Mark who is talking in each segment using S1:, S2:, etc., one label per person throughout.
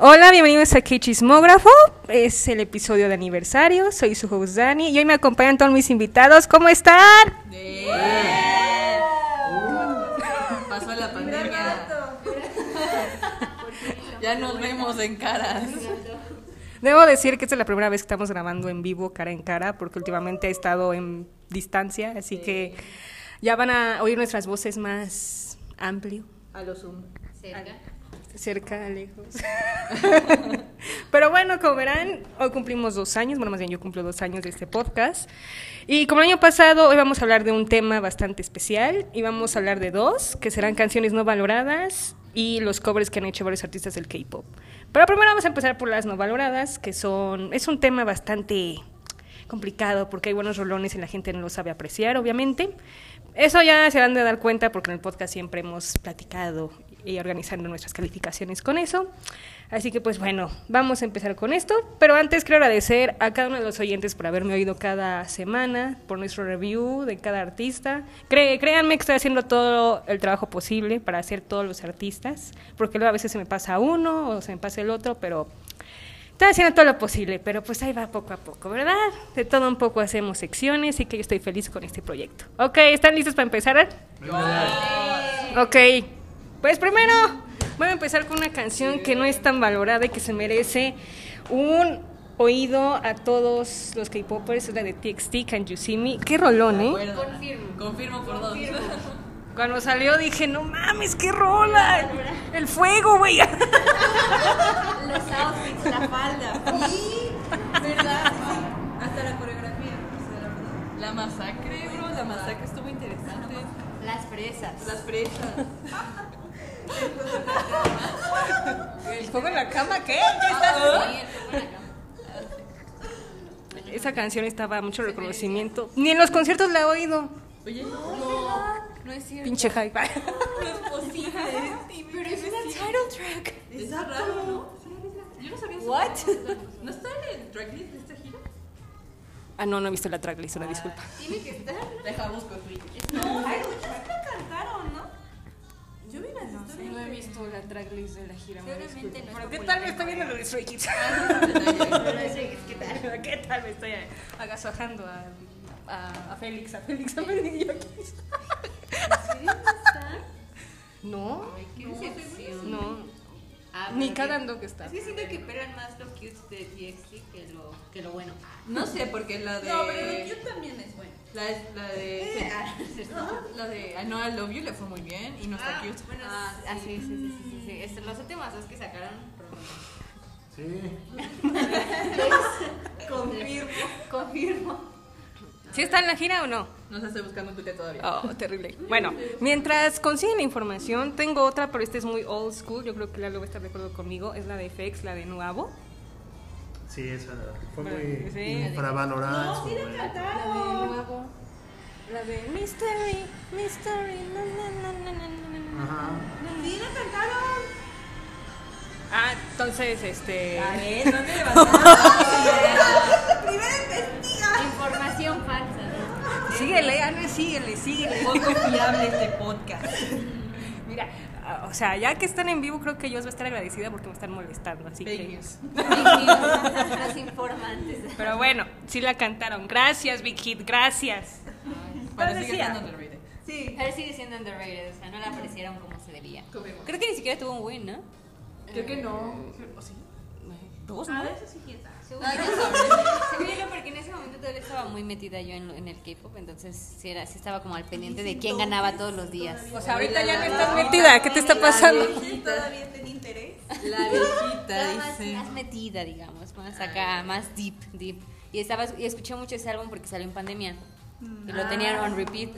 S1: Hola, bienvenidos aquí Chismógrafo. Es el episodio de aniversario. Soy su host Dani y hoy me acompañan todos mis invitados. ¿Cómo están?
S2: Pasó la pandemia. Ya nos vemos en caras.
S1: Debo decir que esta es la primera vez que estamos grabando en vivo, cara en cara, porque últimamente he estado en distancia, así que ya van a oír nuestras voces más amplio,
S2: A los Zoom.
S1: cerca, lejos. Pero bueno, como verán, hoy cumplimos dos años, bueno, más bien yo cumplo dos años de este podcast. Y como el año pasado, hoy vamos a hablar de un tema bastante especial y vamos a hablar de dos, que serán canciones no valoradas y los covers que han hecho varios artistas del K-pop. Pero primero vamos a empezar por las no valoradas, que son es un tema bastante complicado porque hay buenos rolones y la gente no lo sabe apreciar, obviamente. Eso ya se han de dar cuenta porque en el podcast siempre hemos platicado y organizando nuestras calificaciones con eso. Así que pues bueno, vamos a empezar con esto, pero antes quiero agradecer a cada uno de los oyentes por haberme oído cada semana, por nuestro review de cada artista. Cre- créanme que estoy haciendo todo el trabajo posible para hacer todos los artistas, porque luego a veces se me pasa uno o se me pasa el otro, pero Estoy haciendo todo lo posible, pero pues ahí va poco a poco, ¿verdad? De todo un poco hacemos secciones, así que yo estoy feliz con este proyecto. Ok, ¿están listos para empezar? Ok, pues primero voy a empezar con una canción que no es tan valorada y que se merece un oído a todos los K-popers, es la de TXT, Can You See Me. Qué rolón, ¿eh?
S2: Confirmo. Confirmo por dos.
S1: Cuando salió dije, no mames, qué rola. El fuego, güey.
S3: Los outfits, la falda. Y, ¿verdad? Hasta la coreografía. o sea, la verdad.
S2: La masacre, bro. La masacre estuvo interesante.
S3: Las fresas.
S2: Las fresas.
S1: ¿El fuego en la cama qué?
S4: Ah,
S1: Esa canción estaba a mucho reconocimiento. Ni en los conciertos la he oído.
S2: Oye, no. No es cierto.
S1: Pinche hype.
S2: No es posible.
S3: Pero es una title track.
S2: Está raro, ¿no? Yo no sabía eso.
S3: What?
S2: ¿No está en el tracklist de esta gira?
S1: Ah, no, no he visto la tracklist, una disculpa.
S4: Ah,
S3: Tiene que estar.
S2: Deja busco Twitter.
S3: No, muchas la cantaron, ¿no? Yo vi las historias.
S4: No he visto la tracklist de la gira. me
S3: Seguramente no.
S1: ¿Qué tal me estoy viendo lo de Stray Kids?
S3: ¿Qué tal?
S1: ¿Qué tal me estoy agasajando a, a, a Félix? A Félix, a Félix. yo aquí? No, no.
S4: Ah,
S1: Ni cagando que está.
S3: Es que siento que pegan más lo cute de TXT que lo, que lo bueno.
S2: No sé, porque la de.
S3: No, pero lo cute también es bueno.
S2: La, de- la
S4: Eh,
S2: de.
S4: Ah,
S2: La de I Know I Love You le fue muy bien y no está cute.
S3: Bueno,
S4: Ah,
S3: sí.
S4: ah, sí, sí, sí, sí, sí, sí. Es- las últimas dos que sacaron. pero bueno.
S5: Sí.
S3: Confirmo. Confirmo.
S1: ¿Sí está en la gira o no?
S2: No se estoy buscando un Twitter todavía.
S1: Oh, terrible. Bueno, mientras consiguen la información, tengo otra, pero esta es muy old school. Yo creo que Lalo va a estar de acuerdo conmigo. Es la de FX, la de Nuavo.
S5: Sí, esa fue
S1: Bueno,
S5: muy
S1: sí.
S5: infravalorada. en su momento.
S4: Luego,
S1: La de Mystery, Mystery, na, na, na, na, na, na, na, na.
S5: Ajá.
S3: Sí, la cantaron.
S1: Ah, entonces, este.
S2: no te levantas.
S4: información falsa.
S1: Síguele, Ana, síguele, síguele.
S2: Poco fiable este podcast.
S1: Mira, ah, o sea, ya que están en vivo, creo que yo os voy a estar agradecida porque me están molestando. Así
S2: Fake
S1: que.
S2: news.
S4: Los informantes.
S1: Pero bueno, sí la cantaron. Gracias, Big Hit, gracias.
S2: Para
S1: Entonces,
S2: seguir
S1: sí, ah.
S2: dándote el rating.
S3: Sí.
S4: Pero sigue siendo underrated, o sea, no la apreciaron como se debía.
S2: Confirmo.
S4: Creo que ni siquiera tuvo un win, ¿no?
S2: Creo que no. ¿O sí?
S1: Dos,
S3: A
S1: ¿no?
S3: ver, eso sí, quién sabe.
S4: Según yo, según yo, no, porque en ese momento todavía estaba muy metida yo en, lo- en el K-pop, entonces sí, era, sí estaba como al pendiente de quién ganaba todos los días.
S1: O sea, ahorita ya no estás metida. ¿Qué te está pasando?
S3: Todavía tenía interés.
S2: La viejita
S4: Estaba más,
S2: dice.
S4: más metida, digamos, más acá, más deep, deep. Y, estaba, y escuché mucho ese álbum porque salió en pandemia. Y lo tenían on repeat.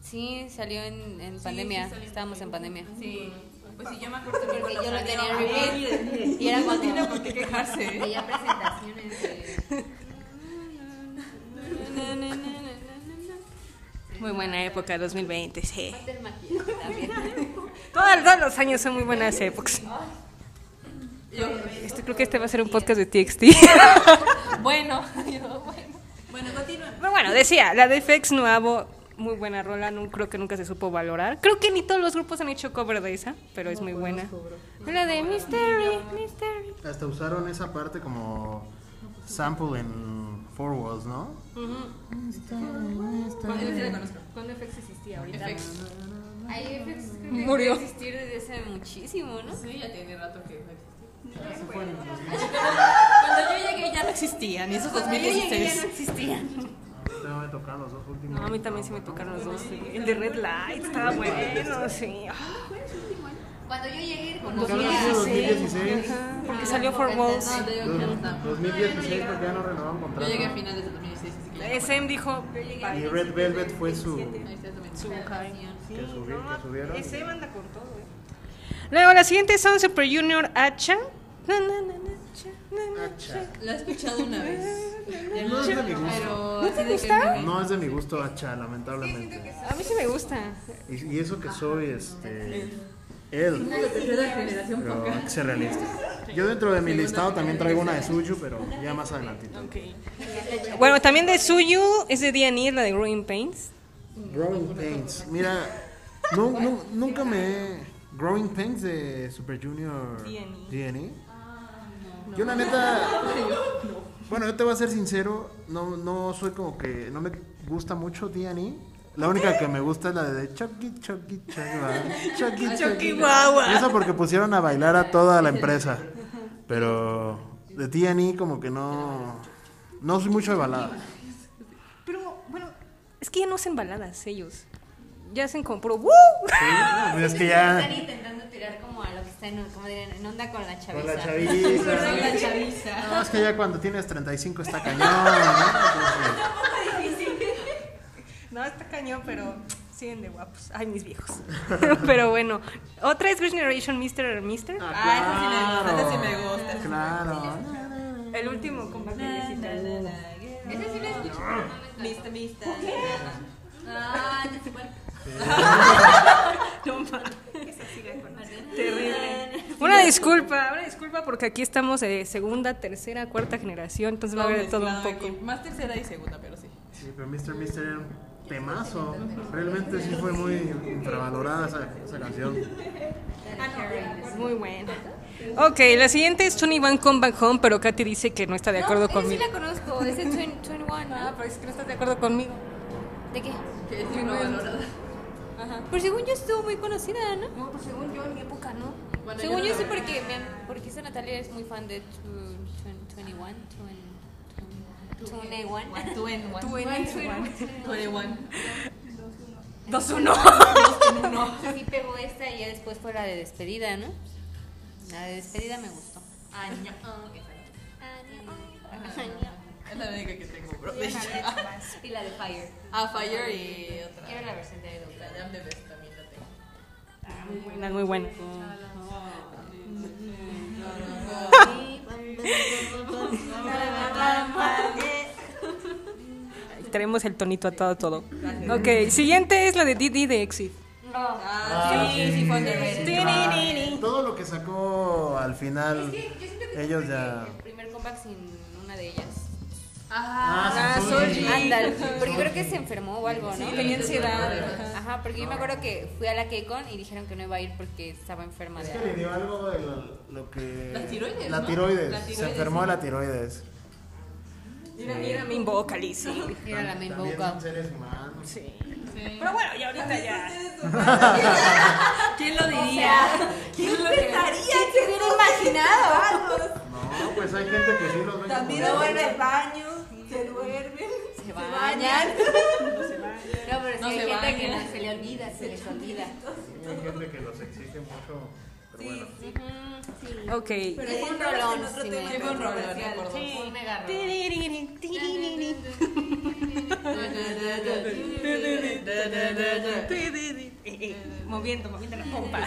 S4: Sí, salió en, en pandemia. Estábamos en pandemia.
S2: Sí. Pues sí, yo me acuerdo
S4: Porque
S2: cuando
S4: yo lo
S2: salió.
S4: tenía en repeat. Y era
S2: No tiene
S4: cuando
S2: por qué quejarse. ¿eh?
S4: veía presentaciones de...
S1: Muy buena época, 2020, sí.
S4: Parte del maquillaje también.
S1: Todos, todos los años son muy buenas épocas.
S2: Yo,
S1: Este, creo que este va a ser un podcast de TXT.
S4: Bueno, yo, bueno.
S3: Bueno, continúen.
S1: Pero bueno, decía, la de FX Nuevo Muy buena rola, no, creo que nunca se supo valorar. Creo que ni todos los grupos han hecho cover de esa, pero es
S5: pues,
S1: muy buena. La de Mystery, Mystery.
S5: Hasta usaron esa parte como sample en Four Walls, ¿no?
S1: ¿Cuándo FX existía ahorita?
S2: FX.
S4: Ahí
S1: Murió.
S4: murió. existir desde hace muchísimo, ¿no?
S2: Sí, ya tiene rato que no existe.
S4: Cuando yo llegué ya no existían, y esos 2016. ya no existían.
S5: Ahorita me tocaron los dos últimos.
S1: No, a mí también sí me tocaron los dos. sí. El de Red Light estaba bueno, sí. Ah,
S4: Cuando yo llegué,
S5: Los
S4: conocí
S5: últimos
S4: a...
S5: 2016.
S1: Porque salió Four Walls.
S2: No, te digo que no.
S5: Dos- 2016 porque ya no renovaron
S2: Yo
S5: contrato.
S2: llegué a finales de 2016, así que ya. no fue.
S1: SM dijo.
S5: Y Red Velvet fue su.
S2: Ahí está también.
S5: Que subí- que subieron.
S1: SM anda con todo, eh. Luego, la siguiente son Super Junior Hacha. Na, na, na, na, cha, na, na,
S5: Hacha.
S1: cha.
S2: Lo he escuchado una vez. Ya
S5: No es de mi gusto.
S2: Pero
S1: ¿No te
S2: así de que
S1: gusta?
S2: me-
S5: No es de mi gusto hacha, lamentablemente.
S1: A mí sí me gusta.
S5: Y, y eso que soy, este. Él. Pero hay que ser realista. Yo dentro de mi listado también traigo una de Suyu, pero ya más adelantito.
S1: Bueno, también de Suyu es de D&E, la de Growing Pains.
S5: Growing Pains. Mira, no, no- nunca me he... Growing Pains de Super Junior
S1: D&E.
S5: D&E. Ah, Yo la neta... Bueno, yo te voy a ser sincero, no, no soy como que... No me gusta mucho D&E. La única que me gusta es la de Chucky, Chucky, Chucky, ¿verdad? Chucky, Chucky. Y Eso porque pusieron a bailar a toda la empresa. Pero de D&E como que no... No soy mucho de balada.
S1: Pero, bueno, es que ya no hacen baladas ellos. Ya hacen como puro ¡Woo!
S5: Es que
S4: Están
S5: ya...
S4: intentando tirar como a lo que está en, como dirían, en onda con la chaviza.
S5: Con la chaviza.
S4: Con la chaviza.
S5: No, es que ya cuando tienes 35 está cañón, ¿no?
S1: No, está cañón, pero siguen de guapos. Ay, mis viejos. pero bueno, otra es Great Generation Mr. Mister.
S2: Ah, esa sí me gusta, esa sí me gusta.
S5: Claro.
S1: El último combate
S4: Ese sí lo escucho, pero no me encanta.
S2: Mista, mista.
S4: Ah, no se puede.
S1: Terrible. Una disculpa, una disculpa porque aquí estamos de segunda, tercera, cuarta generación, entonces va a haber de todo un
S2: mezclado
S1: poco.
S2: aquí. Más tercera y segunda, pero sí.
S5: Sí, pero Mr. Mister era un temazo. Realmente sí fue muy infravalorada esa, esa canción.
S1: Muy buena. Ok, la siguiente es Tony Van Come Back Home, pero Katy dice que no está de acuerdo
S4: no,
S1: conmigo.
S4: Yo sí la conozco, es de 20- 21. Ah, pero es que no estás de acuerdo conmigo. ¿De qué?
S2: Que es una valorada.
S4: Ajá. Pero según yo estuvo muy conocida, ¿no? No, pues según yo en mi época, ¿no?
S2: Bueno,
S4: según
S2: yo
S4: yo,
S2: no
S4: sí,
S2: la-
S4: porque, me- porque esa Natalia es muy fan de tu, tu- 21. tu- tu- 21.
S2: Two en one.
S4: 21.
S2: en one.
S4: 2-1. Sí pegó esta y ya después fue la de despedida, ¿no? La de despedida me gustó.
S2: Año.
S4: Oh,
S2: Es la única que tengo, bro. de hecho.
S4: Y la de Fire.
S2: Ah, Fire y otra.
S4: Quiero la versión de Edu.
S2: La de I'm the best también la tengo.
S1: Ah, Muy buena, muy buena. Ahí Traemos el tonito a todo, todo. Ok, siguiente es la de Didi de Exit.
S4: No.
S5: Ah, sí, sí, fue
S1: sí, sí.
S5: Todo lo que sacó al
S4: Es
S5: final,
S4: que yo siento que
S5: ellos
S4: fue
S5: ya...
S4: El primer comeback sin una de ellas.
S5: Ah, sí,
S1: Sorry.
S5: sí.
S4: Ándale, porque creo que se enfermó o algo, ¿no?
S1: tenía ansiedad.
S4: Ajá, porque yo me acuerdo que fui a la KCON y dijeron que no iba a ir porque estaba enferma
S5: Es
S4: de
S5: que
S4: algo.
S5: le dio algo de lo, lo que...
S2: La tiroides,
S5: La
S2: ¿no?
S5: tiroides.
S2: La
S5: Se
S2: tiroides,
S5: enfermó de
S2: sí.
S5: la tiroides.
S1: Mira, mira, me invoca, Liz, sí.
S4: Era la main
S5: También
S4: vocal.
S5: son seres humanos.
S1: Sí. Pero bueno, ya ahorita ya.
S2: ¿Quién lo diría? ¿Quién lo diría?
S4: se hubiera imaginado?
S5: No, pues hay gente que sí los ve
S3: También
S5: como-
S3: van al baño, se duermen,
S4: Se bañan. No, pero sí
S2: No
S4: hay
S2: se
S4: gente que
S2: bañan.
S4: no- se le olvida, se les olvida.
S5: Hay gente que los exige mucho. Pero bueno.
S1: Ok.
S4: Pero
S3: ahí
S4: fue un
S3: entramos en
S4: rolón,
S3: otro
S4: sí
S3: tema.
S4: me
S2: Fue un rolón, me
S4: acuerdo.
S2: acuerdo.
S4: Sí, me agarró.
S1: Moviendo, moviendo la pompa.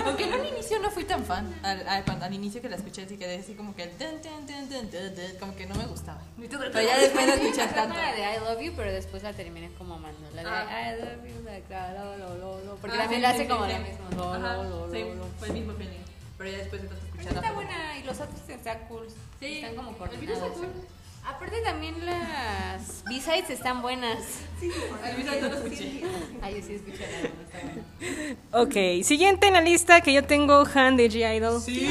S2: Aunque no al inicio no fui tan fan. Al, al- cuando- al inicio que la escuché sí quedé así como que el dun, dun, dun, dun, dun, dun, como que no me gustaba. Pero ya después de
S4: Empecé
S2: escuchar
S4: con
S2: tanto.
S4: la de I love you, pero después la terminé como amando. La de I love you, la de lo, lo, lo, lo. Porque
S2: Ah,
S4: también
S2: sí,
S4: la
S2: sí,
S4: hace
S2: sí,
S4: como
S2: sí.
S4: lo mismo. Lo,
S2: Ajá,
S4: lo, lo,
S2: sí,
S4: lo, lo.
S2: fue el mismo feeling. Pero ya después de tanto
S4: Pero
S2: escucharla.
S4: sí está
S2: fue-
S4: buena y los otros están cool.
S2: Sí,
S4: están como
S2: el video está
S4: coordinados.
S2: cool.
S4: Aparte también las B-sides están buenas.
S6: Ay, mira, yo lo escuché.
S4: Ay, yo sí escuché la banda, está buena.
S1: Ok, siguiente en la lista que yo tengo, Han de G-Idol.
S7: Sí.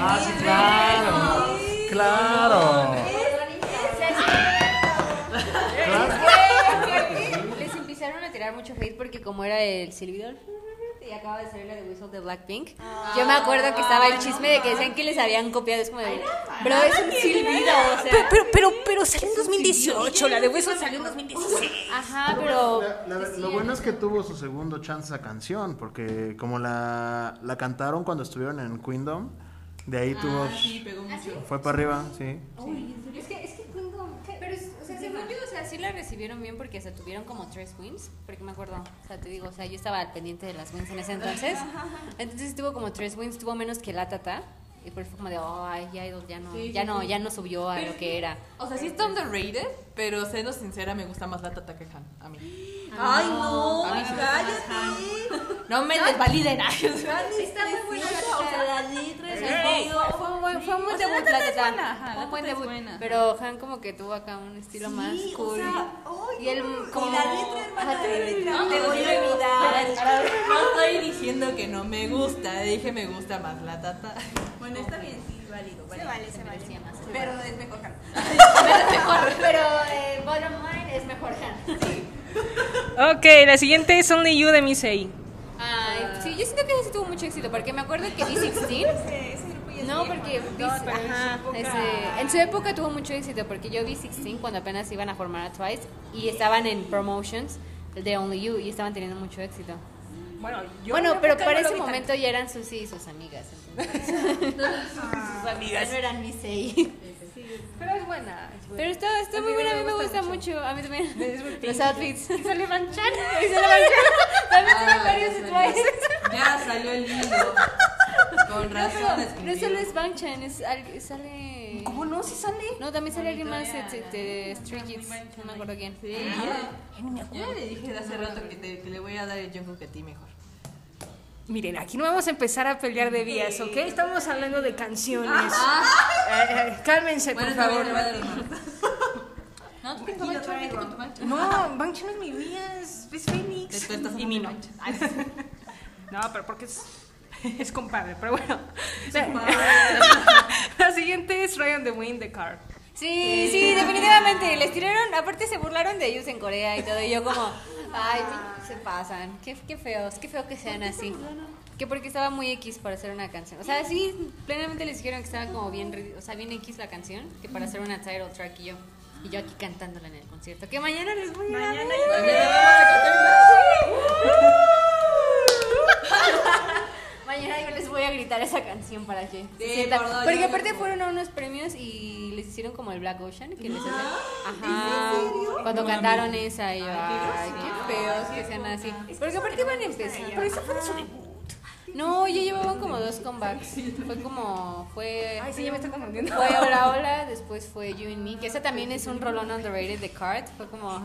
S7: Ah, sí, claro. Claro.
S4: Les empezaron a tirar mucho hate porque como era el silbidor y acaba de salir la de Whistle de Blackpink. Yo me acuerdo que estaba el chisme de que decían que les habían copiado. Es como de, bro, es un silbido,
S1: Pero,
S4: o sea.
S1: pero, pero, pero salió en 2018, la de Hueso salió en 2016.
S4: Ajá, pero...
S5: La- la- lo bueno es que tuvo su segundo chance a canción, porque como la, la cantaron cuando estuvieron en Queendom, de ahí tuvo...
S6: Sí, pegó mucho.
S5: Fue para arriba, sí.
S4: Es que, es que Queendom, ¿qué? Pero, es- o sea, según yo, o sea, sí la recibieron bien porque hasta tuvieron como tres wins, porque me acuerdo, o sea, te digo, o sea, yo estaba al pendiente de las wins en ese entonces. Entonces tuvo como tres wins, tuvo menos que la tata, y por eso fue como de, ay, ya, ya no,
S6: Sí, sí,
S4: ya no,
S6: sí.
S4: ya no subió a
S6: Pero-
S4: lo que era.
S6: O sea, sí está underrated, pero siendo sincera, me gusta más la Tata que Han, a mí.
S8: Ay, no,
S6: A mí sí me gusta más
S8: cállate.
S6: No me desvaliden.
S4: Está muy buena la
S8: O sea,
S4: tata.
S8: la letra es
S4: Ey,
S8: conmigo.
S4: Fue un buen, fue un buen
S6: O sea, la
S4: debut
S6: tata
S4: la
S6: es
S4: tata.
S6: buena, ajá,
S4: Fue
S6: la
S4: un buen
S6: tata es
S4: debut.
S6: buena.
S4: Pero Han como que tuvo acá un estilo más
S8: Sí, o
S4: cool.
S8: sea, ay,
S4: y él
S8: no,
S4: como
S8: y la letra, hermana,
S4: Ajá.
S8: la letra.
S6: No,
S8: Te
S6: no,
S8: voy a
S6: no,
S8: olvidar.
S6: No estoy diciendo que no me gusta, dije me gusta más la Tata.
S8: Bueno, está bien, sí, válido. válido.
S4: Se merecía más.
S8: Pero es mejor Han.
S4: Pero es mejor, pero eh, bottom line es mejor Han.
S1: Ok, la siguiente es Only You de Misei.
S4: Ay, sí, yo siento que ese sí tuvo mucho éxito porque me acuerdo que B16
S8: Ese- ese grupo ya es viejo,
S4: No, porque
S8: ¿no?
S4: B- ajá, ese- en su época tuvo mucho éxito porque yo vi 16 cuando apenas iban a formar a Twice y estaban en promotions de Only You y estaban teniendo mucho éxito.
S1: Bueno,
S4: bueno, pero para ese momento ya eran Susi y sus amigas. entonces.
S8: Ah.
S4: sus amigas no eran mis seis.
S1: Pero es buena.
S4: Pero está, está muy buena, a mí me gusta mucho. A mí también. Los outfits. Ah, Y sale manchar. Y sale manchar. También tiene varios twice.
S6: Ya salió el hilo. Con razón
S4: No solo
S6: escribí.
S4: es Banchan, es, al- sale.
S1: ¿Cómo no? ¿Sí sale?
S4: No, también sale alguien más de, de, de Stray Kids. No me acuerdo quién.
S6: Yo Ah, le dije de hace rato que, te- que le voy a dar el Jungkook a ti mejor.
S1: Miren, aquí no vamos a empezar a pelear de vías, ¿ok? Estamos hablando de canciones. Eh, eh, cálmense, por
S6: Ah. está bien,
S1: favor.
S6: le voy a dar el mejor. No, pues, tú con tu mancha, vete con tu mancha.
S1: No, Banchan es mi vía, es, es Phoenix.
S6: Después estás
S1: Y mi no.
S6: mancha.
S1: No, pero porque es, es compadre, pero bueno. La, la siguiente es Ryan the Wind, The Car.
S4: Sí, sí, definitivamente. Les tiraron, aparte se burlaron de ellos en Corea y todo. Y yo como, ay, mi- se pasan. Qué, qué feos, qué feo que sean así. Que porque estaba muy X para hacer una canción. O sea, sí, plenamente les dijeron que estaba como bien, ri- o sea, bien X la canción, que para hacer una title track y yo. Y yo aquí cantándola en el concierto. Que mañana les voy a mañana, Mañana yo les voy a gritar esa canción para que se
S6: Sí,
S4: sientan.
S6: por dos,
S4: Porque
S6: yo
S4: aparte
S6: creo.
S4: fueron a unos premios y les hicieron como el Black Ocean que les hacen. Ajá. Cuando cantaron esa y yo, ay, qué feos que sean así. Porque aparte iban a empezar. Pero eso fue su debut. No, ya llevaban como dos comebacks. Fue como fue
S1: Ay, sí, ya me estoy confundiendo.
S4: fue Hola Hola, después fue You and Me, que esa también es un rolón underrated de Card. Fue como ah.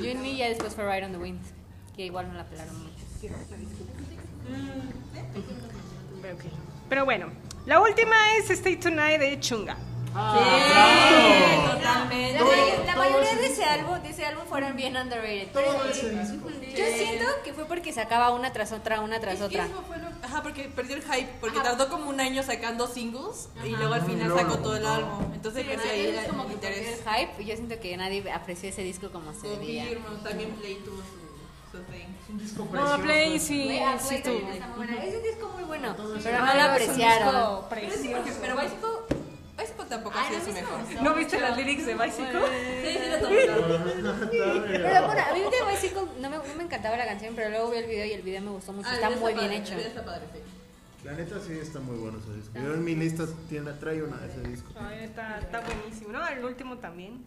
S4: You and Me, ya después fue Ride on the Wind, que igual no la pelaron mucho.
S1: Ok. Pero bueno, la última es Stay Tonight de Chunga.
S4: La, may- la mayoría de ese, álbum, de ese álbum fueron bien underrated. Pero yo siento que fue porque sacaba una tras otra, una tras
S6: Es que
S4: otra.
S6: eso fue lo- Ajá, porque perdió el hype, porque tardó como un año sacando singles y luego al final
S5: luego
S6: sacó
S5: lo
S6: todo el
S5: juntó.
S6: álbum. Entonces
S4: Pero
S6: creció ahí
S4: ahí
S6: el,
S4: es como que perdió el
S6: interés.
S4: hype. Yo siento que nadie apreció ese disco como se debía.
S6: Confirmo, también Play tuvo su, su thing.
S1: No, Play sí,
S4: Güey, ah,
S1: sí
S4: güey,
S1: estuvo.
S4: también está muy buena. Es un disco muy bueno, pero
S1: Pero
S4: no lo apreciaron.
S1: apreciaron.
S6: Pero sí, porque- pero Bicycle, Bicycle tampoco ha
S4: Ay,
S6: sido
S4: no
S6: su
S4: me
S6: mejor.
S4: gustó
S1: ¿No
S4: mucho.
S1: viste las lyrics de Bicycle?
S6: Sí, sí, lo Ah, tomé.
S4: Pero bueno, a mí de Bicycle no me, no me encantaba la canción, pero luego vi el video y el video me gustó mucho.
S6: Ah,
S4: está
S6: el video
S4: muy bien
S6: padre,
S4: hecho.
S6: el video está padre, sí.
S5: La neta sí está muy bueno ese disco. Yo en mi lista tiene, trae una de ese disco.
S1: Ay, está, está buenísimo. No, el último también,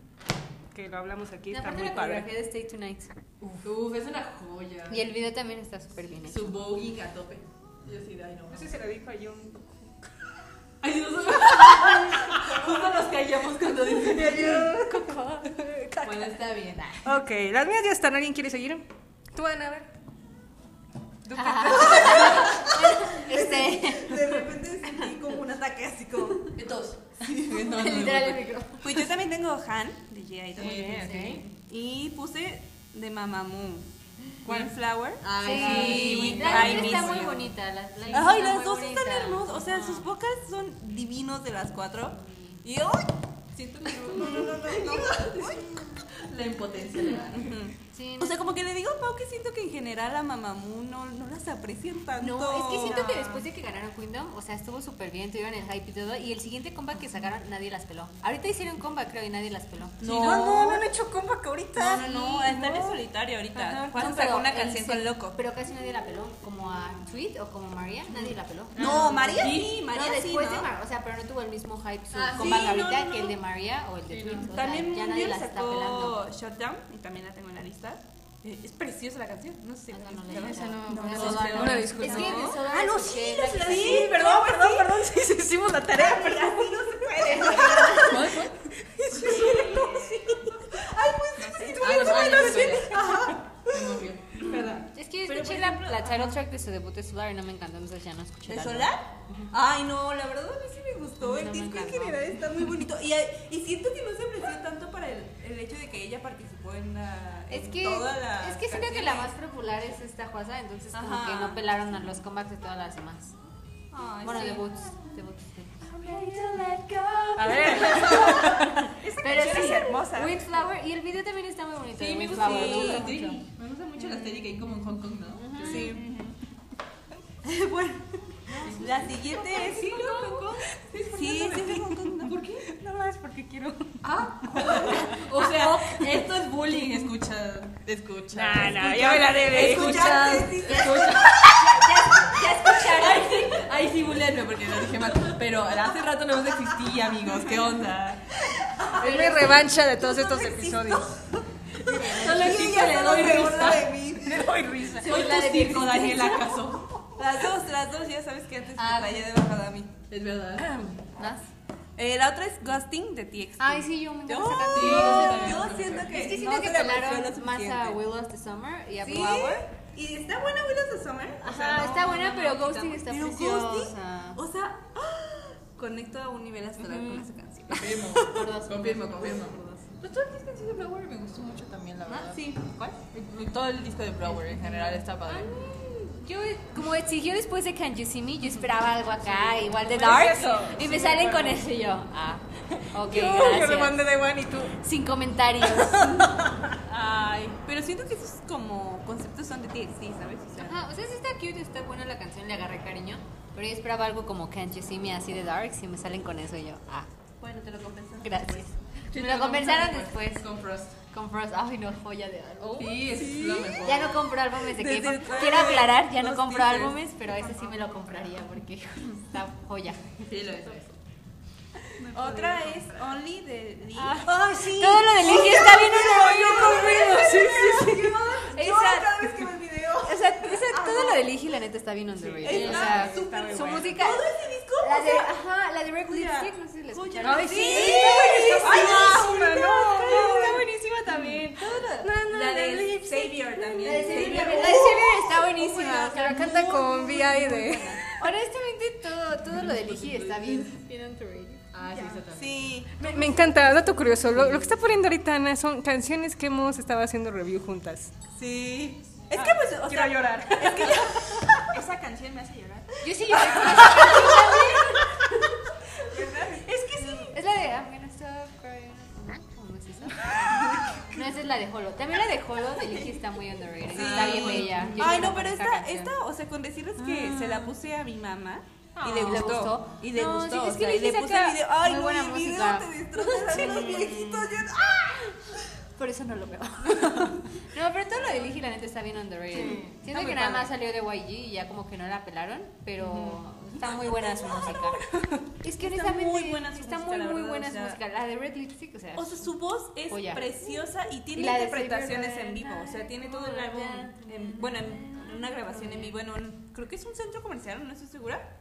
S1: que lo hablamos aquí,
S4: Y
S1: está
S4: aparte
S1: muy
S4: la
S1: padre.
S4: coreografía de Stay Tonight.
S6: Uf, Uf, es una joya.
S4: Y el video también está súper bien hecho.
S6: Su voguing a tope. Yo sí, ay no.
S1: No sé si lo dijo a Jung.
S6: Ay, Dios mío. Justo nos callamos cuando dicen Bueno, está bien. ah.
S1: Ok, las mías ya están. ¿Alguien quiere seguir? Tú, Ana, a ver.
S4: Este, Este,
S8: De repente sentí como un ataque así como.
S6: Entonces, No, no,
S4: Literal el
S6: no.
S4: micrófono.
S2: Pues yo también tengo Han de G.I. Joe.
S4: Eh,
S6: Sí,
S2: Y puse de Mamamoo. One Flower.
S4: Sí, la
S2: Ay,
S4: letra
S2: mis
S4: está muy
S2: Dios.
S4: bonita. La, la letra
S2: Ay,
S4: está
S2: las
S4: muy
S2: dos
S4: bonita.
S2: están hermosas. O sea,
S4: No.
S2: sus bocas son divinos de las cuatro. Y ¡ay!
S6: Siento que no, no, no, no. La impotencia le da.
S4: Sí, no.
S2: O sea, como que le digo a Pau que siento que en general a Mamamoo no, no las aprecian tanto.
S4: No, es que siento que después de que ganaron Kingdom, o sea, estuvo súper bien, tuvieron el hype y todo, y el siguiente comeback que sacaron, nadie las peló. Ahorita hicieron comeback, creo, y nadie las peló.
S2: No, no, no, han hecho comeback ahorita.
S4: No, no, no,
S2: están en solitario ahorita.
S4: Ajá.
S2: Juan
S4: No,
S2: sacó
S4: pero
S2: una
S4: el
S2: canción
S4: se-
S2: con Loco.
S4: Pero casi nadie la peló, como a Tweet o como María, nadie la peló.
S2: No, María sí,
S4: No,
S2: María sí,
S4: después de
S2: ¿no?
S4: Mar- o sea, pero no tuvo el mismo hype su
S2: Ah, sí,
S4: comeback
S2: no,
S4: ahorita
S2: no,
S4: que
S2: no.
S4: el de María o el de Tweet. O
S2: También
S4: sea, ya nadie
S2: Moonbyul
S4: las está pelando.
S2: sacó Shutdown y también la tengo en la lista. Eh, Es preciosa la canción, no sé.
S4: Ah, no, no,
S2: ¿la
S4: la he
S2: escucharon?
S4: escuchado. No,
S2: No, no,
S4: no, no.
S2: no, no.
S4: Es que de Soda
S2: Ah, no,
S4: escuché
S2: sí,
S4: la que
S2: la-
S4: se-
S2: sí, perdón, perdón, perdón, sí, sí, hicimos la tarea, perdón. Así no se puede. Sí, es cierto, sí. Ay, pues, sí, tú
S6: Ah,
S2: bien,
S6: no,
S2: tú
S6: ay,
S2: bien,
S6: no,
S2: tú bien.
S6: sí.
S4: pues,
S2: Ajá.
S6: Me movió.
S4: Es que yo escuché la, la title track de su debut de Solar y no me encantó, entonces ya no escuché.
S2: ¿De
S4: el álbum.
S2: Solar? Ay, no, la verdad a mí sí me gustó.
S4: No
S2: El
S4: me
S2: disco en
S4: encantó.
S2: general está muy bonito. Y, eh, y siento que no se apreció tanto para el, el hecho de que ella participó en la.
S4: Es
S2: en
S4: que,
S2: toda la
S4: es que siento que
S2: canción.
S4: la más popular es esta juaza, entonces como
S2: Ajá.
S4: que no pelaron a los comebacks de todas las demás.
S2: Ay,
S4: bueno,
S2: sí.
S4: debuts, debuts. sí.
S1: A ver,
S2: Esa
S4: Pero
S2: canción
S4: sí,
S2: es hermosa.
S4: Windflower, y el video también está muy bonito. de
S6: Sí, me gusta
S4: Windflower, me
S6: mucho.
S4: gusta mucho.
S6: Me gusta mucho la estética ahí como en Hong Kong, ¿no?
S2: Sí. bueno, la siguiente es. Sí, sí, sí, sí, Hong Kong, ¿no?
S6: ¿Por qué?
S1: no más porque quiero.
S6: O sea, esto es bullying. Escucha, escucha.
S1: No, no, ya me la debe.
S2: Escuchaste,
S6: Escucha,
S2: sí.
S6: escucha. Ay, sí, ay, sí, bulearme porque lo dije mal. Pero hace rato no existía, amigos. ¿Qué onda?
S1: Es mi revancha de todos estos episodios.
S6: Solo
S2: Sí,
S6: existe,
S2: ya
S6: le
S2: solo
S6: doy
S2: se burla
S6: risa.
S2: de mí.
S1: Le doy risa.
S6: Soy la de circo, Daniel, ¿acaso?
S2: Las dos, las dos, ya sabes que antes
S4: Ah,
S2: me rayé de bajada a mí.
S6: Es verdad.
S4: ¿Más?
S2: Eh, la otra es Ghosting de TXT.
S4: Ay, sí, yo me
S2: Yo,
S4: encanta esa canción.
S2: yo siento que.
S4: Es que siento
S2: no
S4: que
S2: se le apreció lo
S4: pelaron más a
S2: suficiente.
S4: Will of the Summer y a
S2: Sí,
S4: Flower.
S2: Y está buena Will of the Summer. o sea,
S4: Ajá,
S2: no-
S4: está buena,
S2: no,
S4: pero
S2: no,
S4: Ghosting está
S2: pero
S4: preciosa.
S2: Ghosting, o sea, ¡ah! conecto a un nivel astral con esa canción.
S6: Confirmo, confirmo, confirmo. Pues todo el disco en sí de Flower me gustó mucho también, la verdad.
S2: sí.
S6: ¿Cuál? Todo el disco de Flower en general está padre.
S4: Yo, como exigió después de Can You See Me, yo esperaba algo acá, igual de Dark. y me salen con eso y yo. Ah, ok,
S1: Yo, yo
S4: gracias.
S1: le mandé de Juan y tú.
S4: Sin comentarios.
S2: Ay, pero siento que esos como conceptos son de TXT, ¿sabes? O sea,
S4: Ajá, Ah, o sea, sí está cute, está buena la canción, le agarré cariño. Pero yo esperaba algo como Can You See Me así de Dark, y me salen con eso y yo. Ah,
S2: bueno, te lo compensan.
S4: gracias. Me lo conversaron después
S6: Con Frost.
S4: con Frost. Ay, no, joya de álbum.
S1: Oh.
S6: Sí, es lo mejor.
S4: Ya no compro álbumes de
S2: Desde
S4: K-pop.
S2: el
S4: Quiero
S2: trailer,
S4: aclarar, ya no
S2: los
S4: compro
S2: teasers.
S4: álbumes, pero ese sí me lo compraría porque está joya.
S6: Sí, lo es. lo es.
S2: Otra es Only de Lee.
S4: Ah.
S2: sí.
S4: Todo lo de Linky está bien
S2: conmigo.
S4: underrated.
S2: Sí, sí, sí. Yo
S4: Esa-
S2: cada vez que veo el video. Ah,
S4: O sea, esa- todo lo de Ligi, la neta, está bien underrated. o sea,
S2: Está súper
S4: su
S2: bueno.
S4: música.
S2: Todo ese disco,
S4: La
S2: o
S4: de,
S2: sea,
S4: ajá, la de Red
S2: joya.
S4: Lipstick, no sé si la
S2: Joya.
S4: escucharon.
S2: Ay, sí.
S1: está
S2: Ay,
S1: buenísima, no,
S2: no, no.
S1: está buenísima también.
S2: La de Oh, Savior
S4: La de
S2: también.
S4: Savior, la de Savior está buenísima.
S1: Buenísima. Pero canta con VI de.
S4: Honestamente, todo, todo lo de Ligi está bien. Bien underrated.
S6: Ah, sí, está también.
S2: Sí.
S1: Me, me encanta, dato curioso. Lo, lo que está poniendo ahorita Ana son canciones que hemos estado haciendo review juntas.
S2: Sí. Es que pues, o sea,
S1: llorar.
S2: es que ya- esa canción me hace llorar.
S4: Yo sí lloré con esa canción también.
S2: Es que sí.
S4: Es la de I'm gonna stop crying. ¿O no ah, es esa? No, esa es la de Holo. También la de Holo de Ligi está muy underrated. Está bien bella. Yo
S2: Ay,
S4: lloro con
S2: no, pero
S4: esa
S2: esta,
S4: canción.
S2: esta, o sea, con decirles que se la puse a mi mamá y le
S4: ¿Le
S2: gustó.
S4: gustó?
S2: Y le
S4: No,
S2: gustó.
S4: sí, es
S2: o
S4: que
S2: sea, y le
S4: Lizzy
S2: puse
S4: saca
S2: el video. Ay,
S4: muy
S2: no,
S4: buena
S2: el video
S4: música.
S2: te destroza los viejitos. Yo, ¡ah!
S4: Por eso no lo veo. no, pero todo lo de Ligi, la neta, está bien underrated. Siento que nada más salió de YG y ya como que no la pelaron, pero está muy buena su música. Es que
S2: Está
S4: honestamente
S2: muy buena su
S4: está
S2: música, la
S4: muy, muy
S2: verdad,
S4: buena
S2: o
S4: su
S2: sea.
S4: música. La de Red Lipstick, o sea,
S2: O sea, su voz es
S4: Joya.
S2: preciosa y tiene
S4: Y la de Oh,
S2: interpretaciones
S4: Savior
S2: en vivo. O sea, tiene todo el
S4: Night.
S2: álbum. en- bueno, en en una grabación en vivo. en un- creo que es un centro comercial, no estoy segura.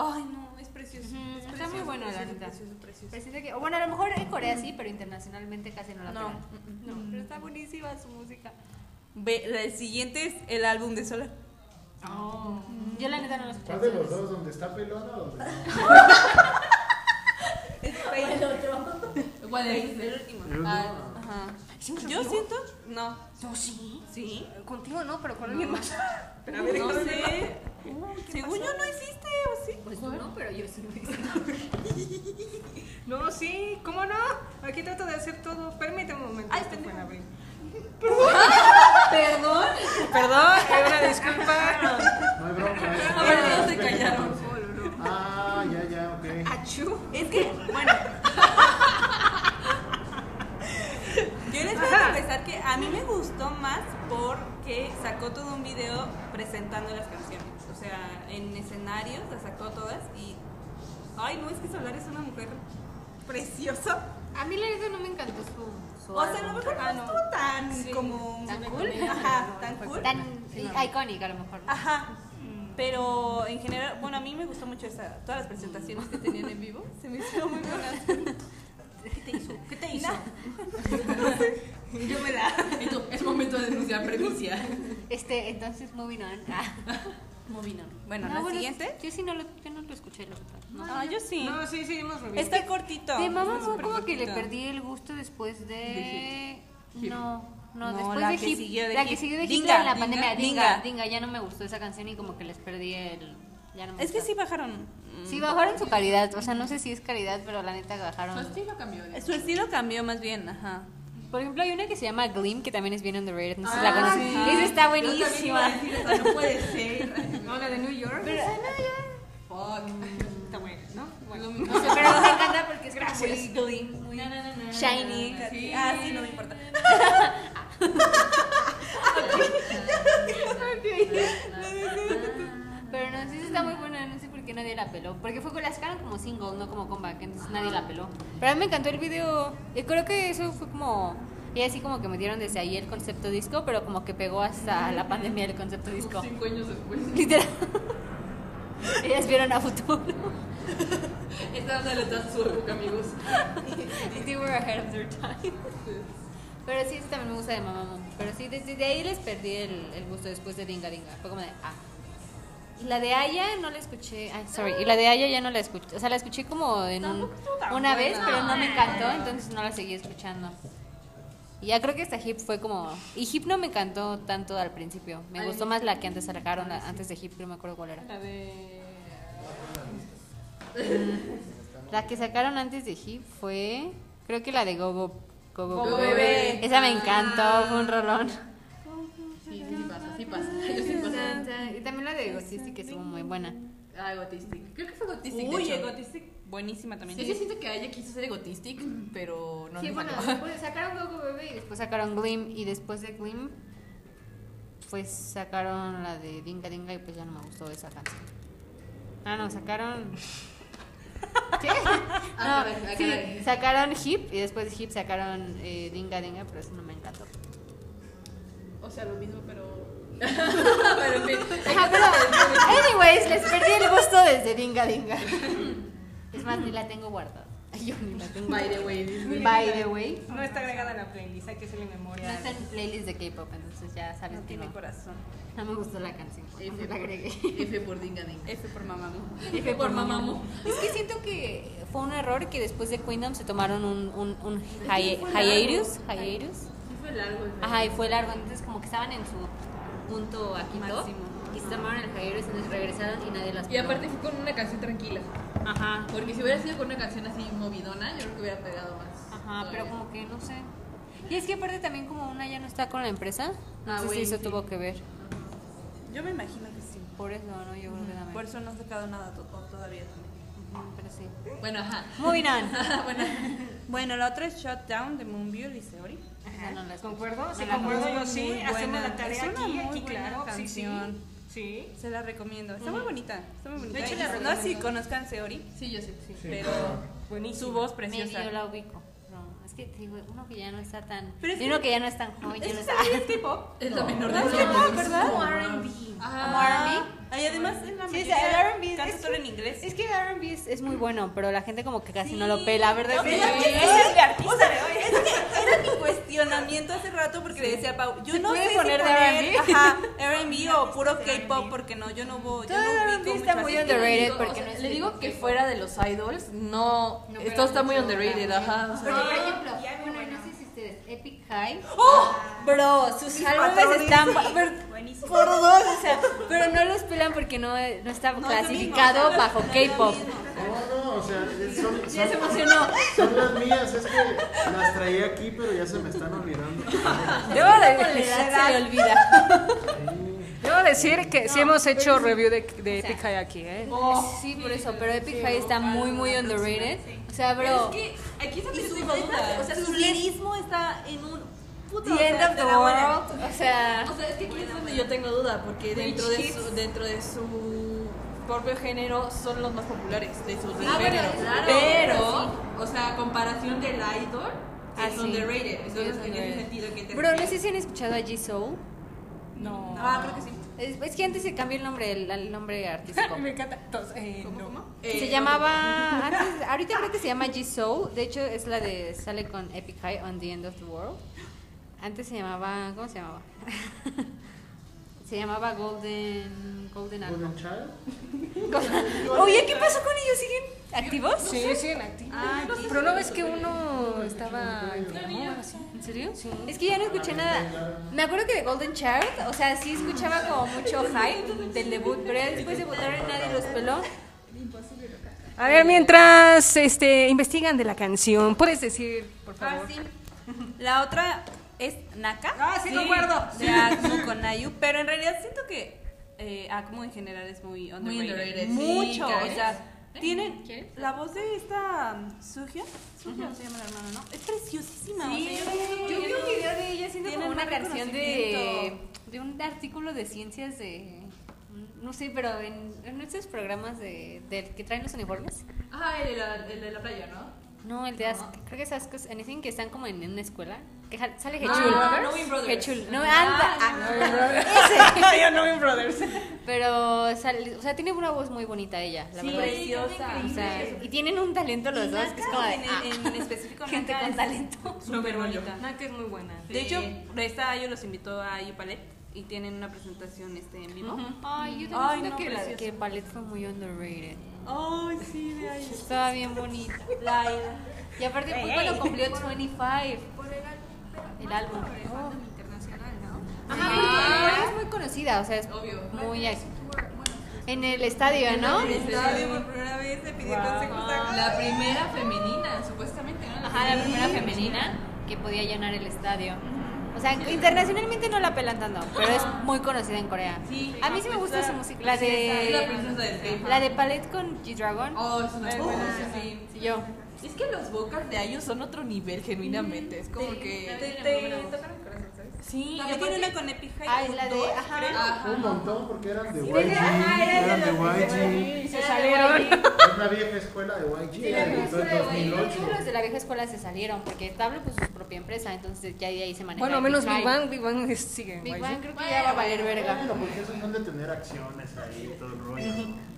S2: Ay, no, es precioso.
S4: Ujú,
S2: es
S4: está
S2: precioso,
S4: muy bueno, la
S2: precioso,
S4: neta.
S2: Precioso, precioso.
S4: pero siento que, bueno, a lo mejor en Corea sí, pero internacionalmente casi no la
S2: No,
S4: pelan. No, pero está buenísima su música.
S2: Ve, la- el siguiente es el álbum de Solar. Oh.
S4: Yo la neta no la escuché.
S5: ¿Cuál de los dos? ¿Donde está pelona o donde no?
S2: Es-
S3: güey.
S2: ¿Cuál es?
S4: El último.
S5: El último.
S4: Ah, ajá.
S2: Yo siento.
S4: No.
S1: No, sí.
S4: ¿Sí?
S1: Contigo no, pero con alguien más.
S3: Pero a ver,
S2: No
S3: déjame ver.
S2: sé. Según yo no existe, ¿o sí?
S4: Pues tú no, pero yo sí lo hice.
S1: No, sí. ¿Cómo no? Aquí trato de hacer todo. Permíteme un momento.
S2: Ay,
S1: Esto fue en
S2: pendejo.
S1: abril.
S4: Perdón.
S1: Perdón, eh, una disculpa.
S5: No hay bronca. eh.
S2: A ver, todos se callaron.
S5: Ah, ya, ya, ok.
S1: Achú.
S2: Es que, bueno. Yo les voy a confesar que a mí me gustó más porque sacó todo un video presentando las canciones. O sea, en escenarios las sacó todas y. Ay, no, es que Solar es una mujer preciosa.
S4: A mí la neta no me encantó su. su
S2: O sea, a lo
S4: álbum.
S2: mejor no
S4: Ah,
S2: estuvo tan
S4: Sí.
S2: como.
S4: Tan cool.
S2: Ajá, tan cool.
S4: Tan i- icónica a lo mejor. ¿no?
S2: Ajá. Pero en general, bueno, a mí me gustó mucho esa, todas las presentaciones que tenían en vivo. Se me hicieron muy buenas. ¿Qué te hizo? ¿Qué te hizo? Yo me la.
S9: Es momento de denunciar prejuicia.
S4: Este, entonces, moving on. Ah.
S9: Movino.
S2: Bueno,
S4: No,
S2: la
S4: bueno,
S2: siguiente.
S4: Yo sí no lo, yo no lo escuché, la verdad. No.
S2: Ah, yo sí.
S1: No, sí, sí, hemos revisado.
S2: Está cortito.
S4: De
S2: Está
S4: mamá Mu
S2: súper
S4: como que le
S2: cortito.
S4: perdí el gusto después de... No, no,
S2: No,
S4: después
S2: la
S4: de
S2: que
S4: Hip.
S2: siguió de
S4: la
S2: Hip.
S4: que siguió de Hip
S2: Dinga,
S4: en la
S2: Dinga,
S4: pandemia. Dinga,
S2: Dinga.
S4: dinga, ya no me gustó esa canción y como que les perdí el... Ya no me
S2: Es que sí
S4: gustó.
S2: bajaron. mm,
S4: Sí, bajaron su calidad. O sea, no sé si es calidad, pero la neta
S9: Su
S4: bajaron.
S9: estilo cambió. de-
S2: Su estilo cambió más bien, ajá.
S4: Por ejemplo, hay una que se llama Gleam, que también es bien underrated. No sé si
S9: Ah,
S4: la conocen.
S9: sí.
S4: Esa está
S2: Yo también iba a
S9: Ah,
S4: buenísima.
S2: decir, o sea, No puede ser.
S1: No, la de New York.
S9: Fuck.
S1: Está buena, ¿no? Bueno.
S4: No sé, pero me encanta porque es como muy Gleam, muy shiny.
S9: Sí.
S2: Ah, sí, no me importa.
S4: Pero no, sí está muy buena, no sé por qué nadie la peló. Porque fue con la sacaron como single, no como comeback, entonces nadie la peló. Pero a mí me encantó el video. Y creo que eso fue como. Y así como que metieron desde ahí el concepto disco, pero como que pegó hasta la pandemia el concepto disco.
S9: Cinco años después.
S4: Literal. Ellas vieron a futuro.
S9: Esta banda le da su época, amigos.
S4: Y They were ahead of their time. Pero sí, eso también me gusta de Mamamoo. Pero sí, desde de ahí les perdí el, el gusto después de Dinga Dinga. Fue como de, ah. Y la de Aya no la escuché. Ay, sorry. Y la de Aya ya no la escuché. O sea, la escuché como en un- una vez, pero no me encantó, entonces no la seguí escuchando. Y ya creo que esta Hip fue como. Y Hip no me encantó tanto al principio. Me gustó más la que antes sacaron, la- antes de Hip, pero no me acuerdo cuál era.
S9: La de.
S4: La que sacaron antes de Hip fue. Creo que la de Go Go. Go, Go,
S9: Go
S4: Go.
S9: Bebé.
S4: Esa me encantó, fue un rolón.
S9: Sí, sí, sí pasa, sí pasa. Yo sí pasa.
S4: Y también la de Egotistic, que estuvo muy buena.
S9: Ah, Egotistic. Creo que fue Egotistic.
S2: Uy,
S9: de hecho.
S2: Egotistic, buenísima también.
S9: Es que siento que ella quiso ser Egotistic, pero no
S4: sí,
S9: le
S4: bueno,
S9: sacó.
S4: después sacaron Go Go Bebé y después sacaron Glim. Y después de Glim, pues sacaron la de Dinga Dinga y pues ya no me gustó esa canción. Ah, no, sacaron. ¿Qué?
S9: Ah,
S4: No,
S9: caray, ah,
S4: sí,
S9: caray.
S4: sacaron Hip y después de Hip sacaron eh, Dinga Dinga, pero eso no me encantó.
S9: O sea, lo mismo, pero. pero en fin.
S4: Ajá, Ah, pero, anyways, les perdí el gusto desde Dinga Dinga. Es más, ni la tengo guardada. Yo ni la tengo.
S9: By the way, Disney.
S4: By the way.
S1: No está agregada a la playlist, hay que hacerle
S4: No
S1: memoria.
S4: está en playlist de K-pop, entonces ya sabes
S2: No
S4: que no.
S2: tiene corazón.
S4: No me gustó la canción.
S9: F
S4: no la
S9: por-
S4: agregué.
S9: F por Dinga Dinga.
S2: F por mamá.
S9: F por Mamamoo.
S4: Es que siento que fue un error que después de Queendom se tomaron un, un, un hi- hiatus. hiatus.
S9: Sí, fue largo. el
S4: Ajá, y fue largo, entonces como que estaban en su punto aquí top,
S2: Máximo.
S4: Y se tomaron el hiatus, entonces regresaron y nadie las
S9: Y
S4: peló.
S9: aparte fue con una canción tranquila.
S4: Ajá.
S9: Porque si hubiera sido con una canción así movidona, yo creo que hubiera pegado más.
S4: Ajá, pero
S9: Todavía.
S4: como que no sé. Y es que aparte también como una ya no está con la empresa, no
S9: Ah,
S4: sé
S9: güey,
S4: si eso
S9: sí.
S4: tuvo que ver.
S2: Yo me imagino que sí.
S4: Por eso, ¿no? Yo creo que también.
S2: Por eso no han sacado nada to- to- todavía.
S4: Ujú, Pero sí.
S9: Bueno, ajá.
S4: Moving on.
S9: bueno,
S2: Bueno, la otra es Shutdown de Moonbyul y Seori.
S4: Esa no la escuché.
S1: ¿Concuerdo? Sí,
S4: Me la
S1: concuerdo
S4: conozco.
S1: yo sí.
S2: muy
S1: Hacemos
S2: buena.
S1: la tarea
S2: Es una
S1: aquí,
S2: muy
S1: aquí,
S2: buena
S1: claro. sí, sí.
S2: canción.
S1: Sí.
S2: Se la recomiendo. Está muy bonita. Está muy bonita.
S4: De hecho, la
S2: no sé si
S4: recomiendo.
S2: conozcan Seori,
S9: sí, yo sé. Sí.
S2: pero su voz preciosa.
S4: Medio la ubico. No, es que te digo, uno que ya no está tan.
S2: Pero es
S4: y uno que ya no es tan joven. Ya no
S2: ¿Eso
S4: está.
S2: también es K-pop?
S9: Es la menor de
S2: No,
S9: los
S2: es K-pop,
S9: hombres.
S2: ¿verdad?
S4: Como R&B.
S2: Ah, y además en la
S4: Sí, es
S2: mayoría
S4: el R&B,
S2: canta
S4: es-
S2: solo en inglés.
S4: Es que el RB es, es muy bueno, pero la gente como que casi no
S2: Sí.
S4: lo pela, ¿verdad?
S2: Yo
S4: que
S2: creo que
S4: sí?
S2: ese es el artista de hoy. Es que era mi cuestionamiento hace rato porque que le decía a Pau, yo
S4: ¿Se
S2: no
S4: puede
S2: sé si
S4: poner
S2: poner
S4: de R&B?
S2: ajá, R&B o puro K-pop porque no, yo no voy, yo
S4: Todo el
S2: no
S4: R&B
S2: ubico
S4: está
S2: mucho
S4: muy
S2: así.
S4: underrated.
S3: digo,
S4: porque
S3: o sea,
S4: no es
S3: le digo
S4: típico.
S3: que fuera de los idols, no.
S4: No, pero
S3: esto está muy
S4: mucho,
S3: underrated,
S4: claro.
S3: ajá. o sea,
S4: Porque, por ejemplo, bueno, no sé si ustedes, Epic High.
S2: ¡Oh!
S4: Bro, sus álbumes están. pero-
S2: Buenísimo.
S4: Por dos, o sea, pero no los pelan porque no, no está
S2: No es lo
S4: clasificado
S2: mismo,
S4: bajo
S2: no es lo
S4: K-pop.
S2: mismo.
S5: No, no, o sea, es- son,
S4: Ya se
S5: son,
S4: emocionó.
S5: son las mías, es que las traía aquí, pero ya se me están olvidando.
S4: Debo de con la edad se le olvida.
S1: Debo decir que sí hemos hecho review de, de
S4: o sea,
S1: Epic High aquí, ¿eh?
S4: Oh. Sí, por eso, pero Epic High está muy, muy underrated. O sea, bro.
S2: Es que aquí
S3: Y
S2: se
S3: sus
S2: tengo dudas.
S3: letras,
S2: O sea, su lirismo está en un puto.
S4: The end of the world. O sea,
S3: O sea, es que aquí es donde yo tengo duda, porque dentro de su, dentro de su propio género son los más populares de sus
S2: Ah, bueno,
S3: géneros.
S2: claro.
S3: Pero, o sea, a comparación del idol,
S4: Ah,
S3: es
S4: sí.
S3: underrated.
S4: Sí,
S3: Entonces
S4: es
S3: no tiene
S4: underrated.
S3: sentido que te
S4: bro, no sé si han escuchado a G-Soul.
S1: No.
S2: Ah, creo que sí.
S4: Es, es que antes se cambió el nombre, el, el nombre artístico.
S1: Me encanta. Entonces, eh, no.
S3: Eh,
S4: se llamaba antes- ahorita creo que se llama G Soul de hecho es la de sale con Epic High on the End of the World antes se llamaba cómo se llamaba se llamaba Golden Golden algo.
S5: ¿Golden Child?
S4: oye qué pasó con ellos siguen activos
S1: Sí, sí, en activo.
S4: Ah,
S1: Pero no ves que uno estaba enfermo o algo así.
S4: en serio es que ya no escuché nada me acuerdo que de Golden Child o sea sí escuchaba como mucho hype del debut pero ya después de votar nadie los peló
S1: A ver, mientras este, investigan de la canción, ¿puedes decir, por favor?
S2: Ah, La otra es Naka.
S1: Ah, sí, concuerdo.
S2: De Akumu con Ayu, pero en realidad siento que eh, Akumu en general es muy underrated.
S3: underrated, sí,
S2: Mucho.
S3: ¿crees?
S2: o sea, tienen la voz de esta um, Sugia. Sugia se llama la hermana, ¿no? Es preciosísima. o sea, yo-
S4: Yo vi un video de ella haciendo
S2: Tienen
S4: como una
S2: más
S4: canción de,
S2: reconocimiento.
S4: de un artículo de ciencias de. No sé, pero en, en estos programas de, del que traen los uniformes.
S3: Ah, el de la, el de la playa, ¿no?
S4: No, el de Ask, creo que es Ask Us Anything, que están como en, en una escuela. Que ja- sale Hechul.
S3: Ah, Knowing Brothers.
S4: Hechul. No,
S3: Ah,
S4: anda.
S3: Knowing
S4: Ah, ese. Pero, sale- o sea, tiene una voz muy bonita ella, la
S2: Sí,
S4: verdad.
S2: preciosa.
S4: O sea, y tienen un talento los
S2: Y
S4: dos, que es como de.
S2: en,
S4: ah,
S2: en específico
S4: gente
S2: Naka
S4: con
S2: es
S4: talento.
S2: Súper bonita.
S1: Naka es muy buena.
S2: De hecho, esta Ayu los invitó a Ayu Palette y tienen una presentación este en vivo.
S4: Ay, yo también
S2: Ay,
S4: siento
S2: no,
S4: que, la,
S2: preciosa.
S4: que Ballet fue muy underrated.
S2: Ay, sí, de Ayu.
S4: Estaba bien bonita.
S2: La
S4: Y aparte fue cuando cumplió 25. El álbum. Ah, es muy conocida, o sea, es muy ac- en el estadio, ¿no?
S2: Estadio por primera vez le pidió consejos a
S3: La primera femenina, supuestamente, ¿no?
S4: Ajá, la primera femenina que podía llenar el estadio. O sea, internacionalmente no la pelan tanto, pero es muy conocida en Corea.
S3: Sí,
S4: A mí sí me gusta su música, la
S3: La
S4: de
S3: princesa del K-pop.
S4: la de Palette con G-Dragon.
S3: Oh, es una sí.
S4: Sí, Yo.
S3: Es que los vocals de Ayu son otro nivel, genuinamente. Es como que.
S2: Sí, también tiene una con Epic High.
S4: Ah, es la de-
S2: dos,
S4: ajá.
S2: creo.
S5: Un montón, porque eran de YG.
S4: ah, eran de
S5: Eran de YG.
S1: se salieron.
S5: Es la vieja escuela de YG. la debutó en
S4: Y
S5: 2008.
S4: Los de la vieja escuela se salieron porque Tablo pues su propia empresa, entonces ya de ahí se maneja.
S1: Bueno, menos Big
S4: Big
S1: Bang, Big Bang es- sigue. en
S4: Big
S1: YG.
S4: Bang creo que ya va a valer verga.
S5: Bueno, porque esos son de tener acciones ahí, todo el rollo. ¿no?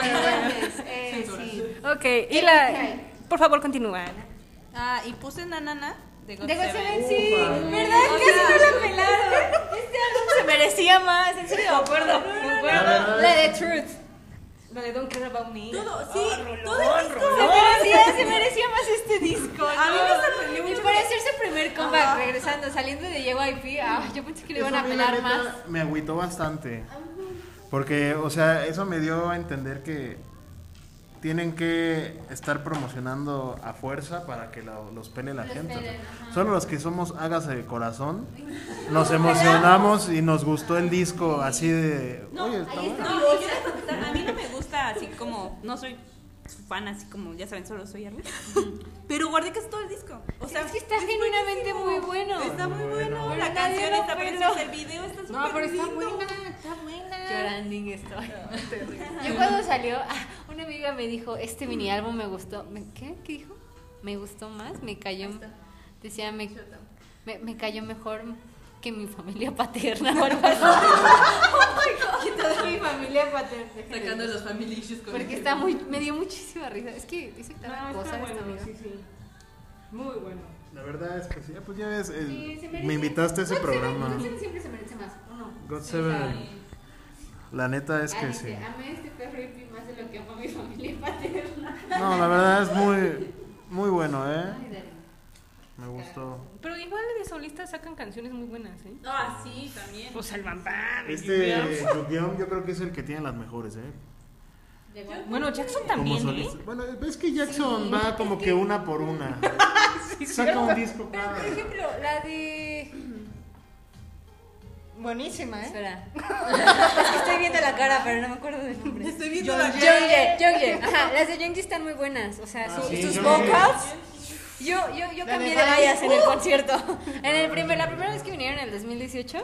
S4: Entonces, eh, sí.
S1: Ok, y la... Por favor, continúa.
S2: Ah, y puse Nanana de God
S4: De God
S2: Seven.
S4: Seven, sí.
S5: Ufa.
S4: ¿Verdad? Casi no la pelaron. Este álbum se merecía más. En serio, de acuerdo. de acuerdo.
S5: La verdad
S4: La de
S5: es-
S4: Truth.
S1: La de Don't Care About Me.
S4: Oh,
S2: Todo, sí, todo el disco.
S4: Se merecía, se merecía más este disco.
S2: A mí me sorprendió
S4: Y
S2: mucho
S4: para
S2: que-
S4: hacer su primer comeback,
S2: Ajá.
S4: regresando, saliendo de JYP, ah, yo pensé que le iban
S5: Eso
S4: a
S5: a mí, la
S4: pelar
S5: neta,
S4: más.
S5: Me agüitó bastante. Porque, o sea, eso me dio a entender que tienen que estar promocionando a fuerza para que la- los pele la gente. o sea. Solo los que somos hagas de corazón nos emocionamos y nos gustó el disco así de. Oye, está bueno.
S2: No, yo quiero contestar, a mí no me gusta así como, no soy su fan así como, ya saben, solo soy Armin. Pero guardé casi todo el disco. O sea,
S4: Es que está genuinamente muy bueno.
S2: está muy bueno,
S4: Pero
S2: la
S4: nadie
S2: canción
S4: lo
S2: está
S4: peló.
S2: preciosa, el video está súper lindo.
S4: está buena. Llorando estoy. Yo cuando salió, ah, una amiga me dijo, este mini álbum me gustó. ¿Me- ¿Qué? ¿Qué dijo? Me gustó más, me cayó. Decía, me, me, me cayó mejor que mi familia paterna o algo así. Que toda mi familia paterna.
S3: Sacando los family issues con
S4: Porque está
S1: Ah,
S4: Ah, muy, me dio muchísima risa. Es que dice que estaba cosa esta amiga.
S1: Muy bueno.
S5: La verdad es que sí. Ah, pues ya ves, el-
S4: Sí, se merece.
S5: me invitaste a ese
S4: God Seven,
S5: programa.
S4: God Seven siempre se merece más, ¿o no?
S5: God Seven. La neta es
S4: Ay,
S5: que
S4: este,
S5: sí.
S4: Amé este perro hippie más de lo que amo a mi familia paterna.
S5: No, la verdad es muy, muy bueno,
S4: Ay,
S5: ¿eh?
S4: dale.
S5: Me gustó.
S1: Pero igual de solistas sacan canciones muy buenas, ¿eh?
S2: Ah, sí, también.
S1: O sea, el Bam Bam, el
S5: Este
S1: Julián.
S5: Yugeom yo creo que es el que tiene las mejores, ¿eh?
S4: De Guadalupe.
S1: Bueno, Jackson
S5: Como
S1: también, ¿eh?
S5: solista. Bueno, es que Jackson va como que una por una. Saca un disco cada.
S4: Por ejemplo, la de.
S1: Buenísima, ¿eh?
S4: Espera. Estoy viendo la cara, pero no me acuerdo del nombre.
S2: Estoy viendo la
S4: Jungye, Jungye. Ajá, las de Jungye están muy buenas. O sea, su-
S5: Ah, sí,
S4: sus
S5: Jungye.
S4: vocals. Yo, yo, yo cambié de vallas en el concierto. En el primer, la primera vez que vinieron en el 2018,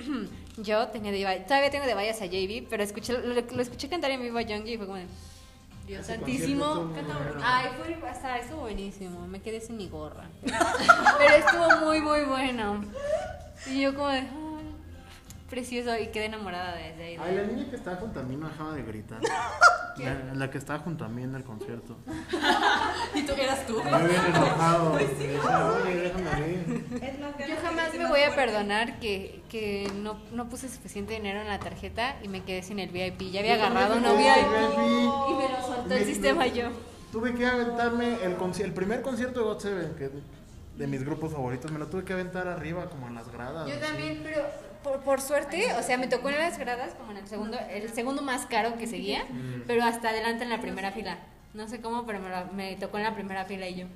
S4: yo tenía de vallas. Todavía tengo de vallas a JB, pero escuché, lo, lo escuché cantar en vivo a Jungye y fue como. de, Dios
S5: Ese
S4: santísimo.
S5: concierto estuvo muy bueno.
S4: Ay, fue hasta eso buenísimo. Me quedé sin mi gorra. Pero estuvo muy, muy bueno. Y yo como de. "Ay, Precioso, y quedé enamorada desde ahí.
S5: Ay, la niña que estaba junto a mí no dejaba de gritar. La, la que estaba junto a mí en el concierto.
S2: ¿Y tú eras tú?
S5: Me habían enojado.
S4: Pues
S5: Me decía, "Oye, déjame ver".
S4: Yo jamás me voy a perdonar que, que no, no puse suficiente dinero en la tarjeta y me quedé sin el VIP. Ya había agarrado una VIP y me lo soltó el
S5: Me-
S4: sistema yo.
S5: Tuve que aventarme el, conci- el primer concierto de God Seven, que de mis grupos favoritos, me lo tuve que aventar arriba, como en las gradas.
S4: Yo
S5: así.
S4: también, pero por, por suerte, o sea, me tocó en las gradas como en el segundo, el segundo más caro que seguía, pero hasta adelante en la primera fila. No sé cómo, pero me, lo- me tocó en la primera fila y yo.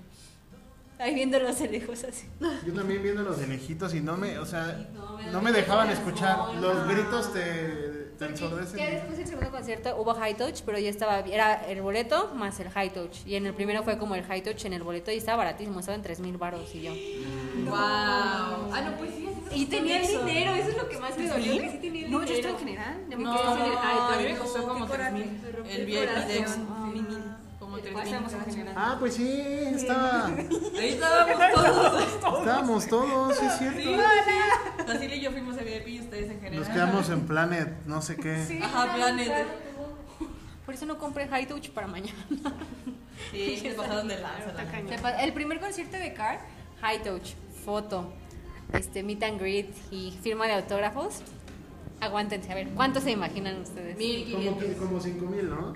S4: Ahí viéndolos de lejos así.
S5: Yo también viendo los de lejitos y no me, o sea,
S4: No, me da
S5: no me dejaban
S4: vergüenza.
S5: escuchar. Los
S4: No.
S5: gritos te, te
S4: Porque Ya
S5: ensordecen.
S4: después del segundo concierto hubo high touch, pero ya estaba, era el boleto más el high touch. Y en el primero fue como el high touch en el boleto y estaba baratísimo, estaba en 3 mil baros y yo.
S3: Wow. Ah, no, pues sí.
S4: Y tenía el dinero, eso es lo que más me ¿Este dolió. que sí tenía el
S1: No, yo
S4: dinero.
S1: estoy en general.
S2: No, a mí me costó como 3000 el VIP de ex
S4: Ah.
S2: femenil, como 3000.
S5: Ah, pues sí, estaba,
S2: Ahí estábamos todos.
S5: estábamos todos, sí es cierto.
S2: Basile y yo fuimos a VIP y ustedes en general.
S5: Nos quedamos en Planet, no sé qué.
S2: Ajá, Planet.
S4: Por eso no compré high touch para mañana.
S2: Sí, se pasaron de lanza. la neta.
S4: Se pa- El primer concierto de Car, high touch, foto, este meet and greet y firma de autógrafos. Aguántense, a ver, ¿cuánto se imaginan ustedes?
S5: Como, que- como 5 mil, ¿no?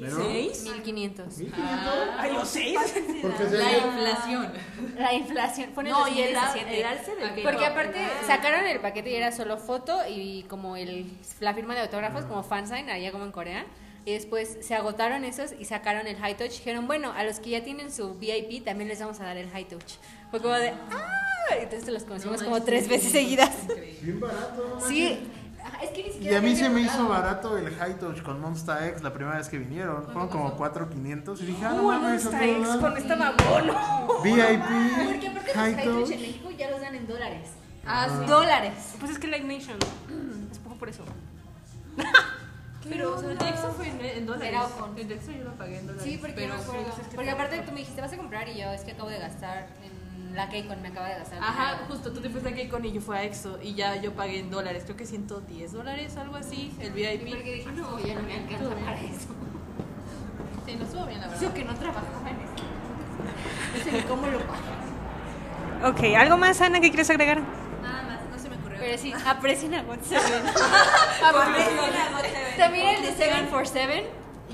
S5: Pero-
S2: ¿Seis?
S4: 1500.
S5: ¿1500?
S1: Ay, los seis.
S5: Porque se-
S2: La inflación.
S4: La inflación fue en el
S3: No, y el al-
S4: 2017.
S3: el alce del Ah.
S4: Porque
S3: K-pop.
S4: aparte sacaron el paquete y era solo foto y como el, la firma de autógrafos como fansign allá como en Corea. Y después se agotaron esos y sacaron el high touch. Dijeron, bueno, a los que ya tienen su VIP también les vamos a dar el high touch. Fue como de, ¡ah! Entonces los conocimos como tres veces seguidas.
S5: Bien barato. no manches.
S4: Sí. Ah, Es que ni
S5: Y
S4: siquiera
S5: a mí
S4: había
S5: se me hizo
S4: llegado.
S5: barato el High Touch con Monsta X la primera vez que vinieron. Fueron como 4,500. Y dije, ah, no
S1: Uh, el
S5: mames,
S1: Monster
S5: eso no
S1: X
S5: da.
S1: cuando estaba bono.
S4: Ah, Porque aparte
S5: VIP,
S4: los high touch en
S5: Touch. Ah.
S4: México ya los dan en dólares. Ah, Dólares.
S1: Pues es que Live Nation. Es poco por eso.
S2: Pero, o sea, el Dexo fue en, en dólares.
S4: Era con-
S2: El Dexo yo lo pagué en dólares.
S4: Sí, porque
S2: pero
S4: me acuerdo.
S2: sí, es que
S4: porque
S2: te-
S4: aparte tú me dijiste, vas a comprar y yo, es que acabo de gastar en la K-Con, me acaba de gastar.
S2: Ajá, justo tú te fuiste aquí con y yo fui a EXO y ya yo pagué en dólares, creo que 110 dólares, algo así, el
S4: Y
S2: VIP.
S4: Porque dije, no, ya no me alcanza para eso.
S2: Sí, no estuvo bien, la verdad.
S4: Yo que no trabajaba en eso. Entonces, ¿Cómo lo pago?
S1: Ok, ¿algo más, Ana, que quieres agregar?
S2: Nada más, no se me ocurrió.
S4: Pero sí, aprecien a God Seven.
S2: Ah, pues, Aprecien.
S4: También el de Seven for Seven.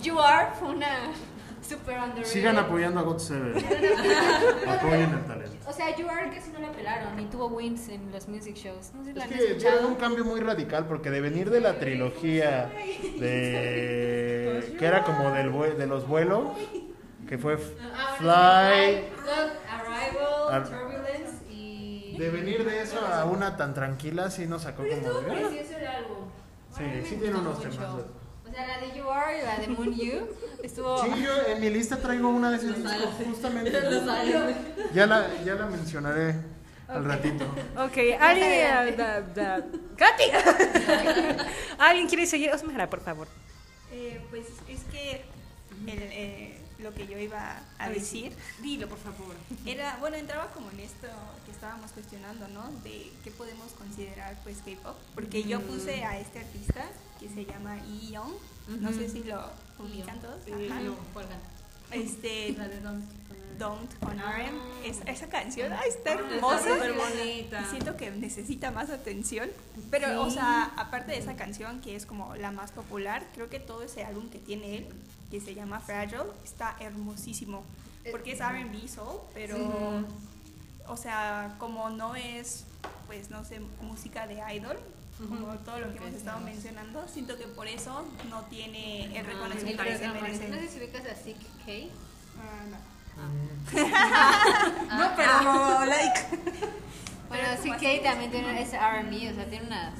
S4: You are fue una super underrated.
S5: Sigan apoyando a God Seven. Apoyen el talento.
S4: O sea, You are casi no la pelaron y tuvo wins en los music shows. No sé si la
S5: Es
S4: han
S5: que tiene
S4: escuchado.
S5: un cambio muy radical porque de venir de la trilogía de que era como del vue- de los vuelos que fue
S4: Ah,
S5: Fly
S4: Look, Arrival,
S5: Ar-
S4: Turbulence y...
S5: de venir de eso a una tan tranquila sí nos sacó
S4: Pero
S5: como
S4: estuvo
S5: de,
S4: precioso el álbum.
S5: Sí,
S4: A mí me
S5: sí tiene
S4: gustó
S5: unos
S4: mucho.
S5: temazos.
S4: O sea, la de You Are y la de Moon You estuvo...
S5: Sí, yo en mi lista traigo una de esos discos justamente. Ya la ya la mencionaré al ratito.
S1: Ok, alguien. da- da- ¡Katy! ¿Alguien quiere seguir? Osmara, por favor.
S10: Eh, pues es que el, eh, lo que yo iba a decir
S1: Dilo, por favor.
S10: era, bueno, entraba como en esto que estábamos cuestionando, ¿no? De qué podemos considerar pues K-pop, porque yo puse a este artista que se llama Lee Young, no sé si lo ubican todos. ajá. Este, Don't con RM. Es- esa canción ay, está hermosa.
S2: súper bonita.
S10: Siento que necesita más atención. Pero, o sea, aparte de esa canción, que es como la más popular, creo que todo ese álbum que tiene él, que se llama Fragile, está hermosísimo. Porque es RB Soul, pero. O sea, como no es, pues no sé, música de idol, como todo lo que hemos estado mencionando, siento que por eso no tiene Ah, el reconocimiento que se merece.
S3: No sé si ubicas a Sick K.
S10: Ah, no.
S2: Ah.
S3: No, pero no, like.
S4: Bueno, sí que también tiene, es R&B, o sea, tiene unas...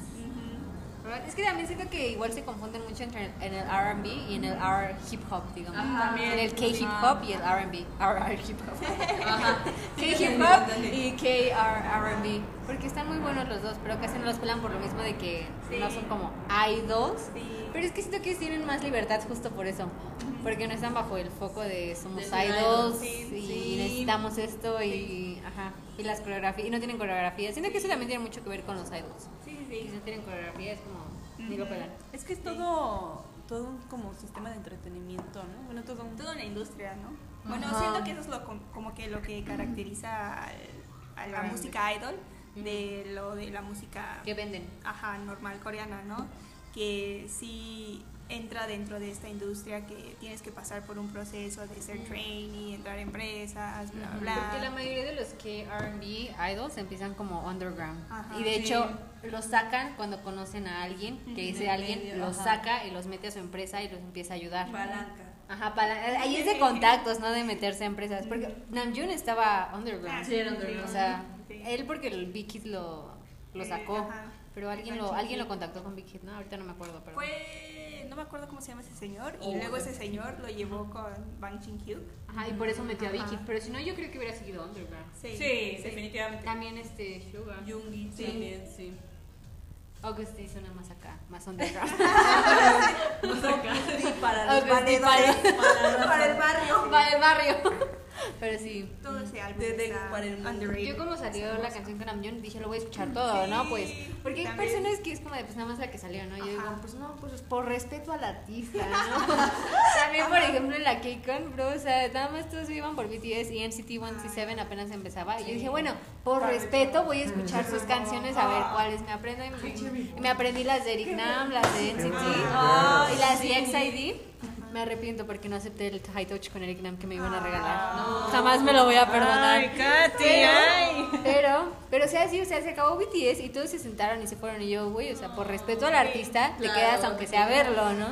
S4: ¿verdad? Es que también siento que igual se confunden mucho entre el- en el R&B y en el R hip hop, digamos. en el K hip hop y el R&B, R R hip hop. Ajá. K hip hop y K R R&B, porque están muy buenos los dos, pero casi no los pelan por lo mismo de que no son como idols. Pero es que siento que ellos tienen más libertad justo por eso, porque no están bajo el foco de somos idols y necesitamos esto y ajá, y las coreografías y no tienen coreografías. Siento que eso también tiene mucho que ver con los idols.
S2: Sí, sí,
S4: Si
S2: sí.
S4: no tienen coreografía es como pues, ni lo pelan.
S9: Es que es todo, todo un como sistema de entretenimiento, ¿no? Bueno, todo un...
S10: Toda una industria, ¿no? Bueno,
S4: Ajá.
S10: siento que eso es lo, com- como que lo que caracteriza al- a la música idol de lo de la música
S4: ¿Qué venden?
S10: ajá, normal coreana, ¿no? Que sí entra dentro de esta industria que tienes que pasar por un proceso de ser trainee, entrar a empresas, bla,
S4: Porque la
S10: bla.
S4: mayoría de los que R&B idols empiezan como underground
S10: Ajá,
S4: y de
S10: sí.
S4: hecho los sacan cuando conocen a alguien que ese alguien los saca y los mete a su empresa y los empieza a ayudar.
S2: Palanca.
S4: Ajá, para, ahí es de contactos, no de meterse a empresas. Porque Namjoon estaba underground.
S10: Sí, era underground.
S4: O sea,
S10: Sí.
S4: él porque el Big Hit lo, lo
S10: Sí,
S4: sacó.
S10: ajá.
S4: Pero alguien lo, alguien lo contactó con Big Hit, ¿no? Ahorita no me acuerdo, pero.
S10: Pues, Fue, no me acuerdo cómo se llama ese señor,
S4: Oh,
S10: y luego ese señor lo llevó con Bang Jin-hyuk.
S4: Ajá, y por eso metió a Big
S10: Ajá.
S4: Hit. Pero si no, yo creo que hubiera seguido underground.
S2: Sí,
S10: Sí, sí.
S2: definitivamente.
S4: También este Suga.
S2: Yungi
S4: Sí.
S2: también, sí.
S4: August sí suena más acá, más underground.
S3: Para
S4: August sí,
S10: Para el barrio.
S4: para, para el barrio. Pero sí.
S10: Todo ese álbum
S2: De- de-
S10: está
S2: para el mundo.
S10: underrated.
S4: Yo como salió la canción con Namjoon dije lo voy a escuchar todo, ¿no? Pues porque hay
S10: también.
S4: personas que es como de pues nada más la que salió, ¿no? Yo digo,
S10: Ajá.
S4: pues no, pues por respeto al artista, ¿no? También por ejemplo en la K-Con, bro, o sea, nada más todos iban por BTS y NCT 127 apenas empezaba y yo dije, bueno, por respeto voy a escuchar sus canciones a ver cuáles me aprendo y me, y me aprendí las de Eric Nam, las de NCT
S5: Ah,
S4: Oh, y las de XID. Me arrepiento porque no acepté el high touch con Eric Nam que me iban a regalar.
S10: Ah.
S4: Jamás me lo voy a perdonar.
S9: Ay, Katy,
S4: Pero-
S9: ay.
S4: pero, pero o sea, así, o sea, se acabó BTS y todos se sentaron y se fueron. Y yo, güey, o sea, por respeto al artista, te quedas aunque sea a verlo, ¿no?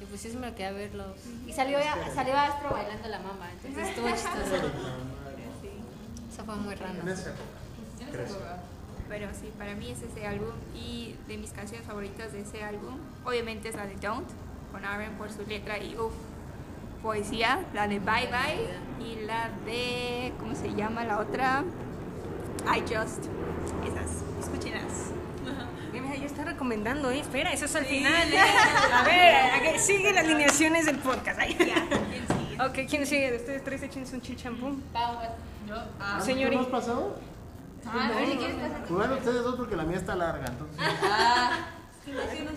S4: Y pues sí, se me lo quedé a verlo. Y salió, salió Astro bailando la mamba, entonces estuvo chistoso. Eso fue muy
S5: En
S4: raro.
S5: esa época.
S10: Pero sí, para mí es ese álbum y de mis canciones favoritas de ese álbum, obviamente es la de Don't, con Aaron por su letra y uff, poesía, la de Bye Bye y la de, ¿cómo se llama la otra? I Just, esas, escúchenlas.
S1: Mira, ya está recomendando, ¿eh? Espera, eso es al final, ¿eh? A ver, a que sigue las alineaciones del podcast. Ahí. Ok, ¿quién sigue? Mm. De ustedes tres, échense un chichampú.
S4: Pau,
S5: Ah,
S1: Señorita.
S5: ¿Qué hemos pasado?
S4: ah, a ver si quieres pasar.
S5: Jugar ustedes dos porque la mía está larga, entonces.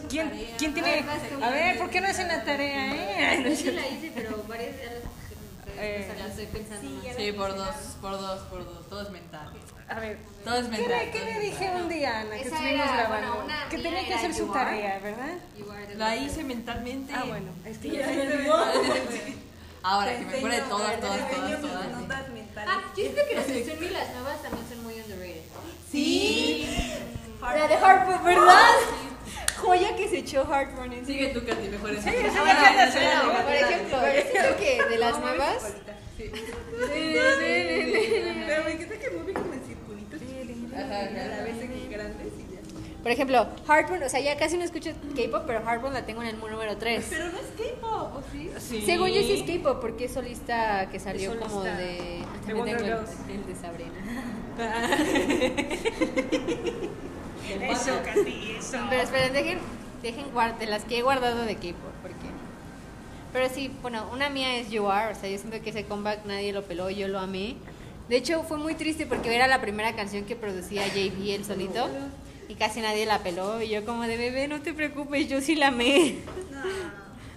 S1: ¿Quién, ¿Quién tiene...? A ver, ¿por qué no hacen la tarea, eh? Ay, no es
S4: Yo
S1: cierto.
S4: la hice, pero varias ya las-
S1: Eh.
S4: o sea, las estoy pensando. más.
S6: Sí, por dos, por dos, por dos. Todo es mental.
S1: A ver,
S6: Todo es
S1: ¿qué
S6: mental.
S1: le, qué
S6: todo es
S1: le dije un día, Ana, que
S4: Esa
S1: estuvimos
S4: era,
S1: grabando?
S4: bueno, una
S1: que
S4: mía
S1: tenía que ¿eh?
S4: era
S1: hacer su
S4: You Are.
S1: tarea, ¿verdad?
S4: You are the
S6: La
S4: one.
S6: hice mentalmente.
S1: Ah, bueno, es que
S6: Ahora que me pone todas, todas, todas, todas.
S2: notas mentales.
S4: Ah, yo siento que las que son mil, las nuevas también son muy underrated.
S6: Sí.
S4: La de Harpo, ¿verdad? Joya que se echó Heartburn en
S6: Sigue tú, Katy, mejor eso.
S4: Por ejemplo, yo siento que de las nuevas.
S2: Pero me encanta que mueve como en circulitos chiquititos. A la vez en grandes y ya.
S4: Por ejemplo, Heartburn, o sea, ya casi no escucho K-pop, pero Heartburn la tengo en el número 3.
S2: Pero no es K-pop, ¿o sí?
S4: Según yo sí es K-pop porque es solista que salió
S1: Es
S4: como
S1: solista.
S4: de. Ah,
S1: De
S4: también
S1: Wonder
S4: tengo el,
S1: Girls.
S4: el de Sabrina.
S1: Eso, Casti, eso.
S4: Pero esperen, dejen, dejen guar- de las que he guardado de K-pop, porque. Pero sí, bueno, una mía es You Are, o sea, yo siento que ese comeback nadie lo peló, yo lo amé. De hecho, fue muy triste porque era la primera canción que producía JB el solito y casi nadie la peló. Y yo, como de bebé, no te preocupes, yo sí la amé.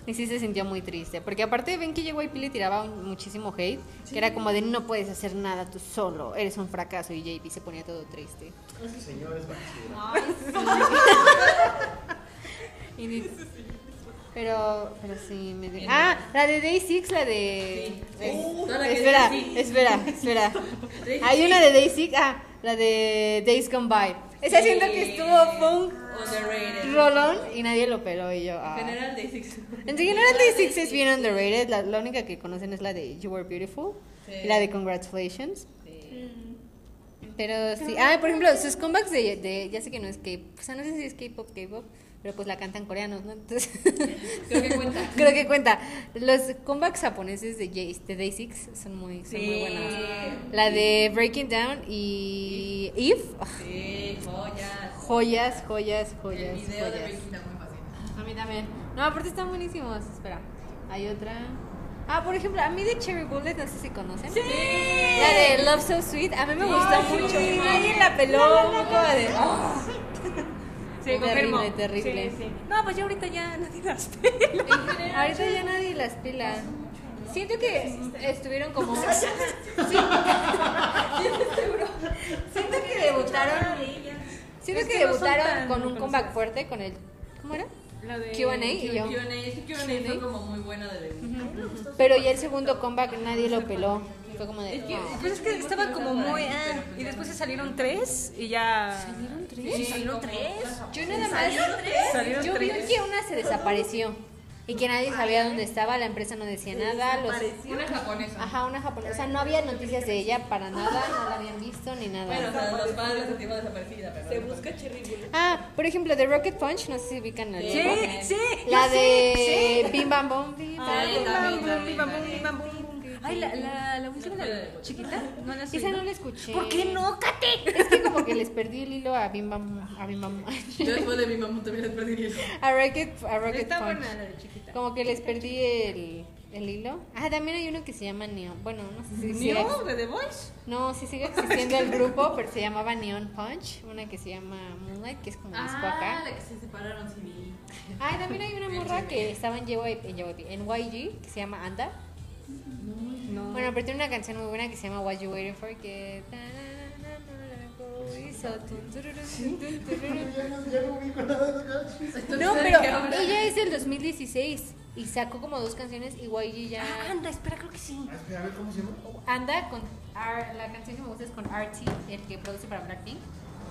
S4: Y sí se sintió muy triste. Porque aparte ven que llegó JP le tiraba un- muchísimo hate, que era como de no puedes hacer nada tú solo, eres un fracaso. Y JP se ponía todo triste.
S5: Señores, basura.
S4: Y ni- Pero, pero sí, me dio- Ah, la de Day 6, la de... es-
S6: toda la que
S4: espera,
S6: dice sí.
S4: espera, espera. Hay una de Day 6, ah, la de Days Gone By. Esa siento que estuvo, fue un
S6: Underrated.
S4: rolón y nadie lo peló y yo... ah.
S6: General de Six.
S4: En general, Day 6 es bien underrated. La, la única que conocen es la de You Were Beautiful
S6: Sí.
S4: y la de Congratulations.
S10: Mm,
S4: Pero sí, ah, por ejemplo, sus comebacks de, de- ya sé que no es K-pop, o sea, no sé si es K-pop, K-pop, pero pues la cantan coreanos, ¿no? Entonces,
S6: Creo que cuenta.
S4: creo que cuenta. Los comebacks japoneses de, J- de Day6 son muy, son muy
S6: Sí.
S4: buenos. La de Breaking Down y If, ah,
S6: Sí, joyas.
S4: joyas, joyas,
S6: El
S4: joyas,
S6: video de
S4: joyas.
S6: Breaking Down me fascina.
S4: A mí también. No, aparte están buenísimos. Espera, hay otra. Ah, por ejemplo, a mí de Cherry Bullet, no sé si conocen. La de Love So Sweet, a mí me gustó mucho. Y nadie la peló. Un poco de. ah.
S1: Sí,
S4: terrible,
S1: confirmo.
S4: terrible.
S1: Sí, sí. No, pues yo ahorita ya no las
S4: Ahorita ya nadie las pela. Siento que estuvieron como. Sí. Siento que debutaron. Siento que debutaron con un comeback fuerte con el. ¿Cómo era?
S1: La de
S4: QA y yo.
S6: Q&A, es que Q&A fue como muy buena de debut.
S4: Pero ya el segundo comeback nadie lo peló. Fue como de. "Ah".
S1: Pues es que estaba como muy. ah, y después se salieron tres y ya. ¿Salieron tres? salieron tres.
S4: Yo nada más.
S1: Salieron
S4: Yo vi
S1: tres.
S4: que una se desapareció y que nadie sabía dónde estaba, la empresa no decía nada. Los,
S6: Una japonesa.
S4: ajá, una japonesa. O sea, no había noticias de ella para nada, no la habían visto ni nada.
S6: Bueno, o sea,
S4: pues,
S6: los padres de tipo desaparecida, pero. Se busca
S4: Ah, por ejemplo, de Rocket Punch, no sé si ubican al
S6: Sí,
S4: grupo.
S1: Sí,
S4: La
S1: yo sé,
S4: de
S1: sí.
S4: Bim Bam Bom. Bim Bam
S6: Ah, también,
S4: Bom.
S1: Bim,
S6: también,
S1: bam,
S6: también.
S1: bim, bam, bum, bum. Ay, la, la, la música de la chiquita. No la has
S4: Esa
S1: oído?
S4: no la escuché.
S1: ¿Por qué no, Kate?
S4: Es que como que les perdí el hilo a Bim Bam a Bim Bam
S6: Yo después de mi mamá también les perdí el hilo.
S4: a Rocket a Rocket
S1: Está
S4: Punch.
S1: buena la de chiquita.
S4: Como que les perdí el, el hilo. Ah, también hay uno que se llama Neon. Bueno, no sé si siga-
S1: ¿New? ¿De The Voice?
S4: No, sí sigue existiendo el grupo, pero se llamaba Neon Punch. Una que se llama Moonlight, que es como más
S6: Ah,
S4: acá.
S6: la que se separaron, sí. vi.
S4: Ay, también hay una morra que estaba en JYP, en JYP, en YG, que se llama Anda. Bueno, pero tiene una canción muy buena que se llama What You Waiting For, que...
S5: Ya no, ya no Ah, ubico nada de los gachis.
S6: Entonces,
S4: No, pero
S6: ¿qué onda?
S4: ella es del 2016 y sacó como dos canciones y YG ya...
S1: Anda, espera, creo que sí.
S5: Ah, espera, a ver cómo se llama.
S4: Anda con R- la canción que me gusta es con RT, el que produce para Blackpink.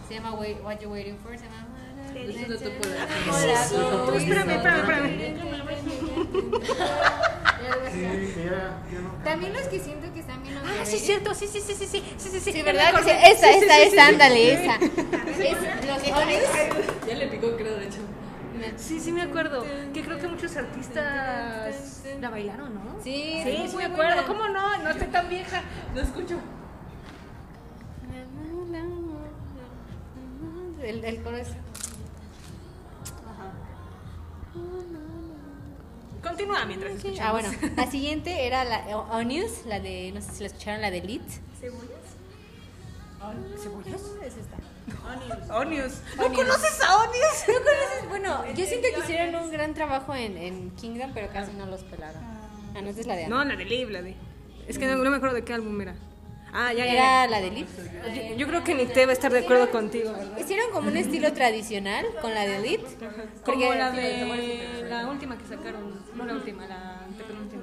S4: Se llama Wait- What You Waiting For, se llama.
S6: Esa es la temporada.
S4: Hola,
S1: Espérame, espérame,
S5: Sí, que ya, ya no.
S4: También los que siento que están bien
S1: Ah, sí, es cierto. Sí, sí, sí, sí, sí. Sí, sí, sí.
S4: Sí,
S1: Ya
S4: ¿verdad?
S1: me
S4: Que sí,
S1: acordé.
S4: esa,
S1: Sí, sí,
S4: esa,
S1: sí,
S4: esa,
S1: sí,
S4: ándale, esa. Es los Onyx.
S6: Ya le picó, creo, de hecho.
S1: Sí, sí, me acuerdo. Que creo que muchos artistas la bailaron, ¿no?
S4: Sí,
S1: Sí,
S4: es
S1: sí
S4: muy
S1: me acuerdo.
S4: buena.
S1: ¿Cómo no? No estoy tan vieja.
S6: No escucho.
S4: El, el coro es.
S1: Continúa mientras escuchamos.
S4: Ah, bueno. La siguiente era la O- Onius, la de. No sé si la escucharon, la de Lit.
S1: ¿Cebollas?
S4: Es esta.
S1: Onius.
S4: ¿No conoces a Onius? ¿No conoces? Bueno, yo siento que hicieron un gran trabajo en, en Kingdom, pero casi no los pelaron. Ah, no, esta es la de
S1: No,
S4: Onius.
S1: la de Liv, la de. Es que no, no me acuerdo de qué álbum era. Ah, ya, ya.
S4: Era la de Lit.
S1: Yo, yo creo que ni te va a estar de acuerdo contigo, ¿verdad?
S4: Hicieron como un estilo tradicional con la de Lit.
S1: Como la de la última que sacaron, no la última, la antepenúltima.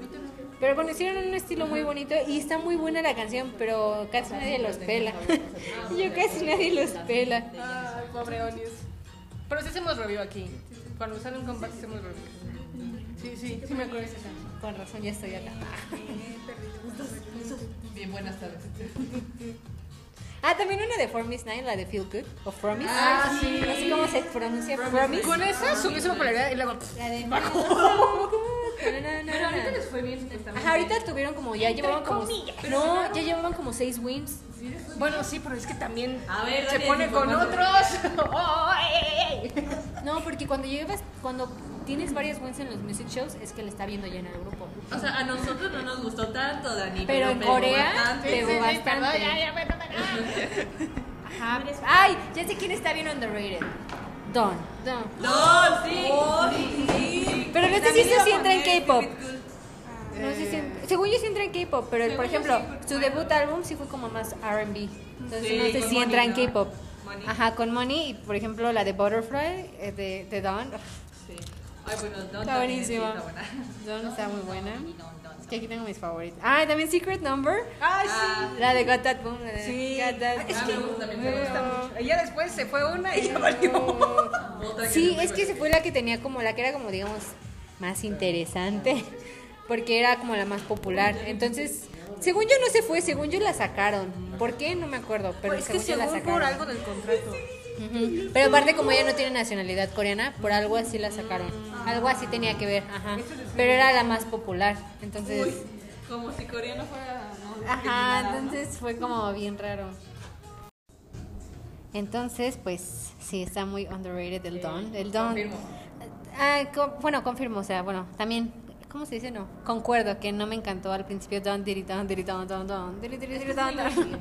S4: Pero bueno, hicieron un estilo muy bonito y está muy buena la canción, pero casi nadie los pela. Yo casi nadie los pela.
S1: Ay, pobre Onius. Pero sí hacemos review aquí. Cuando sale un combate hacemos review. Sí, sí, sí me acuerdo de esa canción.
S4: Con razón, ya estoy acá.
S6: Bien, buenas tardes.
S4: Ah, también una de Formis Nine, la de Feel Good, o Promise.
S1: Ah, sí.
S4: No sé cómo se pronuncia, Promise.
S1: Con esa subió su popularidad y luego.
S4: La de Pero ahorita les fue bien. Ajá, ahorita tuvieron como, ya llevaban como... No, ya llevaban como seis wins.
S1: Bueno, sí, pero es que también
S6: A ver,
S1: se
S6: dale,
S1: pone con
S6: información.
S1: otros. Oh, ey, ey, ey.
S4: No, porque cuando llevas, cuando tienes varias wins en los music shows, es que le está viendo ya en el grupo.
S6: O sea, a nosotros no nos gustó tanto, Dani.
S4: Pero en
S6: pegó
S4: Corea
S6: bastante.
S4: pegó bastante. Ajá. Ay, ya sé quién está bien underrated. Don. Don.
S2: No, sí. Oh, sí, sí.
S4: Pero no sé si
S2: También iba
S4: esto sí
S2: a
S4: entra en
S2: poner
S4: K-pop.
S2: Stupid Cool.
S4: No sé si en- según yo sí entra en K-pop, pero el- por ejemplo, su debut álbum sí fue como más R&B. Entonces
S2: Sí,
S4: no sé
S2: con
S4: si
S2: Money,
S4: entra en
S2: ¿no?
S4: K-pop.
S2: Money.
S4: Ajá, con Money y por ejemplo la de Butterfly eh, de, de Dawn.
S6: Sí. Ay, bueno, Don
S4: Está
S6: también sí
S4: buenísima.
S6: está buena.
S4: Dawn está muy buena.
S6: Y Don, Don.
S4: Es que aquí tengo mis favoritos. Ah, y también Secret Number.
S3: Ay,
S6: Ah,
S4: La de Got That Boom. La de
S3: sí.
S4: Got That
S3: Es
S6: Ah,
S3: que
S6: me gusta, me gusta, me gusta
S3: Y ya después se fue una y ya valió.
S6: otra que
S4: Sí,
S6: no me
S4: es que se fue la que tenía como la que era como digamos más interesante, porque era como la más popular. Entonces, según yo no se fue, según yo la sacaron. ¿Por qué? No me acuerdo, pero
S3: es que
S4: según yo la
S3: según
S4: sacaron.
S3: por algo del contrato.
S4: Ujú. Pero aparte como ella no tiene nacionalidad coreana, por algo así la sacaron. Algo así tenía que ver, ajá. Pero era la más popular, entonces
S2: Como si coreano fuera. no,
S4: Ajá,
S2: discriminada, ¿no?
S4: entonces fue como bien raro. Entonces, pues sí, está muy underrated el Don. El Don.
S6: confirmo.
S4: Ah, co- bueno, confirmo, o sea, bueno, también, ¿cómo se dice? No, concuerdo que no me encantó al principio Don, Diri Don, Diri Don, Don, Don, Diri Diri Diri Don, Don.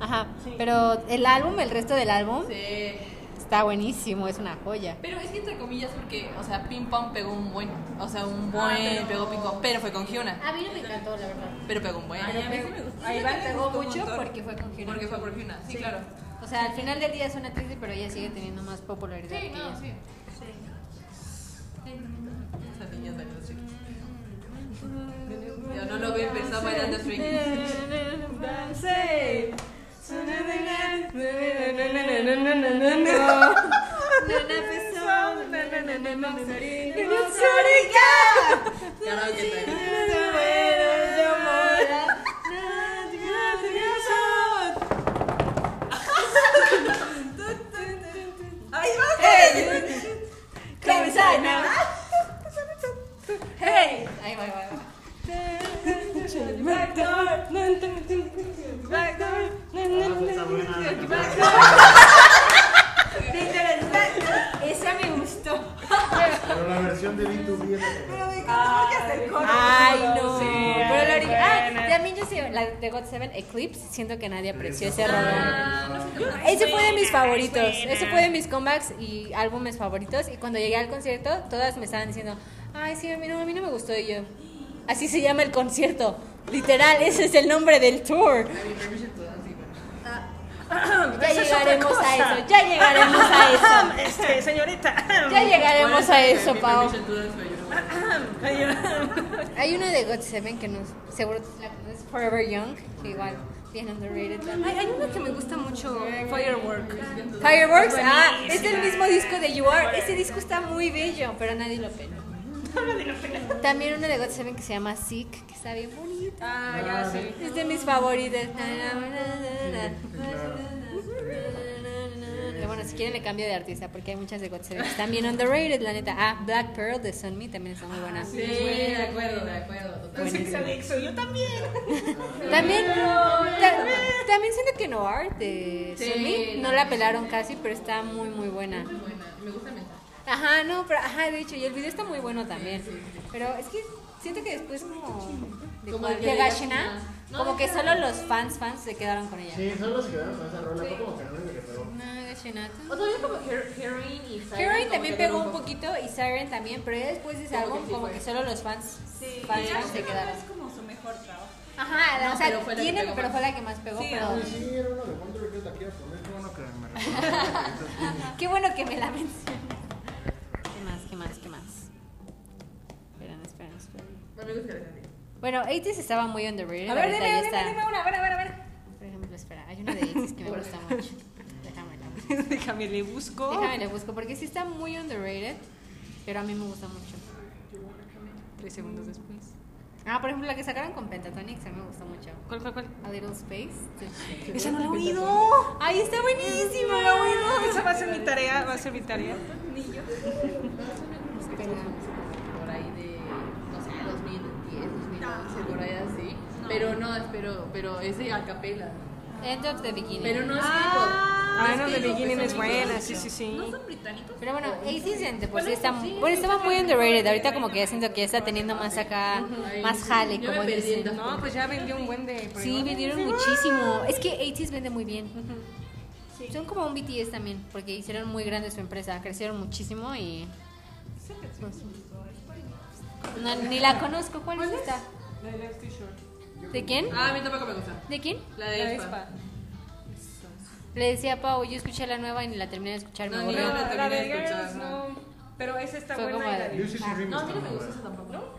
S4: Ajá, pero el álbum, el resto del álbum,
S6: Sí.
S4: está buenísimo, es una joya.
S6: Pero es que entre comillas porque, o sea, Ping Pong pegó un buen, o sea, un
S4: Ah,
S6: buen, pegó Ping Pong, pero fue con Hyuna,
S4: A mí no me encantó, la verdad.
S6: pero pegó un buen.
S4: Pero a Iván pegó mucho porque fue con Hyuna.
S6: Porque fue por Hyuna, sí, claro.
S4: O sea, al final del día es una actriz, pero ella sigue teniendo más popularidad. que ella.
S6: Esa niña salió así. Yo no lo veo empezar bailando swing. Claro que sí.
S4: Ahí va, ahí va, ahí va.
S5: Ah,
S3: Esa me gustó.
S5: Pero la versión de B2B es la que-
S4: Ay, no. Pero la ori- ah, también yo sí, la de God Seven Eclipse, siento que nadie apreció ese
S5: Ah,
S3: Ah,
S4: rolón. Ese fue de mis favoritos. Ese fue de mis comebacks y álbumes favoritos. Y cuando llegué al concierto, todas me estaban diciendo, ay, sí, a mí no, a mí no me gustó. Y yo, así se llama el concierto. Literal, ese es el nombre del tour. Ya
S3: Eso es otra
S4: llegaremos a
S3: cosa.
S4: eso, ya llegaremos a eso.
S3: Este, señorita.
S4: Ya llegaremos a eso, Pau.
S3: Ay,
S4: Hay una de God Seven que no seguro la conoces, Forever Young, que igual bien underrated.
S1: Hay, hay una que me gusta mucho, Firework.
S4: Fireworks, ah, es el mismo disco de You Are. Ese disco está muy bello, pero nadie lo pena. También una de God Seven que se llama Sick, que está bien bonita.
S3: Ah, ya sí.
S4: Es de mis favoritas. Y Bueno, si quieren le cambio de artista porque hay muchas de God Seven que están bien underrated, la neta. Ah, Black Pearl de Sunmi también está muy buena.
S6: Ah, Sí, de acuerdo, de acuerdo,
S3: Pensé
S6: totalmente.
S3: que era de EXO, yo también.
S4: También, ta- también siento que No Art de
S6: Sí,
S4: Sunmi no la pelaron casi, pero está muy, muy buena.
S6: Muy buena, me gusta mental.
S4: Ajá, no, pero ajá, de hecho, y el video está muy bueno también. Pero es que siento que después como de,
S6: Como
S4: cuál-
S6: el que
S4: de
S6: de
S4: Gashina,
S6: Gashina. No,
S4: como que
S6: no.
S4: solo los fans fans se quedaron con ella.
S5: Sí, solo se quedaron con esa rola. Fue como que no me pegó.
S4: No, Gashina. tú-
S6: O sea, yo como Her- Heroin y Siren
S4: Heroin
S6: como
S4: también
S6: que
S4: pegó
S6: duró
S4: un poquito y Siren también, pero ya después de ese
S6: Como que
S4: álbum
S6: sí
S4: como
S6: fue.
S4: que solo los fans fans
S2: Sí, y
S4: fans se
S2: Jasmine
S4: quedaron.
S2: es como su mejor trabajo.
S4: Ajá,
S6: No,
S4: o sea,
S6: pero fue la que
S4: tienen,
S6: pegó
S4: pero
S6: más.
S4: fue la que más pegó,
S2: Sí,
S4: pero
S5: Ah, Sí, era uno de Wonder Girls, la que iba a poner. Qué bueno que me recordaste.
S4: qué bueno que me la mencionas. ¿Qué más? ¿Qué más? ¿Qué más? Esperen, esperen, esperen.
S6: Me gusta la canción.
S4: Bueno, 80s estaba muy underrated.
S3: A ver,
S4: ahorita
S3: dime,
S4: ya
S3: dime,
S4: está-
S3: dime una, a ver, a ver, a ver.
S4: Por ejemplo, espera, hay una de Isis que me gusta mucho. Déjame la busco.
S3: Déjame, le busco.
S4: Déjame la busco porque sí está muy underrated, pero a mí me gusta mucho.
S1: Tres segundos después.
S4: Ah, por ejemplo, la que sacaron con Pentatonix, a mí me gustó mucho.
S1: ¿Cuál, cuál, cuál?
S4: A Little Space.
S3: Esa no la he oído.
S4: ¡Ay, está buenísima!
S3: No la he oído. Esa va a ser mi tarea, va a ser mi tarea.
S6: Por ahí de, no sé, 2010, 2011, por ahí así. Pero no, es- pero, pero es de a capela.
S4: End of the Beginning.
S6: Pero no es
S1: Ah,
S6: K-pop.
S1: no,
S6: es
S1: de
S6: K-pop,
S1: Beginning
S6: son
S1: es buena,
S6: británicos.
S1: sí, sí, sí.
S6: ¿No son británicos?
S4: Pero bueno, Isis en de por sí está, bueno, estaba muy underrated. Ahorita como que ya siento que ya está teniendo más acá, más jale,
S6: Yo me
S4: como
S6: perdí
S4: dicen.
S6: entonces.
S1: No, pues ya vendió un buen de.
S4: Sí, vendieron muchísimo. Es que 80s vende muy bien. Son como un BTS también, porque hicieron muy grande su empresa, crecieron muchísimo y... pues, No, ni la conozco, ¿cuál, es esta?
S9: La de Life Too Short.
S4: ¿De quién?
S9: Ah, a mí tampoco me gusta.
S4: ¿De quién?
S9: La de Ispa.
S4: Le decía a Pau, yo escuché la nueva y ni la terminé de escuchar, me
S9: No, ni
S4: aburrió.
S9: yo la
S1: la de
S9: terminé de
S1: Girls,
S9: escuchar. ¿no?
S1: no. Pero esa está
S4: Fue
S1: buena.
S4: como
S1: y la de-
S5: Yo sí sí remix
S9: No, a mí no me
S5: también,
S9: gusta
S5: güey.
S9: esa tampoco.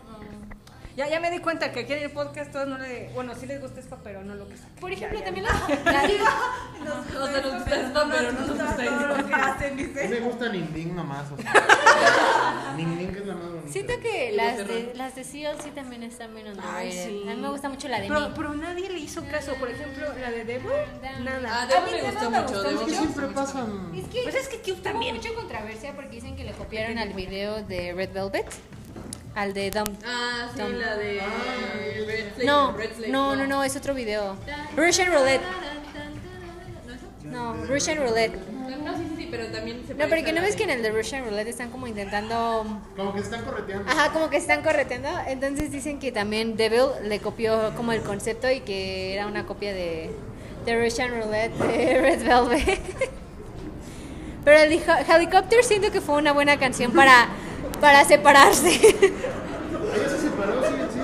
S1: Ya, ya me di cuenta que aquí en el podcast todos no le. Bueno, sí les gusta esto, pero no lo que sacan.
S4: Por ejemplo,
S1: Ya, ya.
S4: también la... la-
S9: O sea, nos gusta esto, pero no nos gusta
S10: Todo lo que
S9: Ispa.
S10: hacen,
S5: A mí
S10: dice.
S5: me gusta Ning Ning nomás. O sea. Ning Ning es la más bonita.
S4: Siento que
S9: Y
S4: las
S9: los
S4: de,
S9: errores.
S4: las de CLC también están bien underrated.
S1: sí.
S4: A mí me gusta mucho la de
S1: Pero,
S4: mí.
S1: pero nadie le hizo caso. Por ejemplo, la de Deborah,
S9: Ah,
S1: nada.
S9: Debo me gustó mucho.
S5: Es
S9: Debo
S5: que
S9: me
S5: siempre
S9: gustó mucho.
S5: pasan.
S4: Es que
S1: Pues es que Cube
S4: hubo
S1: también.
S4: mucha controversia porque dicen que le copiaron al video de Red Velvet, al de Dumb.
S9: Ah, sí,
S4: Tom.
S9: la de
S5: Ah,
S9: Red Slave.
S4: No,
S9: Red Slave,
S4: no, no, no, es otro video. Russian Roulette. No, Russian Roulette.
S9: No, sí, sí, sí, pero también se parece
S4: No, pero que
S9: a
S4: no
S9: la
S4: ves
S9: de-
S4: que en el de Russian Roulette están como intentando...
S5: Como que se están correteando.
S4: Ajá, como que están correteando. Entonces dicen que también Devil le copió como el concepto y que era una copia de, de Russian Roulette de Red Velvet. Pero el helico- Helicopter siento que fue una buena canción para, para separarse.
S5: Ella se separó, sí, sí.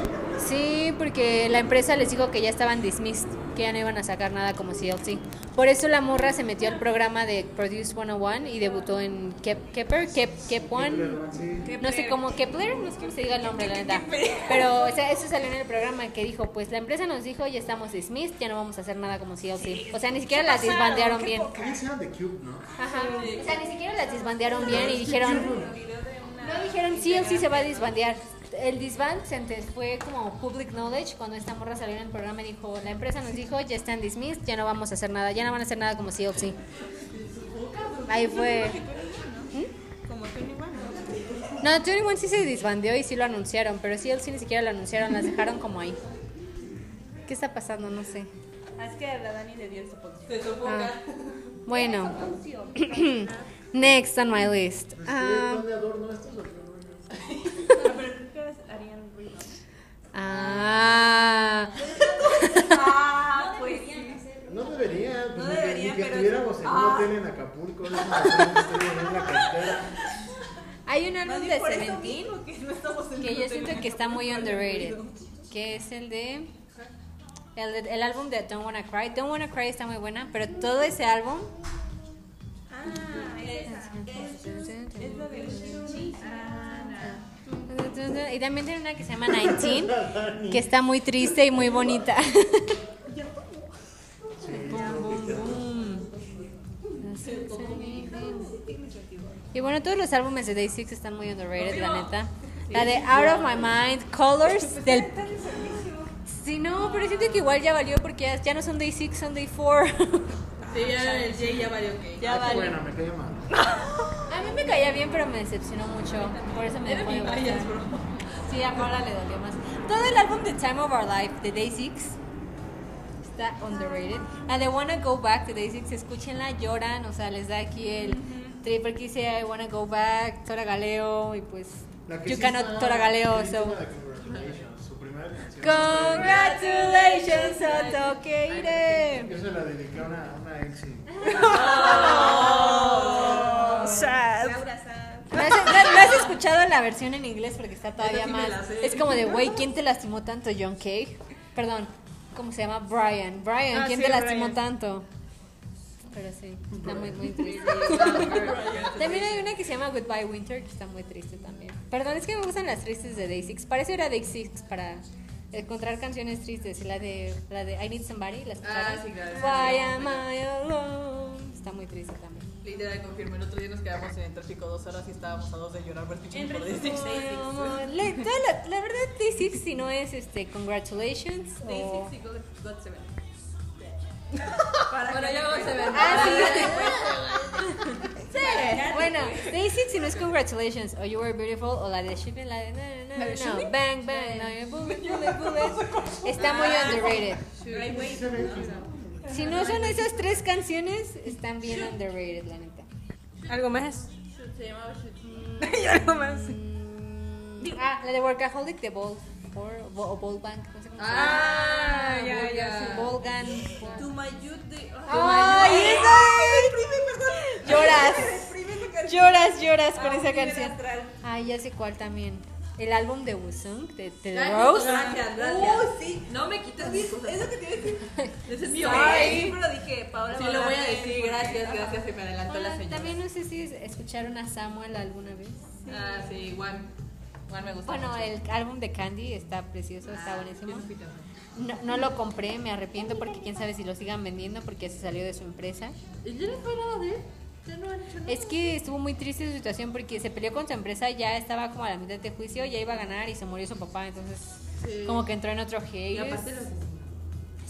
S4: Sí, porque la empresa les dijo que ya estaban dismissed, que ya no iban a sacar nada como CLC. Por eso la morra se metió al programa de Produce 101 y debutó en Kep, Kepper, Kep, Kep One.
S5: Sí.
S4: No sé cómo Kepler, no sé cómo se diga el nombre, la neta. Pero o sea, eso salió en el programa que dijo, pues la empresa nos dijo, ya estamos dismissed, ya no vamos a hacer nada como CLC. o sea, ni siquiera las disbandearon bien.
S5: Ellas eran de Cube, ¿no?
S4: Ajá. O sea, ni siquiera las disbandearon bien y dijeron, no dijeron CLC se va a disbandear. El disband se ente- fue como public knowledge cuando esta morra salió en el programa y dijo, la empresa nos dijo, ya están dismissed, ya no vamos a hacer nada, ya no van a hacer nada como CLC. Ahí fue.
S10: Como Tony One.
S4: No, 21 sí se disbandeó y sí lo anunciaron, pero CLC ni siquiera lo anunciaron, las dejaron como ahí. ¿Qué está pasando? No sé.
S2: Ah, Es que a la Dani le dio el soporte.
S9: Se
S4: Ah.
S9: sofoca.
S4: Bueno. Next on my list. Ah,
S5: ¿Son de adorno estos o qué?
S2: Pero creo que harían ruido.
S4: ah.
S2: Ah, pues sí.
S5: No debería, pues,
S2: No
S5: ni que-
S2: debería,
S5: ni que
S2: pero-
S5: estuviéramos en
S2: Ah.
S5: un hotel en Acapulco, no Nos estuviéramos en la cartera.
S4: Hay un álbum de
S2: por eso
S4: Seventeen
S2: mismo que no estamos en
S4: que yo
S2: hotel
S4: siento
S2: en
S4: que está muy
S2: Acapulco,
S4: underrated,
S2: ruido.
S4: que es el de el, de- el álbum de Don't Wanna Cry. Don't Wanna Cry está muy buena, pero todo ese álbum
S2: Ah, esa. Es la de
S4: y también tiene una que se llama 19, que está muy triste y muy bonita. Y bueno, todos los álbumes de Day Six están muy underrated, la neta. La de Out of My Mind, Colors, del... Sí, no, pero siento que igual ya valió porque ya, ya no son Day Six, son Day Four.
S9: Sí, ya el Jay ya valió que.
S4: ya
S5: Qué
S4: valió.
S5: Bueno, me cayó mal.
S4: A mí me caía bien, pero me decepcionó mucho. Por eso me
S9: Era
S4: dejó de
S9: mi
S4: gustar.
S9: bias, bro.
S4: Sí, a Paula le dolió más. Todo el álbum de Time of Our Life, de Day 6, está underrated.
S9: Ah.
S4: La de Wanna Go Back, de Day 6, escúchenla, lloran, o sea, les da aquí el trip porque dice I Wanna Go Back, Tora Galeo, y pues
S5: La que
S4: You
S5: sí
S4: Cannot
S5: está
S4: Tora Galeo.
S5: triste
S4: So.
S5: es la de Congratulations, su primera canción.
S4: Congratulations, Otokeire.
S5: Yo se la dediqué a una, a una ex. y-
S1: Sad.
S10: Laura Sad.
S4: ¿No has, no- no has escuchado la versión en inglés porque está todavía
S9: Esa sí me
S4: más?
S9: la sé.
S4: Es como de, güey, ¿quién te lastimó tanto, John Cage? Perdón, ¿cómo se llama? Brian. Brian,
S1: Ah,
S4: ¿quién
S1: sí,
S4: te lastimó
S1: Brian.
S4: tanto? Pero sí, está muy, muy triste. también hay una que se llama Goodbye Winter, que está muy triste también. Perdón, es que me gustan las tristes de Day Six. Parece era Day Six para encontrar canciones tristes. Y La de, la de I Need Somebody, la escucharon?
S9: Ah, sí, claro.
S4: Why am I alone? Está muy triste también.
S9: Literal, confirmo. El otro día nos quedamos en el tráfico dos horas y estábamos a dos de llorar por el pinche por Disney.
S4: Le- toda la, la verdad, Day Six, si no es este, Congratulations. o-
S9: Day Six y God God Seven. Bueno, ya vamos a ver.
S4: Ah, sí. Sí, Bueno, Day Six, si no es Congratulations, o You Were Beautiful, o la de Shipping, la de. No, no, no, no, Bang, bang, no, you're bullet, bullet, bullet. Está muy underrated. Si no son esas tres canciones, están bien underrated, la neta.
S1: ¿Algo más?
S9: Se llamaba Shoot.
S1: ¿Y algo más?
S4: Mm, Ah, la de Workaholic de Ball. Ball- O Ball Bank, no sé cómo se llama.
S9: Ah, ya, ya.
S4: Ball Gun.
S2: To my youth, they-
S4: ¡Ay, esa es! Lloras, lloras con esa
S2: Ah, un nivel
S4: canción.
S2: astral.
S4: Ay, ya sé cuál también. El álbum de Usung, de, de The
S6: Ay,
S4: Rose.
S2: Gracias, gracias.
S6: Uy, sí. No me quites mis cosas.
S2: Es lo que te iba a decir.
S6: Ese es
S2: Sí,
S6: mío.
S2: siempre lo dije, Paola.
S6: Sí, lo voy a
S2: Morales.
S6: decir. Gracias, gracias. Se me adelantó la
S4: Hola,
S6: señora.
S4: también no sé si es- escucharon a Samuel alguna vez.
S6: Ah, sí, igual. Igual me gusta.
S4: Bueno,
S6: mucho. Ah,
S4: el álbum de Candy está precioso, está buenísimo. No, no lo compré, me arrepiento porque quién sabe si lo sigan vendiendo porque se salió de su empresa.
S6: ¿Y ya no fue nada de él? Ya no han hecho nada.
S4: Es que estuvo muy triste su situación porque se peleó con su empresa, ya estaba como a la mitad de juicio, ya iba a ganar y se murió su papá, entonces
S6: Sí.
S4: como que entró en otro hate.
S6: Y aparte los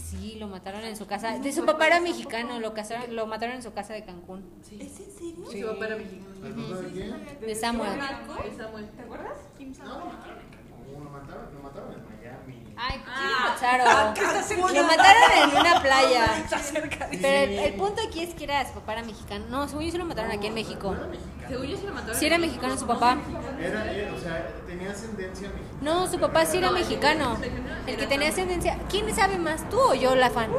S4: Sí, lo mataron en su casa. De su papá era mexicano, lo casaron, lo mataron en su casa de Cancún.
S6: Sí.
S2: ¿Es en serio?
S6: Se va para México.
S5: ¿Al papá de quién?
S4: De Samuel.
S6: Ahí Samuel.
S2: ¿Te acuerdas?
S5: No, Lo mataron, lo mataron en Miami.
S4: Ay, ¿quién lo mataron? Lo mataron Ah, en una playa. Pero el, el punto aquí es que era su papá era mexicano. No, según yo se lo mataron aquí en México.
S6: Según yo se lo mataron.
S4: Si era mexicano su papá.
S5: Era él, o sea, tenía ascendencia mexicana.
S4: No, su papá sí era mexicano. El que tenía ascendencia. ¿Quién sabe más, tú o yo, la fan?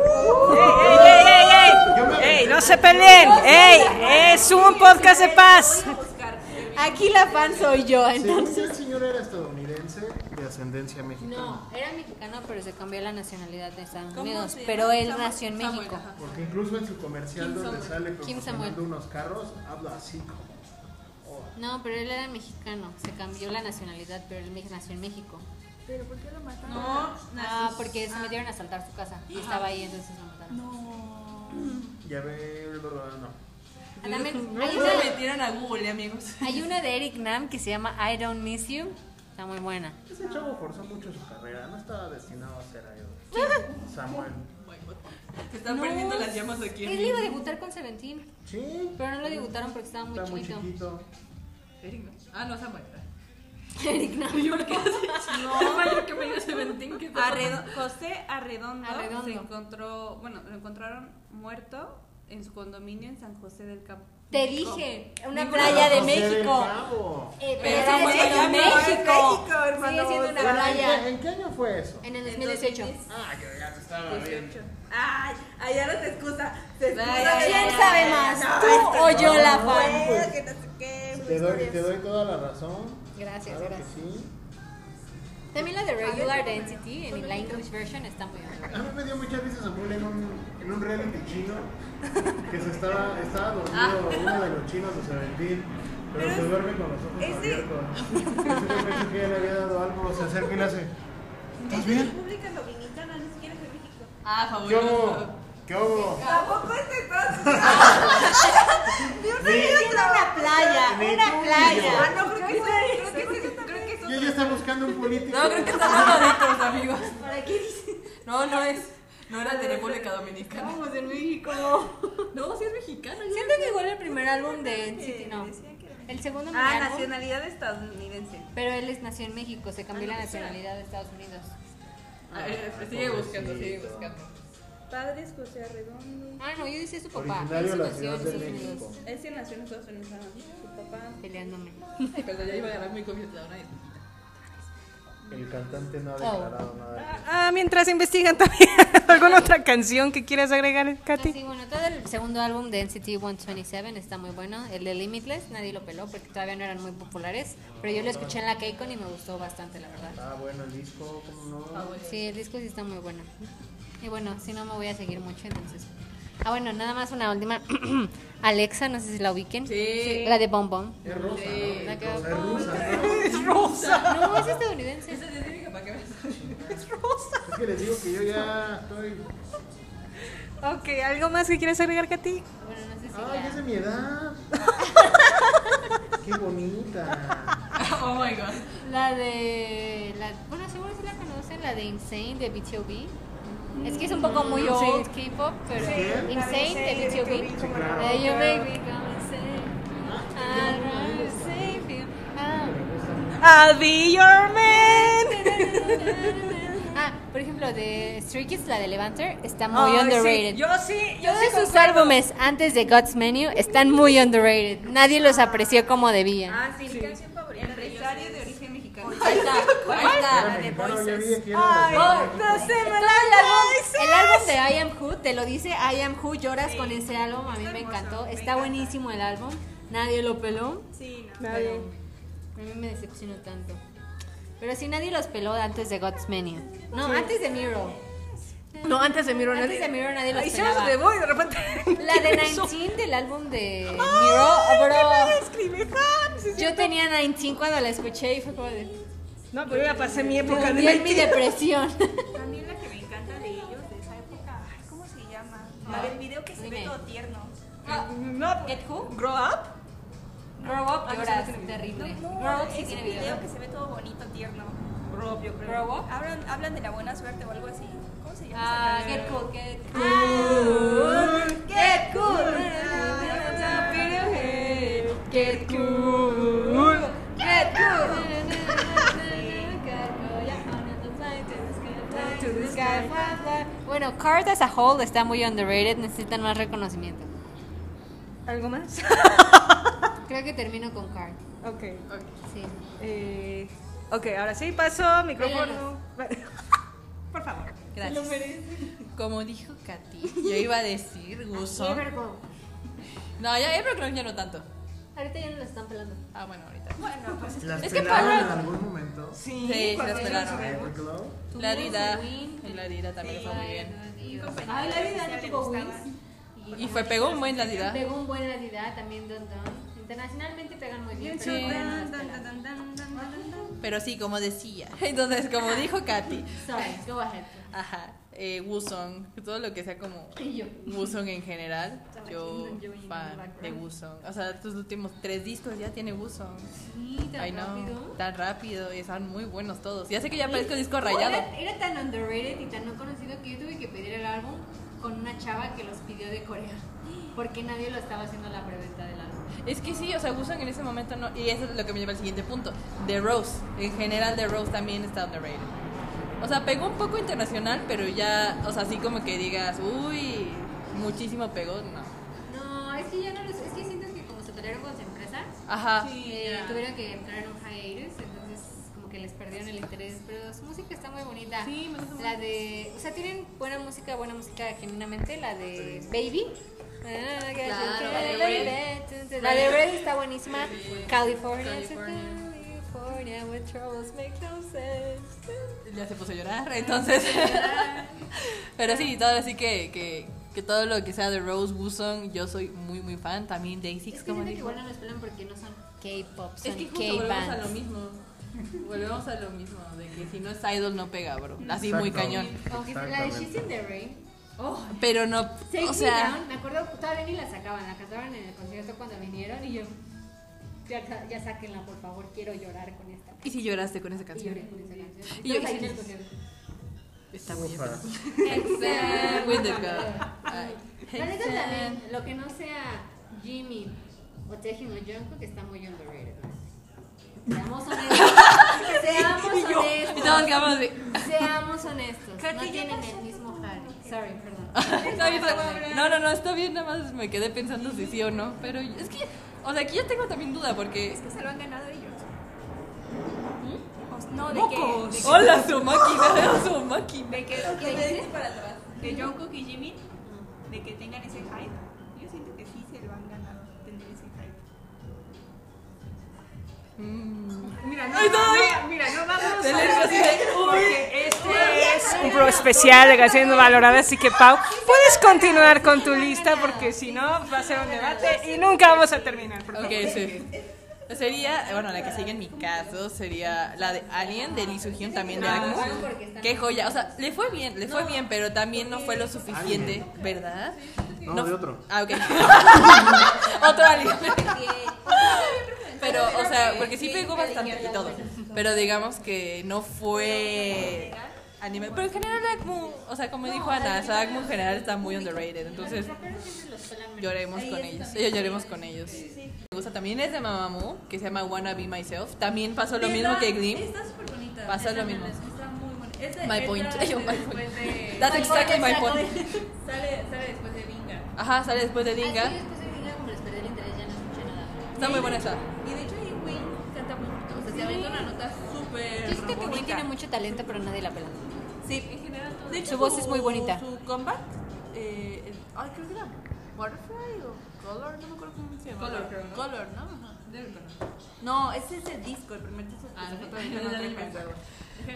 S5: Yo me aventé-
S1: ¡Ey, no se peleen! ¡Ey, es un podcast de paz!
S4: Aquí la fan soy yo,
S5: Según
S4: entonces.
S5: yo, el señor era estadounidense de ascendencia mexicana.
S4: No, era mexicano, pero se cambió la nacionalidad de Estados
S2: ¿Cómo
S4: Unidos.
S2: se llama?
S4: Pero él
S2: Samuel-
S4: nació en
S6: Samuel,
S4: México.
S6: ajá.
S5: Porque incluso en su comercial
S6: Kim
S5: donde
S6: Samuel.
S5: sale
S4: Kim
S5: promocionando
S4: Samuel.
S5: unos carros, habla así como. "Oh,
S4: No, pero él era mexicano. Se cambió la nacionalidad, pero él me- nació en México.
S10: ¿Pero por qué lo mataron?
S2: No,
S4: Ah, porque se metieron a asaltar su casa. Y estaba ahí, entonces lo mataron.
S5: Ya ve, no.
S4: Ah, también hay,
S6: Ahí se
S4: una,
S6: metieron a Google, amigos.
S4: hay una de Eric Nam que se llama I Don't Miss You. Está muy buena.
S5: Ese chavo forzó mucho su carrera, no estaba destinado a ser algo. Samuel.
S6: Se están
S4: No,
S6: prendiendo las llamas aquí.
S4: Él iba a debutar con Seventeen,
S5: Sí,
S4: pero no lo debutaron porque estaba muy
S5: está muy
S4: chiquito.
S5: chiquito.
S6: Eric, ¿no? Ah, no, Samuel. Eric, no. Yo que no. Es mayor que medio Seventeen que
S2: Arredo- José Arredondo,
S4: Arredondo.
S2: se encontró, bueno, lo encontraron muerto en su condominio en San José del Campo.
S4: Te dije, una playa de
S5: José del
S4: México.
S5: Cabo.
S4: Eh,
S2: Pero
S4: pero
S2: Samuel
S4: sigue siendo
S2: ya no es
S4: México.
S2: México, hermano.
S4: Sigue siendo una
S5: Bueno, ¿en qué-
S4: playa.
S5: ¿En qué año fue eso?
S4: En el 2018.
S5: Ah, yo ya se estaba bien.
S2: Ay, ay, ahora se excusa. Se excusa
S6: Ay, ay,
S4: ¿Quién
S6: ay,
S4: sabe
S6: ay,
S4: más?
S2: no,
S4: ¿Tú o yo la
S5: no,
S4: fan?
S5: pues,
S2: que no sé qué,
S5: te, doy,
S2: historias.
S5: te doy toda la razón.
S4: Gracias,
S5: claro
S4: gracias.
S5: Que sí.
S4: También la de Regular Density en la English version está muy buena.
S5: A mí me dio mucha risa Samuel en un, en un reality chino que se estaba, estaba dormido
S4: Ah.
S5: uno de los chinos de Seventín, pero, se duerme con los ojos
S2: ese-
S5: abiertos. Entonces yo pensé que ya le había dado algo, se acerca y le hace. ¿Estás bien?
S2: República Dominicana, ni siquiera es de México.
S6: Ah,
S5: ¿Qué hubo?
S6: fabuloso.
S5: ¿Qué hubo?
S2: Tampoco es de todos.
S4: Era una playa,
S5: Ni tú
S4: una
S5: ni
S4: playa.
S2: Ah, No, creo que es- creo que es- creo que es
S5: Yo ya está buscando un político.
S6: No, creo que están hablando de otros amigos. ¿Para qué No, no es. No era de República Dominicana. Vamos, de México. No, sí es mexicano. yo-
S4: Siento que igual el primer álbum de NCT no. El segundo
S2: Ah,
S4: mi álbum,
S2: nacionalidad estadounidense.
S4: pero él es- nació en México, se cambió la nacionalidad de Estados Unidos.
S6: A ver, sigue buscando, sigue buscando.
S2: Padres José Arredondo.
S4: Ah, no, yo decía su papá. Él
S5: Originario
S4: se
S5: de la
S4: nació
S5: Ciudad
S4: en
S5: de
S4: Estados Unidos.
S5: México.
S2: Él se nació en Estados Unidos. ah, Su papá.
S4: Peleándome.
S6: Ay, Perdón, ya iba a ganar mi confianza ahora.
S5: El cantante
S6: Oh.
S5: no ha declarado nada.
S1: Ah, mientras investigan también alguna otra canción que quieras agregar,
S4: Ah,
S1: Katy.
S4: sí, bueno, todo el segundo álbum de NCT 127 está muy bueno. El de Limitless nadie lo peló porque todavía no eran muy populares. Pero yo lo escuché en la K-Con y me gustó bastante, la verdad.
S5: Ah, bueno, el disco, ¿cómo
S6: Ah,
S5: no?
S4: Sí, el disco sí está muy bueno. Y bueno, si no me voy a seguir mucho, entonces. Ah, bueno, nada más una última. Alexa, no sé si la ubiquen.
S6: Sí.
S4: La de Bom Bom.
S5: Es rosa,
S6: Sí,
S5: ¿no?
S4: la que-
S5: O sea, es rusa, ¿no?
S4: No, es estadounidense.
S6: Esa es típica para que veas.
S5: Es que les digo que yo ya estoy.
S1: Ok, ¿algo más que quieras agregar, Katy?
S4: Bueno, no sé si
S5: Ay, es de
S4: la...
S5: mi edad. Qué bonita.
S6: Oh my god.
S4: La de... La, bueno, seguro sí la conocen, la de Insane de BTOB. Es que es un poco muy old K-pop, pero...
S5: ¿Quién?
S4: Insane de BTOB.
S5: cómo no.
S4: La de You Make Me Go Insane. I'll run to save you. Ah.
S1: I'll be your man.
S4: Ah, por ejemplo, de Stray Kids, la de Levanter, está muy
S1: Ay, sí,
S4: underrated.
S1: Yo sí, yo sí.
S4: Todos sus álbumes antes de God's Menu están muy underrated. Nadie los apreció como debían.
S2: Ah, sí, mi canción favorita. Empresario de origen mexicano.
S4: Ahí está, ahí
S6: Ah,
S4: está.
S5: Era mexicano, ya vi aquí en
S10: Ay,
S5: la-
S10: no se me
S4: Todo el álbum,
S10: Voices.
S4: el álbum de I Am Who, te lo dice I Am Who, lloras con ese álbum, a mí me encantó, está buenísimo el álbum, nadie lo peló,
S10: Sí, no.
S1: Nadie.
S4: a mí me decepcionó tanto. Pero si nadie los peló antes de God's Menu. No, antes de Miro.
S1: No, antes de Miro
S4: Antes
S1: nadie.
S4: de Miro nadie los
S1: Hicimos
S4: pelaba.
S1: de voy de repente.
S4: La de 19 del álbum de Miro, bro.
S10: Escribe
S1: Ah,
S10: Hans.
S4: Yo tenía 19 cuando la escuché y fue como de.
S1: No, pero yo ya pasé mi época de
S4: hundí en mi depresión.
S10: A mí la que me encanta de ellos de esa época, ay, ¿cómo se llama? La del video que se ve
S4: Dime.
S10: todo tierno.
S1: Ah, No,
S4: Get Who?
S10: ¿Grow Up?
S4: Grow Up, lloras,
S10: No,
S4: terrible.
S10: no,
S4: Grow Up sí
S10: es
S4: tiene
S10: un
S4: video.
S10: video que se ve todo bonito, tierno.
S1: Grow up, yo creo.
S4: Grow Up.
S10: Hablan, hablan de la buena suerte o algo así. ¿Cómo se llama? esa
S4: Ah,
S10: canción?
S4: get cool, get cool. Get cool. Get cool. Get cool. Bueno, Card as a whole está muy underrated, necesitan más reconocimiento.
S1: ¿Algo más?
S4: Creo que termino con Card.
S1: ok.
S4: Sí.
S1: Eh, ok, ahora sí, paso, micrófono.
S10: Por favor.
S6: Gracias. Como dijo Katy, yo iba a decir gusto. No, ya Evergreen ya no tanto.
S4: Ahorita ya no lo están pelando.
S6: Ah, bueno, ahorita.
S5: Las
S6: Es que
S5: pelaron en
S6: Pablo-
S5: algún momento.
S6: Sí, sí las pelaron.
S5: Everglow.
S6: La herida.
S4: Win.
S6: La herida también le fue muy bien.
S4: Ay, la vida no tuvo wins.
S6: Y fue pegó un buen la herida.
S4: Pegó un buen Adidas también, Don Don. Internacionalmente pegan muy bien. pero
S6: Sí.
S4: bueno, no es pelado.
S6: Pero sí, como decía. Entonces, como dijo Katy.
S4: Sorry, go ahead.
S6: Ajá. Eh, Wusong. Todo lo que sea como
S4: Y yo.
S6: Wusong en general.
S4: Estaba
S6: Yo
S4: haciendo yo en el
S6: fan de
S4: background.
S6: Wusong. O sea, estos últimos tres discos ya tiene Wusong.
S4: Sí, tan
S6: Ay, no.
S4: rápido.
S6: Tan rápido. Y están muy buenos todos. Ya sé que ya parezco disco rayado.
S4: Era, era tan underrated y tan no conocido que yo tuve que pedir el álbum con una chava que los pidió de Corea. Porque nadie lo estaba haciendo la preventa del álbum.
S6: Es que sí, o sea, Gusong en ese momento no. Y eso es lo que me lleva al siguiente punto. The Rose. En general, The Rose también está underrated. O sea, pegó un poco internacional, pero ya, o sea, así como que digas, uy, muchísimo pegó, no.
S4: No, es que ya no los. Es que siento que como se pelearon con su empresa,
S6: Ajá.
S4: eh, tuvieron que entrar en un hiatus, entonces como que les perdieron el interés. Pero su música está muy bonita.
S6: Sí, me gusta
S4: La de. O sea, tienen buena música, buena música genuinamente. La de Baby. Ah,
S6: Claro, la de Red.
S4: La de Red está buenísima. California.
S6: California.
S4: California with troubles make no sense.
S6: Ya se puso a llorar, entonces. Ah. pero sí, todo así que, que, que todo lo que sea de Rose Gusong, yo soy muy, muy fan. También Daisy,
S4: Es que
S6: como
S4: siento que
S6: dijo.
S4: igual no los pelan porque no son K-pop, son
S6: Es que justo volvemos a lo
S4: K-bands.
S6: mismo. Volvemos a lo mismo, de que si no es idol no pega, bro. Así muy
S5: Exacto.
S6: cañón.
S4: Aunque la de She's in the Rain.
S6: Pero no,
S4: Take
S6: o
S4: Me
S6: sea,
S4: Down, me acuerdo, todavía ni la sacaban, la cantaban en el concierto cuando vinieron y yo, ya, sa- ya sáquenla por favor, quiero llorar con esta.
S6: ¿y si lloraste con esa
S4: Y
S6: canción?
S4: lloré con esa canción.
S6: Y yo-
S4: Entonces, ahí en el concierto.
S6: Está muy
S5: Ufa.
S6: bien.
S4: Except-
S6: With the girl. Ay.
S4: La neta también, lo que no sea Jimmy o Taehyung o Jungkook está muy underrated. Seamos honestos. Seamos honestos.
S6: Y todos quedamos de.
S4: Seamos honestos, no
S10: Katy, ¿ya
S4: tienen
S10: pasó?
S4: el mismo jale. Sorry, perdón.
S6: Está bien, está- No, no, no, está bien, nada más me quedé pensando si sí o no. Pero es que, o sea, aquí yo tengo también duda porque.
S10: Es que se lo han ganado ellos. O- No, de que, de
S6: ¡Mocos! ¡Hola, su máquina! ¡Su máquina!
S10: de que, de, de Jungkook y Jimin, de que tengan ese hype. Yo siento que sí se lo han ganado, tener ese hype. Mira, no, mira, mira, no vamos
S6: Del nervio así de,
S10: porque este es
S1: Un pro especial de canciones no valoradas, así que Pau, puedes continuar con tu lista porque si no va a ser un debate y nunca vamos a terminar. por favor.
S6: Ok, sí. Sería, bueno, la que sigue en mi caso sería la de Alien de Lee Soo-hyun, también de Agnes. Qué joya, o sea, le fue bien, le fue bien, pero también no fue lo suficiente, ¿verdad?
S5: No, de otro.
S6: Ah, ok. otro Alien. Pero, o sea, porque sí pegó bastante y todo. Pero digamos que no fue anime. Pero en general, Agmu, o sea, como dijo Ana, o sea, Agmu en general está muy underrated. Entonces, lloremos con ellos. Ellos lloremos con ellos. Me gusta también es de Mamamoo, que se llama Wanna Be Myself. También pasó lo mismo que Glim.
S3: Está súper bonita.
S6: Pasó lo mismo.
S3: Está muy bonita. Es de-
S6: My
S3: es
S6: point.
S3: la-
S6: Ay, yo,
S3: de-
S6: my
S3: después
S6: point.
S3: de-
S6: That's exactly my point.
S3: Sale, sale después de Vinga.
S6: Ajá, sale después de Dinga.
S4: Así después de Dinga, como les perdí el interés, ya no escuché nada.
S6: Está muy buena esa.
S3: Y de hecho ahí Win canta muy bonito. O sea, se aventó una nota súper
S11: súper.
S12: Yo siento que Gwen
S11: bonita.
S12: tiene mucho talento, pero nadie la pela.
S11: Sí, en general. todo. De
S12: Su voz es muy bonita.
S11: Su comeback, eh, el- ay, creo que era Butterfly o Color, no me acuerdo cómo se llama. Color, creo, ¿no? Color, ¿no? Ajá. No, ese es el disco, el primer disco que
S6: Ah,
S11: sacó todavía no tenía pensado.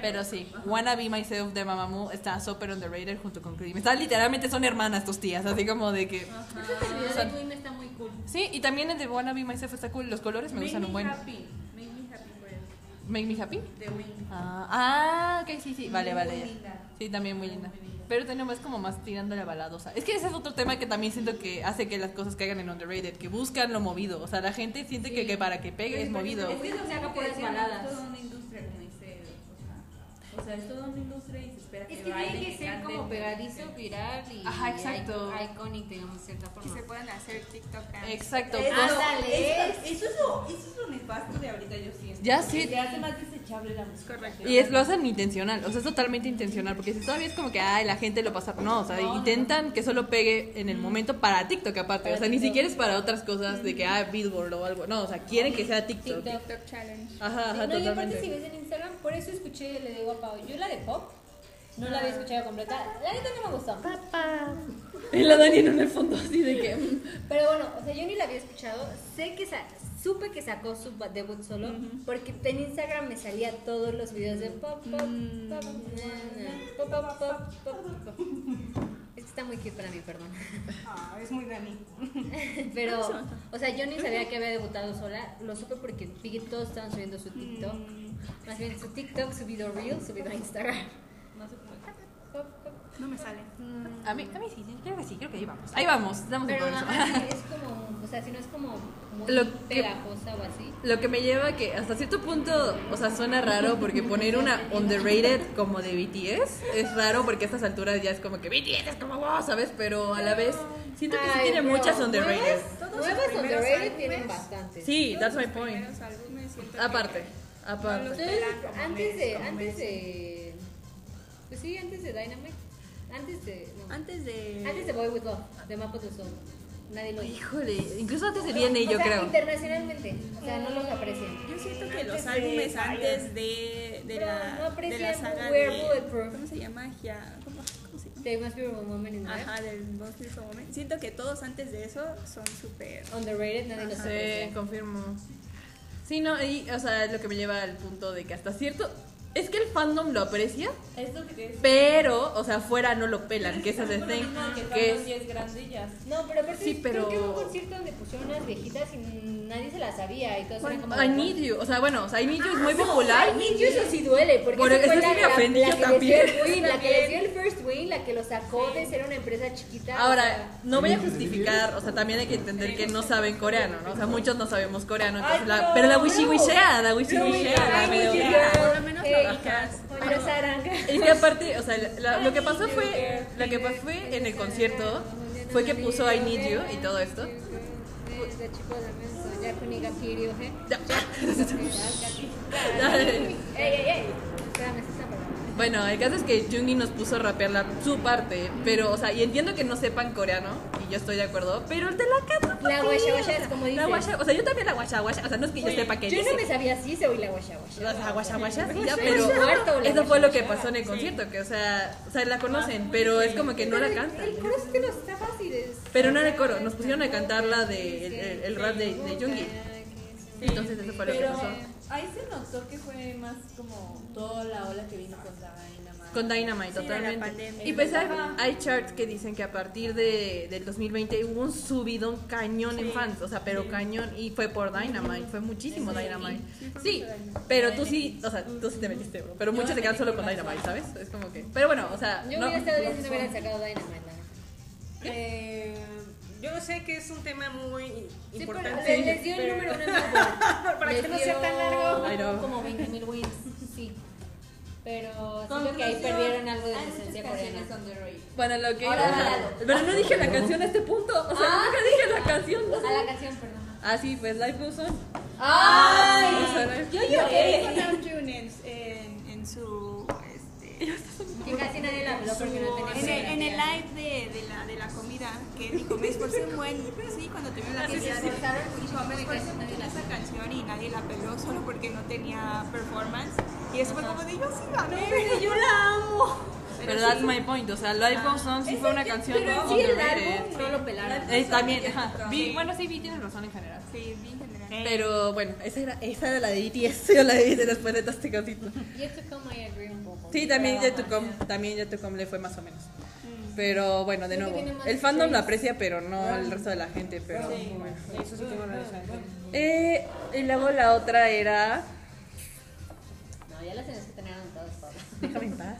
S6: Pero sí, Wanna Be Myself de Mamamoo está súper underrated junto con Cream. Está literalmente son hermanas tus tías, así como de que.
S4: Esa de Queen está muy cool.
S6: Sí, y también el de Wanna Be Myself está cool. Los colores me gustan un buen.
S2: Happy. Make me happy fue el
S6: Make me happy.
S2: de Wing.
S6: Ah, ah, ok, sí, sí. Vale, vale. ya.
S2: linda.
S6: Sí, también muy linda. Pero tenemos como más tirando la baladosa. Es que ese es otro tema que también siento que hace que las cosas caigan en underrated, que buscan lo movido. O sea, la gente siente que, que para que pegue es movido.
S2: Es que es lo
S12: Se
S2: mismo
S12: haga
S2: que
S12: puras
S2: decían,
S12: baladas.
S2: Es toda una industria, como dice. O sea, o sea, es toda una industria y se espera que
S12: Es que
S2: bailen,
S12: tiene que ser
S2: canten.
S12: como pegadizo, viral y
S6: Ajá, exacto.
S12: y iconic, digamos, de cierta
S10: Que
S12: forma.
S10: se puedan hacer TikTok. ah.
S6: Exacto. Pues,
S2: Eso-
S12: Ándale.
S2: eso- Eso es lo, eso es lo nefasto de ahorita, yo siento.
S6: Ya
S2: Que
S6: sí.
S2: Se hace más desechable la música. Correcto.
S6: Y es, lo hacen intencional, o sea, es totalmente intencional, porque si todavía es como que, ay, la gente lo pasa, no, o sea, intentan que solo pegue en el momento para TikTok aparte, o sea, ni siquiera es para otras cosas de que, ah, Billboard o algo, no, o sea, quieren que sea TikTok.
S10: TikTok challenge.
S6: Ajá, ajá,
S4: no, y aparte si
S6: totalmente.
S4: ves en Instagram, por eso escuché, le digo a Pau, yo la de pop, no la había escuchado completa. La neta no me gustó.
S6: Y la Dani en el fondo así de que...
S4: Pero bueno, o sea, yo ni la había escuchado. Sé que sa- supe que sacó su ba- debut solo, porque en Instagram me salía todos los videos de pop, pop, pop,
S10: Mm.
S4: na, na, pop, pop, pop, pop, pop. Es que está muy cute para mí, perdón.
S10: Ah, es muy Dani.
S4: Pero, o sea, yo ni sabía que había debutado sola. Lo supe porque vi que todos estaban subiendo su TikTok.
S10: Mm.
S4: Más bien su TikTok, subido Reel, subido a Instagram.
S10: No me sale.
S6: A mí, a mí sí, sí, creo que sí, creo que ahí vamos. Ahí vamos, estamos en
S4: Pero
S6: progreso.
S4: ajá, sí, es como, o sea, si no es como muy
S6: Lo que-
S4: pegajosa o así.
S6: Lo que me lleva a que hasta cierto punto, o sea, suena raro porque poner una underrated como de BTS es raro porque a estas alturas ya es como que BTS es como wow, ¿sabes? Pero a la vez siento que sí
S4: Ay,
S6: tiene
S4: bro,
S6: muchas underrated.
S4: nuevas-
S10: Todos sus
S4: Nuevas
S10: primeros
S4: underrated
S10: álbumes.
S4: tienen bastantes.
S6: Sí, that's my
S10: Los
S6: point.
S10: primeros álbumes siento
S6: Aparte,
S10: los-
S6: aparte.
S4: Entonces,
S10: Eran como
S4: antes de,
S10: mes, como
S4: antes
S10: mes.
S4: de, pues sí, antes de Dynamite, antes de,
S10: que-
S4: no,
S10: Antes de.
S4: antes de Boy With Love, de Mapa de Sol, nadie lo hizo.
S6: Híjole, incluso antes de viene
S4: O
S6: yo
S4: sea,
S6: creo.
S4: Internacionalmente, o sea, no los aprecian.
S10: Yo siento que
S2: Antes
S10: los
S2: de
S10: álbumes
S2: Zion.
S10: antes de, de,
S4: No,
S10: la,
S4: no
S10: de
S4: aprecian
S10: la saga
S4: We're
S10: de...
S4: Bulletproof.
S10: ¿Cómo se llama? Ya- ¿cómo, cómo se llama?
S4: They must be a woman in life.
S10: Ajá, del Most Beautiful Woman. Siento que todos antes de eso son súper...
S4: Underrated, nadie los
S6: Sí,
S4: aprecia.
S6: confirmo. Sí, no, y, o sea, es lo que me lleva al punto de que hasta cierto. Es que el fandom lo aprecia, pero, o sea, afuera no lo pelan, que ese es el thing. Que es,
S2: es grandillas.
S4: No, pero aparte
S6: Sí,
S4: es-
S6: pero-
S4: creo que hubo un concierto donde pusieron unas viejitas y nadie se las sabía y todas eran como...
S6: I need you. O sea, bueno, o sea, I need you
S4: Ah,
S6: es muy popular.
S4: Ay, niño, eso sí duele, porque
S6: Bueno,
S4: esa fue
S6: eso sí
S4: la
S6: me
S4: gran-
S6: ofendí
S4: la
S6: yo
S4: que les
S6: también.
S4: dio el win, la que les dio el first win, la que lo sacó de ser una empresa chiquita.
S6: Ahora, no voy a justificar, o sea, también hay que entender que no saben coreano, ¿no? O sea, muchos no sabemos coreano, entonces la, pero la wishy wishea, la wishy wishea, la medio.
S4: por lo menos Pero Saranga.
S6: Es que aparte, o sea, la- lo que pasó fue, lo que pasó fue en el concierto fue que puso I Need You y todo esto.
S4: Este
S6: Ya.
S4: Ey, ey, ey. Espérame, esa es la palabra.
S6: Bueno, el caso es que Jungi nos puso a rapear la, su parte, pero, o sea, y entiendo que no sepan coreano, y yo estoy de acuerdo, pero te la canto.
S4: La
S6: papi,
S4: guasha guasha
S6: o sea,
S4: es como
S6: La
S4: dicen.
S6: guasha, o sea, yo también la guasha guasha, o sea, no es que yo sepa qué
S4: Yo
S6: dice.
S4: no me sabía así, se oí la guasha guasha.
S6: Las aguachaguachas,
S4: Guasha,
S6: ya,
S4: guasha.
S6: pero
S4: Muerto, la
S6: eso fue lo que
S4: guachaguacha.
S6: pasó en el concierto, que o sea, o sea, la conocen, pero es como que no la cantan.
S4: Ah. El coro es que no está fácil. es-
S6: Pero no era el coro, nos pusieron a cantar la de el, el- el rap de, de Yoongi. Entonces eso fue lo que
S2: Pero
S6: pasó.
S2: ahí se notó que fue más como toda la ola que vino con Dynamite.
S6: Con Dynamite, totalmente. Y pues hay, hay charts que dicen que a partir de, del 2020 hubo un subidón cañón en fans, o sea, pero cañón, y fue por Dynamite, fue muchísimo Dynamite. Sí, pero tú sí, o sea, tú sí te metiste, bro, pero muchos se quedan solo con Dynamite, ¿sabes? Es como que... Pero bueno, o sea...
S4: Yo
S6: no-
S4: hubiera estado bien si no hubieran sacado Dynamite. la neta.
S1: Eh, yo sé que es un tema muy
S4: Sí, pero
S1: importante.
S4: le- les dio el número uno en Billboard.
S1: Para
S4: Les
S1: que no sea tan
S4: dio
S1: largo.
S6: Ay, no.
S4: Como 20 mil wins, sí. Pero siento que ahí perdieron algo de esencia coreana.
S6: Bueno, lo que.
S4: Ahora, Ah.
S6: Ajá.
S4: balado.
S6: pero no dije la canción a este punto. O sea, nunca dije la canción. no sé.
S4: A Ah, la canción, perdón.
S6: Ah, sí, pues Life Goes On. O sea, Life-
S10: Yo lloré con Namjoon en, en, en su... Este,
S4: Que casi nadie la habló porque no
S10: en, el,
S4: tenía
S10: en el live de, de, la, de la comida, que dijo, me esforcé un buen... Sí, cuando terminó la comida, dijo, me esforcé mucho en esa canción y nadie la peló solo porque no tenía performance. Y eso fue como de yo sí la amé.
S3: Yo la amo.
S6: Pero that's my point, o sea, Life Song sí fue una canción
S3: Pero en sí el
S6: underrated.
S3: álbum no lo pelaron.
S6: Eh, también, ajá. Vi- bueno, sí, Vi tienes razón en general.
S10: Sí, bien general.
S6: Pero bueno, esa era, esa era la de BTS, yo la de después de Tasticosito.
S3: Yet to come I agree un poco.
S6: Sí, también Yetucom, también Yetucom le fue más o menos. Pero bueno, de
S3: Mm. Creo que
S6: nuevo,
S3: tiene más Ah.
S6: el fandom lo
S3: shades.
S6: aprecia, pero no el resto de la gente, pero bueno.
S1: Eso sí tengo razón.
S6: Eh, y luego la otra era...
S3: No, ya las tienes que tener anotadas, Pablo.
S6: Déjame en paz.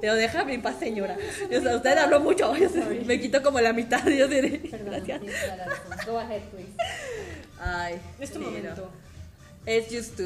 S6: Pero déjame en paz, señora. O sea, usted habló mucho, me quitó como la mitad, yo diré. Gracias.
S3: tienes toda la razón. Go ahead, please.
S6: Ay,
S1: Es tu
S6: mira.
S1: momento.
S6: Es Just To.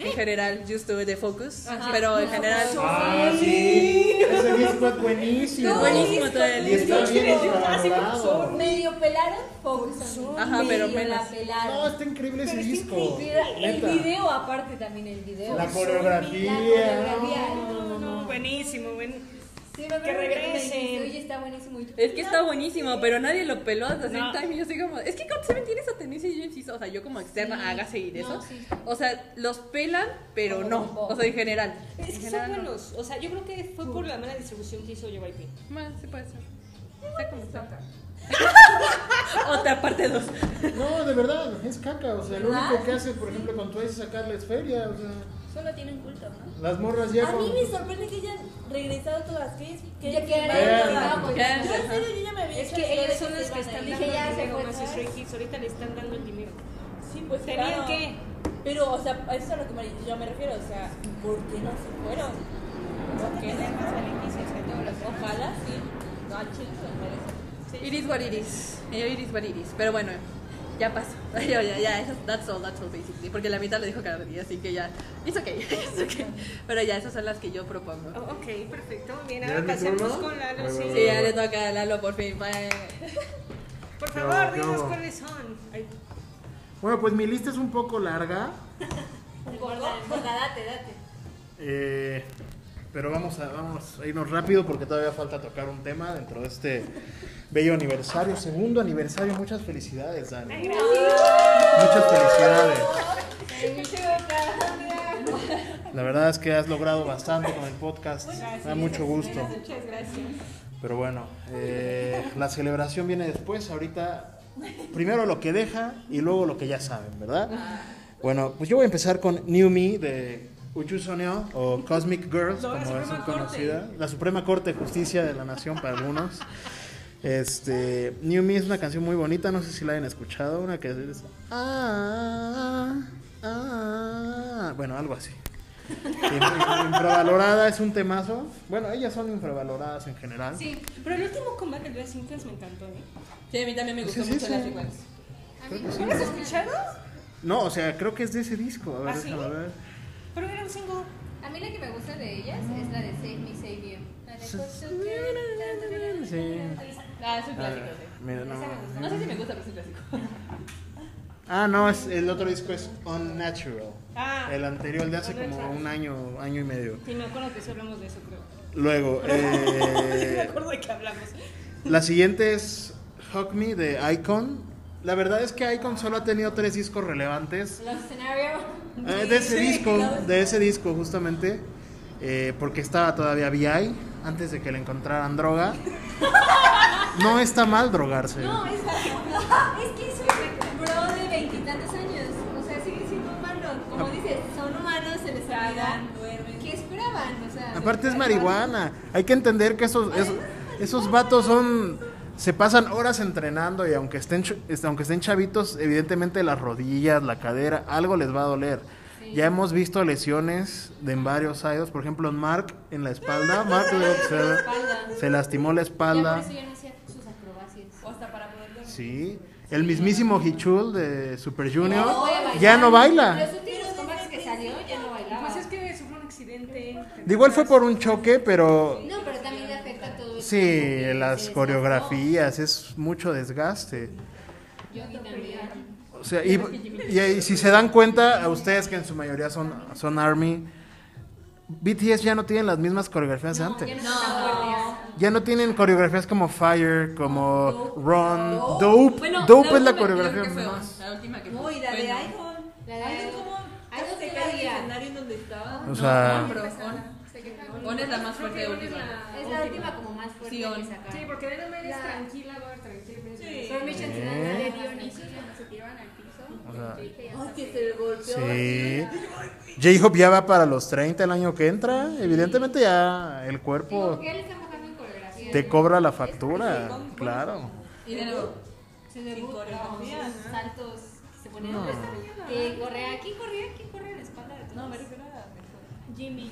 S6: En general, Just To de Focus. Pero en general.
S5: Ah, sí. Ese disco es buenísimo.
S6: Es buenísimo todo el
S5: Y está
S6: disco.
S5: bien valorado.
S3: Medio pelaron Focus.
S6: Ajá, pero
S3: Medio la
S6: menos.
S3: pelaron.
S5: No, está increíble ese
S3: Pero es
S5: disco.
S3: increíble. El
S5: Neta.
S3: video, aparte también el video.
S5: La
S3: La
S5: coreografía.
S3: coreografía.
S1: No, no, buenísimo, buen.
S3: Sí, me acuerdo
S1: Que regresen.
S3: me dijiste, Oye, está buenísimo. Y yo,
S6: Es que está buenísimo, pero nadie lo peló hasta el
S1: No.
S6: time. Y yo soy como, es que God Seven tiene esa tendencia. Y yo insisto, o sea, yo como externa, hágase y de eso.
S3: No, sí.
S6: O sea, los pelan, pero
S3: Como
S6: no.
S3: grupo.
S6: O sea, en general.
S1: Es
S6: En
S1: que son
S6: general, no.
S1: buenos. O sea, yo creo que fue por la mala distribución que hizo JYP.
S6: Bueno, sí puede ser. Está como está. Otra parte dos.
S5: No, de verdad, es caca. O sea, lo
S3: ¿Verdad?
S5: único que hace, por ejemplo, con Twice es sacarles feria. O sea,
S9: Solo tienen culto, ¿no?
S5: las morras ya
S13: A mí
S5: con.
S13: me sorprende que hayan regresado todas, que es que
S3: Ya
S13: ellas
S3: que
S13: firmaron
S5: era-
S13: todas.
S3: era-
S6: Ya,
S13: Yo en
S6: ajá.
S13: serio, yo ya me había
S1: Es
S13: hecho
S1: que
S13: la idea
S1: ellos
S13: de
S1: son los
S13: se
S1: que
S13: iban a
S1: están
S13: ir.
S1: dando
S3: Dije, ya
S1: el
S3: se
S1: dinero
S3: fue,
S1: más
S3: ¿sabes?
S1: Stray Kids. Ahorita le están dando el dinero.
S13: Sí, pues
S1: Tenían
S13: claro.
S1: que-
S13: Pero, o sea, a eso es a lo que me- yo me refiero, o sea, ¿por qué no se fueron? ¿Por qué no? Ojalá sí. No, al chile se lo merece.
S6: Iris what it is. Yo iris what it is. Pero bueno, ya pasó. Ya, ya, ya. eso- That's all, that's all basically. Porque la mitad lo dijo cada día, así que ya. It's okay, it's okay. Pero ya, esas son las que yo propongo.
S1: Oh, ok, perfecto. Muy bien, ahora
S5: ¿Ya es mi
S1: pasemos
S5: turno?
S1: con la
S5: Ahí va,
S1: sí.
S5: ahí
S6: Sí, ya le toca a Lalo por fin. Bye.
S1: Por
S5: Yo,
S1: favor,
S5: yo.
S1: dinos cuáles son. Ay,
S5: Bueno, pues mi lista es un poco larga.
S3: Gorda, gorda, date, date.
S5: eh, pero vamos a, vamos a irnos rápido porque todavía falta tocar un tema dentro de este bello aniversario. Segundo aniversario. Muchas felicidades, Dani. Muchas felicidades. La verdad es que has logrado bastante con el podcast. Me da mucho gusto.
S10: Muchas gracias.
S5: Pero bueno, eh, la celebración viene después. Ahorita, primero lo que deja y luego lo que ya saben, ¿verdad? Bueno, pues yo voy a empezar con New Me de Uchu Soneo o Cosmic Girls,
S1: No, la
S5: como es
S1: Suprema
S5: conocida. La Suprema Corte de Justicia de la Nación para algunos. Este, New Me es una canción muy bonita, no sé si la hayan escuchado, una que es ah, ah, bueno, algo así. Infra- Infravalorada es un temazo. Bueno, ellas son infravaloradas en general.
S1: Sí, pero el último combate de Simples me encantó, ¿eh?
S6: Sí, a mí también me
S5: Sí,
S6: gustó
S5: sí,
S6: mucho
S5: sí.
S6: las iguales.
S5: Creo que sí.
S1: ¿Lo has escuchado?
S5: No, o sea, creo que es de ese disco. A ver,
S1: ¿Ah, sí?
S5: déjame ver.
S1: Pero era un single.
S4: A mí la que me gusta de ellas es la de Save Me, Save You. La de
S5: Sí.
S6: Ah, es un clásico,
S5: A ver,
S6: sí.
S5: mira, no.
S6: No sé si me gusta, pero es un clásico.
S5: Ah, no, es, el otro disco es Unnatural.
S1: Ah.
S5: El anterior, el de hace como
S1: Unnatural.
S5: un año, año y medio.
S1: Sí, me acuerdo que sí hablamos de eso, creo.
S5: Luego,
S1: me
S5: eh,
S1: acuerdo de que hablamos.
S5: La siguiente es Hug Me de Icon. La verdad es que Icon solo ha tenido tres discos relevantes.
S3: Los escenarios.
S5: Eh, de ese disco, de ese disco justamente. eh, porque estaba todavía VI antes de que le encontraran droga. No está mal drogarse.
S3: No, es, es que es un bro de veintitantos años. O sea, sigue siendo humano.
S5: Ah.
S3: Como dices, son humanos, se les olvida. ¿Qué esperaban? O sea,
S5: Aparte es marihuana. Hay que entender que esos, esos, esos vatos son... Se pasan horas entrenando y aunque estén, ch- este, aunque estén chavitos, evidentemente las rodillas, la cadera, algo les va a doler. Ya hemos visto lesiones de en varios idols, por ejemplo en Mark en la espalda, Mark se, se lastimó la
S4: Ya por
S5: espalda.
S4: eso yo no hacía sus acrobacias. O hasta para poder dormir.
S5: Sí, el mismísimo Hichul de Super Junior
S4: No puede bailar.
S5: ya no
S4: Los
S5: baila.
S4: últimos combates que salió ya no bailaba.
S1: Pues es que sufrió un accidente.
S5: De igual fue por un choque, pero
S4: No, pero también le afecta todo el
S5: sí,
S4: tiempo que
S5: las
S4: se
S5: coreografías es mucho desgaste.
S4: desgastó. Yo vi también.
S5: O sea, y, y- y si se dan cuenta, a ustedes que en su mayoría son, son ARMY, BTS ya no tienen las mismas coreografías de antes. Ya no tienen coreografías como Fire, como Run, Dope. Dope es pues, la coreografía más.
S6: La última que
S13: Uy, la de
S6: Bueno.
S13: Icon.
S3: La de
S13: Ay,
S3: Icon.
S13: ¿cómo?
S3: Ay, no
S13: Se
S3: te
S13: cae
S4: día.
S13: escenario en donde estaba.
S5: O sea,
S6: No, pero On, On es la más fuerte de última.
S3: Es la última como más fuerte
S6: Sí, on.
S3: que sacaron.
S9: Sí, porque Iron Man es
S3: La-
S9: tranquila, gorda, tranquila.
S3: Pero Mission
S5: ¿Eh?
S3: Tsunami de Dionisio.
S9: Se tiran al piso.
S5: o sea,
S13: Ay, que se le golpeó.
S5: sí. J-Hope ya va para los 30 el año que entra. Evidentemente ya el cuerpo
S3: Digo, que él está enfocando en coreografía.
S5: te cobra la factura. Claro.
S6: Y de nuevo,
S3: Se le busca sus saltos. que Se ponen Que correa. ¿Quién corría? ¿Quién corría en la espalda de todos? No, me refiero Jimmy.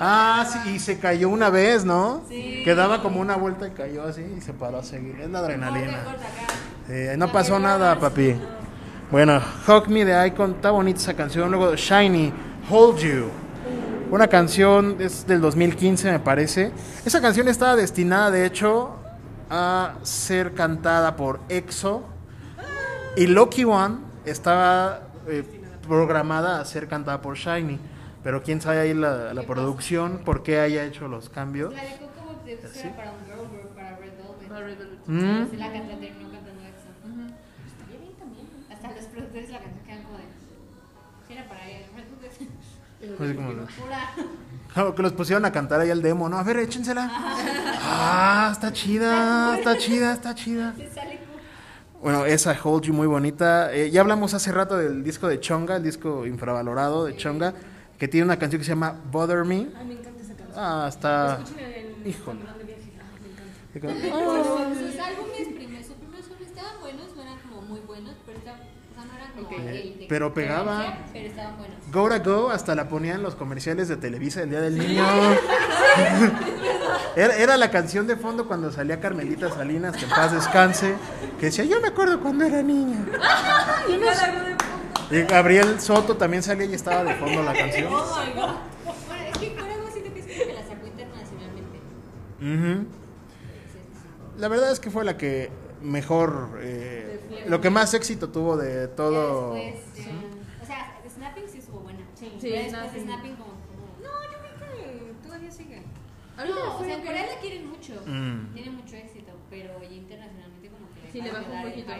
S3: Ah,
S5: Ah, sí, y se cayó una vez, ¿no? Que daba como una vuelta y cayó así y se paró a seguir. Es la adrenalina. Eh, no pasó nada, papi. Bueno, Hug Me de Icon, está bonita esa canción. Luego Shiny, Hold You. Una canción, es del 2015 me parece. Esa canción estaba destinada, de hecho, a ser cantada por EXO. Y Lucky One estaba eh, programada a ser cantada por Shiny. Pero quién sabe ahí la, la producción, por qué haya hecho los cambios.
S3: la de Coco Bob de Bush
S5: Sí.
S3: era para un girl group, para Red Velvet.
S5: Mm.
S3: Sí, la canta, terminó cantando EXO. Estaría bien también. Hasta los productores de la canción quedan como de. Sí, era para ella. Red Velvet.
S5: Así Pues, como-
S3: Pura.
S5: Claro, que los pusieron a cantar ahí el demo, ¿no? A ver, échensela. Ah, está chida, está chida, está chida.
S3: Se sale como.
S5: Bueno, esa Hold You muy bonita. Eh, ya hablamos hace rato del disco de Chonga, el disco infravalorado de Chonga, que tiene una canción que se llama Bother Me.
S9: Ay, me encanta esa canción.
S5: Ah, está...
S9: Escuchen el.
S5: Híjole.
S9: cuando van de ah, viaje. Ay, me encanta.
S4: Sus, sus álbumes, primer, sus primeros álbumes estaban buenos, no eran como muy buenos, pero estaban, o sea, no eran como el de-
S5: Pero pegaba.
S4: Pero estaban buenos.
S5: Go to Go hasta la ponían en los comerciales de Televisa el Día del Niño. Era, era la canción de fondo cuando salía Carmelita Salinas, que en paz descanse, que decía, yo me acuerdo cuando era niña. Y Gabriel Soto también salía y estaba de fondo la canción.
S4: Bueno, es que Corago siento que es como que la sacó internacionalmente.
S5: Ujú. La verdad es que fue la que mejor, eh, lo que más éxito tuvo de todo.
S4: Ya después, ya- O sea, Snapping sí estuvo buena. Sí, después de Snapping como... No, yo creo que todavía sigue. No, o sea, en Corea la quieren mucho.
S5: Mm.
S4: Tiene mucho éxito, pero ya internacionalmente como que...
S6: Sí, le bajó un poquito.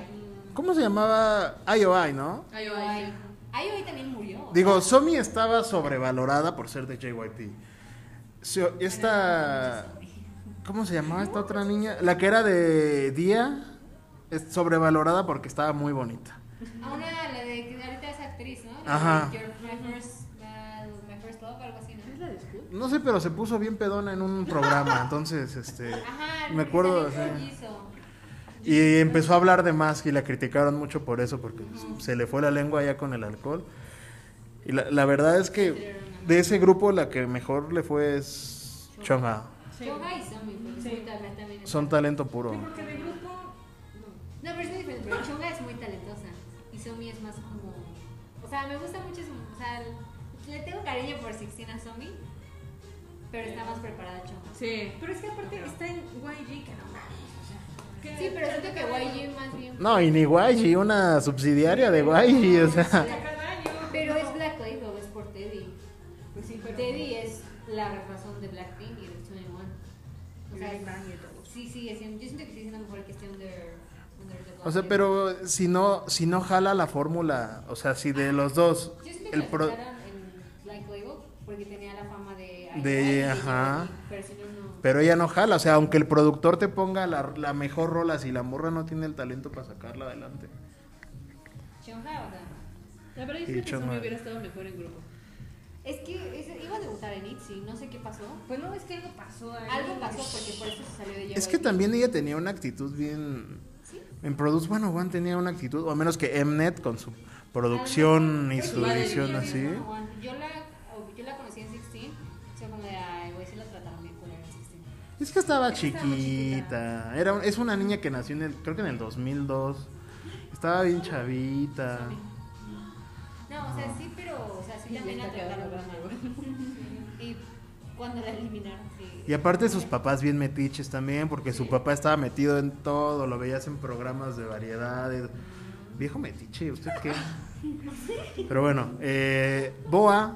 S5: ¿Cómo se llamaba? IOI, ¿no?
S6: Ay, ay, sí.
S4: Ahí hoy también murió.
S5: Digo, Somi estaba sobrevalorada por ser de JYP. Se- Esta. ¿Cómo se llamaba esta otra niña? La que era de Día. es sobrevalorada porque estaba muy bonita.
S4: A una, la de que ahorita es actriz, ¿no? La de
S5: Ajá.
S4: Your, my, first, la- my First Love, algo así, ¿no?
S5: No sé, pero se puso bien pedona en un programa. Entonces, este.
S4: Ajá,
S5: Me acuerdo,
S4: Rosario
S5: sí.
S4: Rollizo.
S5: Y empezó a hablar de más y la criticaron mucho por eso, porque se le fue la lengua ya con el alcohol. Y la, la verdad es que de ese grupo la que mejor le fue es Chonga.
S4: Yoga y Zombie, porque es muy tabla también.
S5: Son talento puro.
S9: Porque de grupo.
S4: No, pero es diferente, porque Chonga es muy talentosa y Zombie es más como... O sea, me gusta mucho, su- o sea, le tengo cariño por Sixtina Zombie, pero está más preparada Chonga.
S6: Sí.
S9: Pero es que aparte está en YG, que no mames. o sea, que-
S4: Sí, pero siento que YG más bien...
S5: No, y ni YG, una subsidiaria de YG, o sea.
S9: Cada año.
S4: Pero es Black Label, es por Teddy. Pues sí, pero... Teddy es la razón de Blackpink y de 21. O sea, sí, sí, es, yo siento que sí es la mejor que esté under, under the
S5: O sea,
S4: Blackpink.
S5: pero si no, si no jala la fórmula, o sea, si de los dos,
S4: Yo siento que
S5: el
S4: el
S5: pro-
S4: en Black Label porque tenía la fama de...
S5: De-
S4: Ay, ay,
S5: ajá.
S4: Pero si no, no...
S5: pero ella no jala, o sea, aunque el productor te ponga la, la mejor rola, si la morra no tiene el talento para sacarla adelante.
S4: Chonja, o sea...
S6: La verdad
S5: es que Sí, Chonga. Zombie hubiera
S6: estado mejor en grupo.
S4: Es que es- iba a debutar en ITZY, no sé qué pasó.
S9: Pues no, es que algo pasó ahí.
S4: Algo pasó porque por eso se salió de
S5: Es que
S4: JYP.
S5: también ella tenía una actitud bien... En Produce One One tenía una actitud, o a menos que Mnet con su producción y su
S4: Ah, Madre
S5: edición
S4: mía,
S5: así.
S4: Dios, Juan. Yo la, yo la conocí en 16, o sea, como de, ay, güey, sí la trataron bien culera en 16.
S5: Es que estaba chiquita. Era, un- es una niña que nació en el, creo que en el 2002. Estaba bien chavita.
S4: No, o
S5: Ah.
S4: sea, sí, pero, o sea, sí también la trataron mal. Y cuando la eliminaron, sí.
S5: Y aparte sus papás bien metiches también, porque su papá estaba metido en todo, lo veías en programas de variedades. Viejo metiche, ¿usted qué? Pero bueno, eh, Boa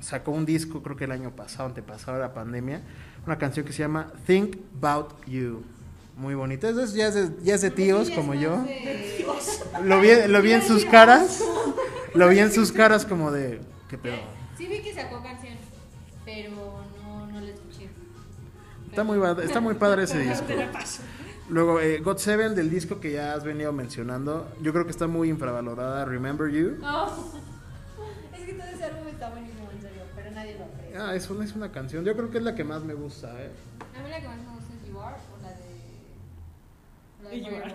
S5: sacó un disco, creo que el año pasado, antepasado de la pandemia, una canción que se llama Think About You. Muy bonita, eso es- ya es de, ya es de tíos como yo. Lo vi, lo vi en sus caras. Lo vi en sus caras como de, ¿Qué pedo?
S4: Sí vi que sacó canción, pero no, no la escuché.
S5: Está muy, bad- está muy padre ese disco. Luego, eh, God Seven del disco que ya has venido mencionando. Yo creo que está muy infravalorada. Remember You.
S2: Oh.
S3: Es que todo ese álbum está buenísimo, en serio, pero nadie lo aprecia.
S5: Ah, es una, es una canción. Yo creo que es la que más me gusta. eh.
S4: A mí la que más me gusta es You Are o la de. La de
S2: You Are.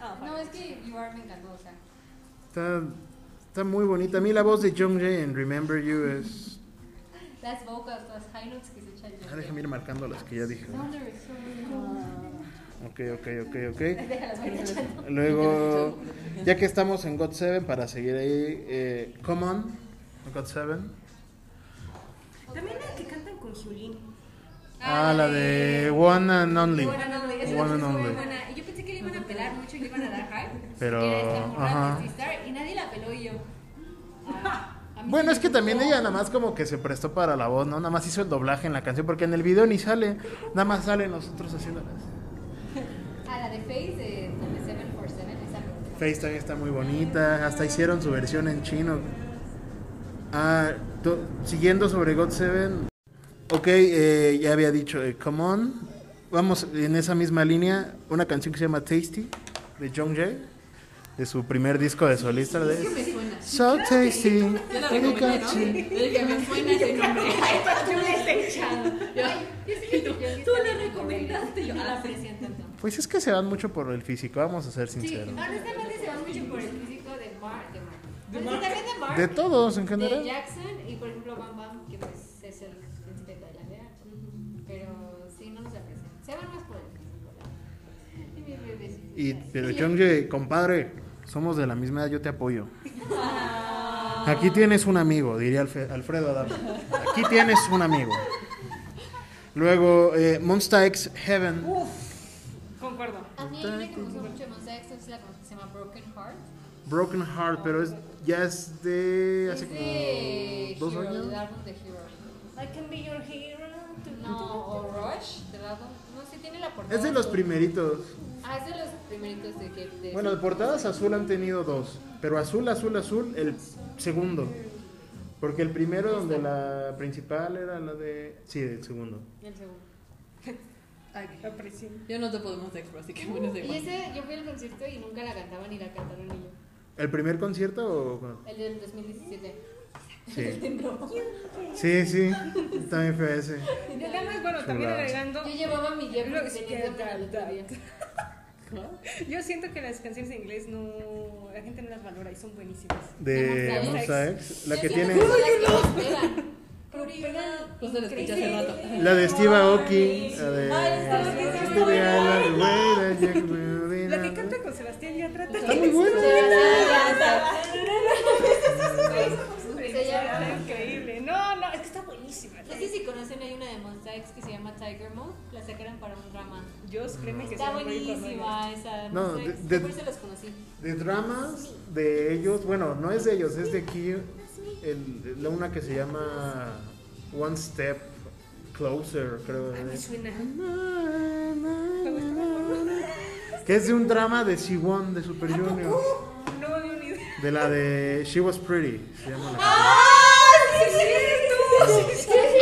S2: Ah,
S4: Fireworks. No, es que You Are me encantó, o sea.
S5: Está, está muy bonita. A mí la voz de Jung Jae en Remember You es.
S4: Las vocals, las high notes que se echan.
S5: Ah, déjame ir marcando las que ya dije.
S4: No, no, no.
S5: Ok, ok, ok, ok.
S4: Déjalas voy echando.
S5: Luego, ya que estamos en God Seven, para seguir ahí, eh, Come On, God Seven.
S1: También la que cantan con Julín.
S5: Ah, la de One and Only.
S4: One and Only. Esa canción
S5: One and
S4: es muy
S5: Only.
S4: buena. Y Yo pensé que le iban a pelar mucho y le iban a dar hype.
S5: Pero,
S4: Que este era esta morra
S5: ajá.
S4: de Sistar, Y nadie la peló y yo. ah, a mí
S5: Bueno,
S4: sí
S5: es que
S4: me
S5: también
S4: gustó.
S5: ella nada más como que se prestó para la voz, ¿no? Nada más hizo el doblaje en la canción, porque en el video ni sale, nada más salen nosotros haciéndolas.
S4: A "Ah, la de Face de la de 747, esa me gusta.
S5: Face también está muy bonita, hasta hicieron su versión en chino. Ah, to- siguiendo sobre God Seven. Ok, eh, ya había dicho eh, Come On. Vamos en esa misma línea, una canción que se llama Tasty de Jung Jae, de su primer disco de solista. De... So Tasty. Pikachu.
S6: El que me suena ese nombre.
S4: Tú le recomendaste. Yo a la aprecian tanto.
S5: Pues es que se van mucho por el físico, vamos a ser
S4: Sí,
S5: sinceros.
S4: honestamente se va mucho por el físico de Mark. De Mark. Pero sí, también de Mark.
S5: De todos en
S4: de
S5: general.
S4: Jackson y por ejemplo Bam Bam, que pues es el príncipe de Tailandia. Pero sí, no nos aprecian. Se van más por el físico. Y mi bebé.
S5: Y, pero Jung Jae, compadre, somos de la misma edad, yo te apoyo. Aquí tienes un amigo, diría Alfe- Alfredo Adame. Aquí tienes un amigo. Luego, eh, Monsta X Heaven.
S1: Concuerdo.
S4: A mí hay una que me gusta mucho de Mosaic, es la que se llama Broken Heart.
S5: Broken Heart, pero es, ya es de hace
S4: Es de
S5: como dos
S4: Hero, del
S5: años.
S4: álbum de Hero.
S1: I can be your hero.
S4: No, o Rush, del álbum. No sé, tiene la portada.
S5: Es de los
S4: azul.
S5: primeritos.
S4: Ah, es de los primeritos de que. de-
S5: Bueno, de portadas azul han tenido dos, pero azul, azul, azul, el segundo. Porque el primero donde la principal era la de... Sí, del segundo.
S4: el segundo.
S6: Yo no te podemos expresar, así que bueno, da
S4: Y
S6: igual.
S4: ese, yo fui al concierto y nunca la cantaban ni la cantaron ni yo.
S5: ¿El primer concierto o...? cuándo?
S4: El del 2017.
S5: Sí,
S4: No.
S5: sí, sí. también fue ese.
S1: Ya nada más, bueno, también
S5: Chulada.
S1: agregando.
S4: Yo llevaba mi diablo
S1: Los
S4: teniendo
S1: que
S4: para el otro día.
S1: Yo siento que las canciones en inglés no. La gente no las valora y son buenísimas.
S5: De
S4: De
S5: Monsta X, la que tiene...
S4: Pero pegan.
S6: Justo la escuché hace rato.
S5: La de Steve Aoki, la de... Este de Alan Wade, Jack Rubin,
S1: La que canta con Sebastián Yatra
S5: Está muy buena.
S4: Se llama-
S1: Está increíble. No, no, es que está buenísima.
S4: No sé si conocen, hay una de Monstax que se llama Tiger Moon. La sacaron para un drama.
S1: Dios, créeme que
S4: Está
S1: soy muy buena.
S4: buenísima esa.
S5: No,
S4: No, sé, yo
S5: de- de-
S4: por eso los conocí.
S5: De dramas de ellos, bueno, no es de ellos, es de aquí, el- la una que se llama One Step Closer, creo. ¿eh?
S1: Ay, Ah, me suena.
S5: Que es de un drama de Siwon de Super Junior.
S1: No me dio ni idea.
S5: De la de She Was Pretty, se llama la
S1: Ah.
S4: Ay, ese drama está buenísimo.
S5: canción.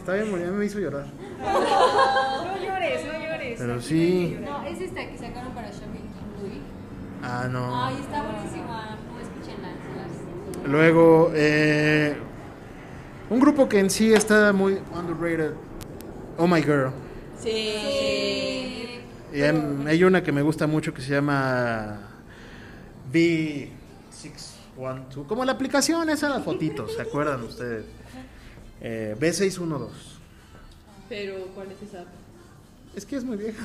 S5: Está bien, bonita, me hizo llorar.
S1: No llores, no llores.
S5: Pero sí.
S4: No, es esta que sacaron para Shopping Louis.
S5: Ah,
S4: Ay,
S5: no.
S4: está buenísima. Escúchenla. se las-
S5: Luego, eh, un grupo que en sí está muy underrated. Oh My Girl.
S4: Sí.
S5: Y hay, hay una que me gusta mucho que se llama B612. Como la aplicación esa de las fotitos, ¿se acuerdan ustedes? Eh, B612.
S6: Pero, ¿cuál es esa?
S5: Es que es muy vieja.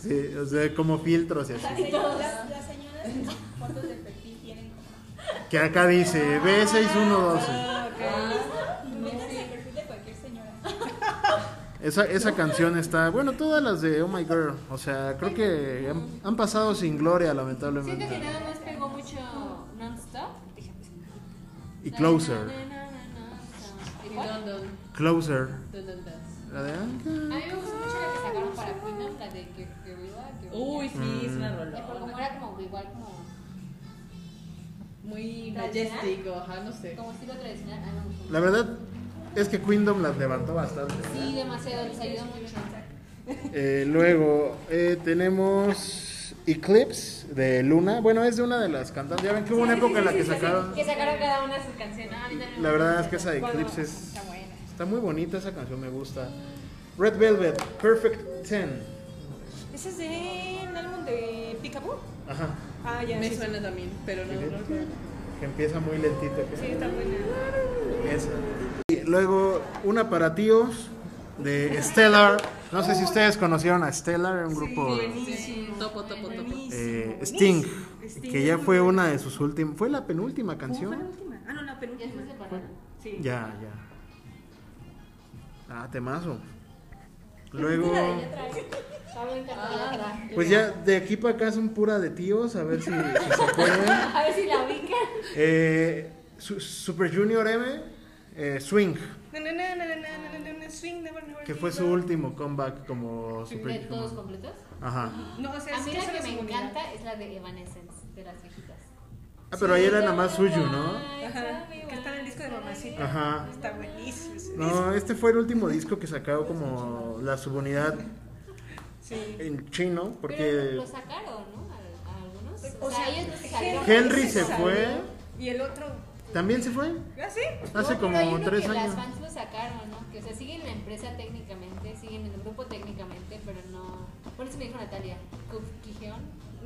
S5: Sí, o sea, como filtros y así.
S10: Las, las señoras en sus fotos de perfil tienen como
S5: Que acá dice B612.
S10: métanse Ah, el perfil de cualquier señora.
S5: Esa, esa canción está. Bueno, todas las de Oh My Girl. O sea, creo que han, han pasado sin gloria,
S4: Siento que
S5: lamentablemente.
S4: nada más pegó mucho non-stop. Dije, pues,
S5: Y Closer.
S4: Igual.
S6: Dun,
S5: Closer.
S6: dun, dun, dun.
S5: La de.
S4: A mí me gustó mucho la que sacaron para Queen, la de Guerrilla.
S6: Uh. Uy, sí, es una
S4: Pero
S6: rola.
S4: como era como igual como
S9: muy majestic, ajá, no sé.
S4: Como estilo tradicional, ah, no, me gusta.
S5: La verdad es que Queendom las levantó bastante.
S4: Sí, demasiado, les ayudó mucho.
S5: Eh, luego eh, tenemos Eclipse de Luna. Bueno, es de una de las cantantes. Ya ven que hubo una época en la que sacaron.
S4: Que sacaron cada una su canción. Ah, a mí también me
S5: La verdad
S4: gusta
S5: es que esa de
S4: Cuando-
S5: Eclipse es-
S4: Está buena.
S5: Está muy bonita esa canción, me gusta. Red Velvet, Perfect Ten.
S2: ¿Ese es del álbum de Peekaboo?
S5: Ajá.
S2: Ah, ya.
S9: Me
S2: sí,
S9: suena también, pero no. no recuerdo.
S5: Que empieza muy lentito. que-
S2: sí, está buena.
S5: Esa. Y luego una para tíos de Stellar. No sé si ustedes conocieron a Stellar, era un grupo
S9: Topo, topo, topo.
S5: eh, Sting, que ya fue una de sus últimas, fue la penúltima canción.
S2: Ah, no, la penúltima.
S5: Ya, ya. Ah, temazo. Luego, pues ya de aquí para acá son pura de tíos, a ver si, si se pueden.
S4: A ver si la ubican.
S5: Eh, Su- Super Junior M, eh, Swing,
S2: Na, na, na, na, na, na, na, na, na, swing, never, never
S5: que
S2: give
S5: fue su
S2: up.
S5: último comeback como
S4: ¿De
S5: Super
S4: todos
S5: como-
S4: completos?
S5: Ajá.
S2: No, o sea,
S4: A
S2: es
S4: mí
S2: que
S4: la
S2: esa
S4: que
S2: es
S4: me
S2: su unidad.
S4: encanta es la de Evanescence, de las viejitas.
S5: Ah, pero ahí era nada más suyo, ¿no?
S2: Ajá, que está en el disco de Mamacita.
S5: Ajá.
S2: Está buenísimo ese disco.
S5: No, este fue el último disco que sacó como la subunidad
S2: Sí.
S5: en chino,
S4: Pero pues,
S5: porque
S4: lo sacaron, ¿no? A, a algunos. O,
S2: O
S4: sea,
S2: sea,
S4: ellos no se salieron.
S5: Henry se fue,
S2: Y el otro.
S5: también se fue,
S2: ¿Ah, sí?
S4: No,
S5: hace
S4: pero hay
S5: como
S4: uno
S5: tres
S4: que
S5: años.
S4: Las fans lo sacaron, ¿no? Que, o sea, siguen la empresa técnicamente, siguen el grupo técnicamente, pero no. Por eso me dijo Natalia, Ku- Kijeon,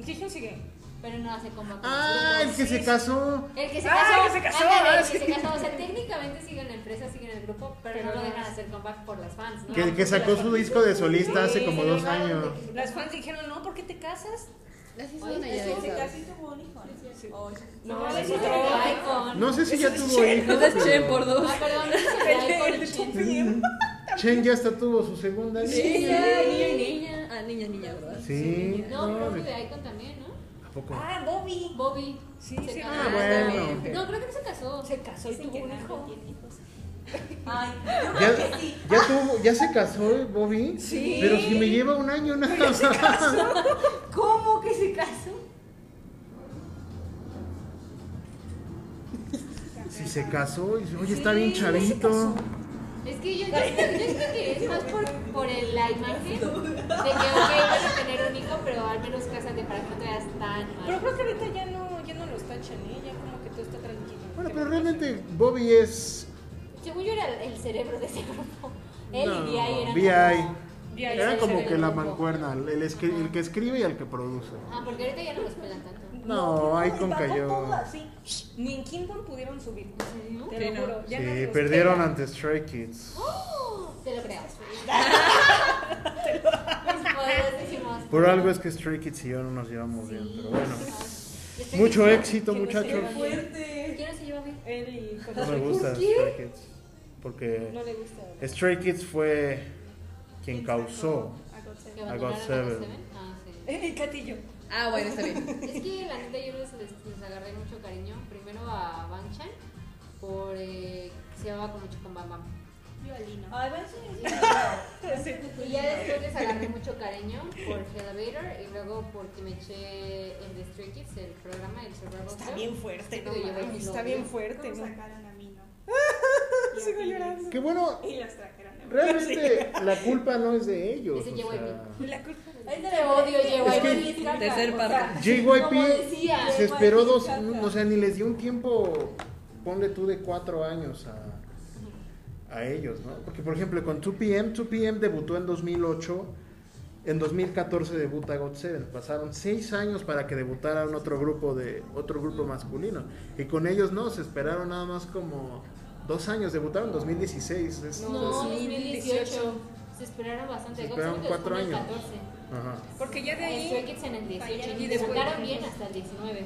S2: Gijon sigue.
S4: pero no hace como.
S5: Ah, el que se casó.
S4: El que se
S2: Ah,
S4: casó,
S2: el que se casó,
S4: ándale,
S2: ah,
S4: el que
S2: sí.
S4: se casó. O sea, técnicamente siguen la empresa, siguen el grupo, pero, no lo dejan hacer comeback por las fans, ¿no?
S5: Que, que sacó su disco de solista hace como dos años.
S2: Las fans dijeron, no, ¿por qué te casas? No, es
S4: Ay,
S2: otro.
S4: con-
S5: No sé si ya tuvo hijos.
S6: Entonces, che,
S5: pero-
S6: por dos.
S4: Ah, perdón, no sé, con el chin.
S5: Chen ya hasta tuvo su segunda hija.
S6: Niña, niña, niña. Ah, niña, niña, ¿verdad?
S5: Sí.
S4: No,
S5: no,
S4: creo que
S5: de-
S4: de Icon también, ¿no?
S5: ¿A poco?
S2: Ah, Bobby.
S4: Bobby.
S2: Sí,
S4: se
S2: sí,
S4: casó.
S5: Ah, bueno.
S4: No, creo que no se casó.
S2: Se casó y tuvo un hijo.
S5: Ya, ya tuvo, ya se casó Bobby.
S2: Sí.
S5: Pero si me lleva un año nada más.
S2: ¿Cómo que se casó?
S5: Si se casó y dice, oye, está bien chavito.
S4: Es que yo, yo, creo- yo creo que es más por, por el- la imagen de que, ok, vas a tener un hijo, pero al menos cásate para que no te veas tan
S2: Pero
S4: mal.
S2: creo que ahorita ya no, ya no los tachan, ¿eh? Ya como que todo está tranquilo.
S5: Bueno, pero realmente Bobby es.
S4: Según yo era el, el cerebro de ese grupo. Él
S5: No,
S4: y B.I. eran
S5: B.I..
S4: como...
S2: B.I.
S5: Era
S4: el
S5: como
S4: cerebro
S5: que
S4: del
S5: la
S4: grupo.
S5: mancuerna, el, escri- el que escribe y el que produce.
S4: Ah, porque ahorita ya no los pelan tanto.
S5: No, ahí con cayó.
S2: Ni en Kingdom pudieron subir.
S4: ¿No?
S2: Te lo juro. ya no
S5: Sí,
S2: los
S5: perdieron
S2: pelan.
S5: ante Stray Kids.
S4: ¡Oh! Te lo creo. Spoilers, dijimos.
S5: Por algo es que Stray Kids y yo no nos llevamos bien, pero bueno.
S4: Estoy
S5: Mucho
S4: diciendo
S5: éxito, muchachos.
S4: que ¿Quién no se lleva bien?
S2: Él y con
S5: No me gusta Stray Kids. Porque
S2: No le gusta.
S5: Stray Kids fue quien causó.
S4: ¿Que
S5: got
S4: abandonaron a
S5: seven.
S4: Seven? Ah, sí.
S2: El gatillo.
S6: Ah, bueno, está bien.
S4: Es que la neta yo les, les- les agarré mucho cariño. Primero a Bang Chan, por eh, que se llevaba con mucho con Bam Bam. Y ya después les agarré mucho cariño por Elevator y luego porque me eché el de Stray Kids, el programa, el Este Survival
S2: Está
S4: Show.
S2: bien fuerte, no
S4: Pero yo
S2: mames,
S4: lo
S2: Está
S4: odio.
S2: bien fuerte, ¿no?
S10: Sacaron a mí, ¿no?
S2: Sigo llorando.
S5: Que bueno,
S10: Y las trajeron a mí.
S5: realmente la culpa no es de ellos.
S4: Ese
S5: o
S4: llegó
S5: sea,
S4: el
S2: La culpa.
S4: Te odio, llevo
S5: Es
S4: ahí
S5: que-
S4: en mis cajas.
S6: Tercer parte.
S4: Como
S5: JYP
S4: decía.
S5: se esperó dos, o sea, ni les dio un tiempo, ponle tú de cuatro años a, a ellos, ¿no? Porque, por ejemplo, con 2PM, 2PM debutó en 2008, en 2014 debuta God Seven, pasaron seis años para que debutara un otro grupo, de, otro grupo masculino, y con ellos no, se esperaron nada más como dos años, debutaron en 2016. es-
S4: No,
S5: es-
S4: 2018. Se esperaron bastante.
S5: Se esperaron
S4: Godzilla
S5: cuatro
S4: fue en el
S5: años.
S4: 14.
S5: ajá.
S2: Porque ya de
S4: El Stray
S2: ahí.
S4: Kids en el 18.
S2: Y
S4: Y
S2: después-
S4: debutaron bien hasta el 19.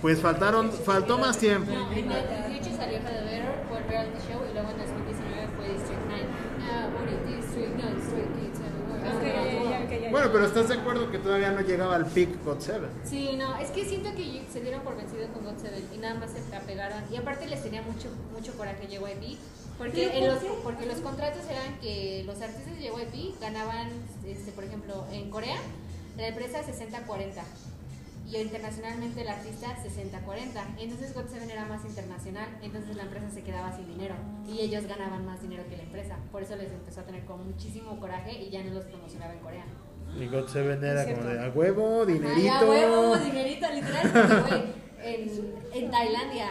S5: Pues faltaron, faltó más tiempo.
S4: No, en el 18 salió Heather, fue el reality show y luego en 2019 fue District 9. Ah, bueno, District, no, District Kids
S2: Ok, ya, ya, ya, ok, ya, ya.
S5: Bueno, pero estás de acuerdo que todavía no llegaba al peak God Seven.
S4: Sí, no, es que siento que se dieron por vencido con God Seven y nada más se apegaron. Y aparte les tenía mucho, mucho coraje JYP, porque, en los, porque los contratos eran que los artistas de JYP ganaban, este, por ejemplo, en Corea, la empresa 60-40. y internacionalmente el artista 60-40. Entonces God Seven era más internacional, entonces la empresa se quedaba sin dinero y ellos ganaban más dinero que la empresa. Por eso les empezó a tener con muchísimo coraje y ya no los promocionaba en Corea.
S5: Y God Seven era como de a huevo, dinerito.
S4: Ay, a huevo, pues, dinerito, literal, porque, güey, en, en Tailandia,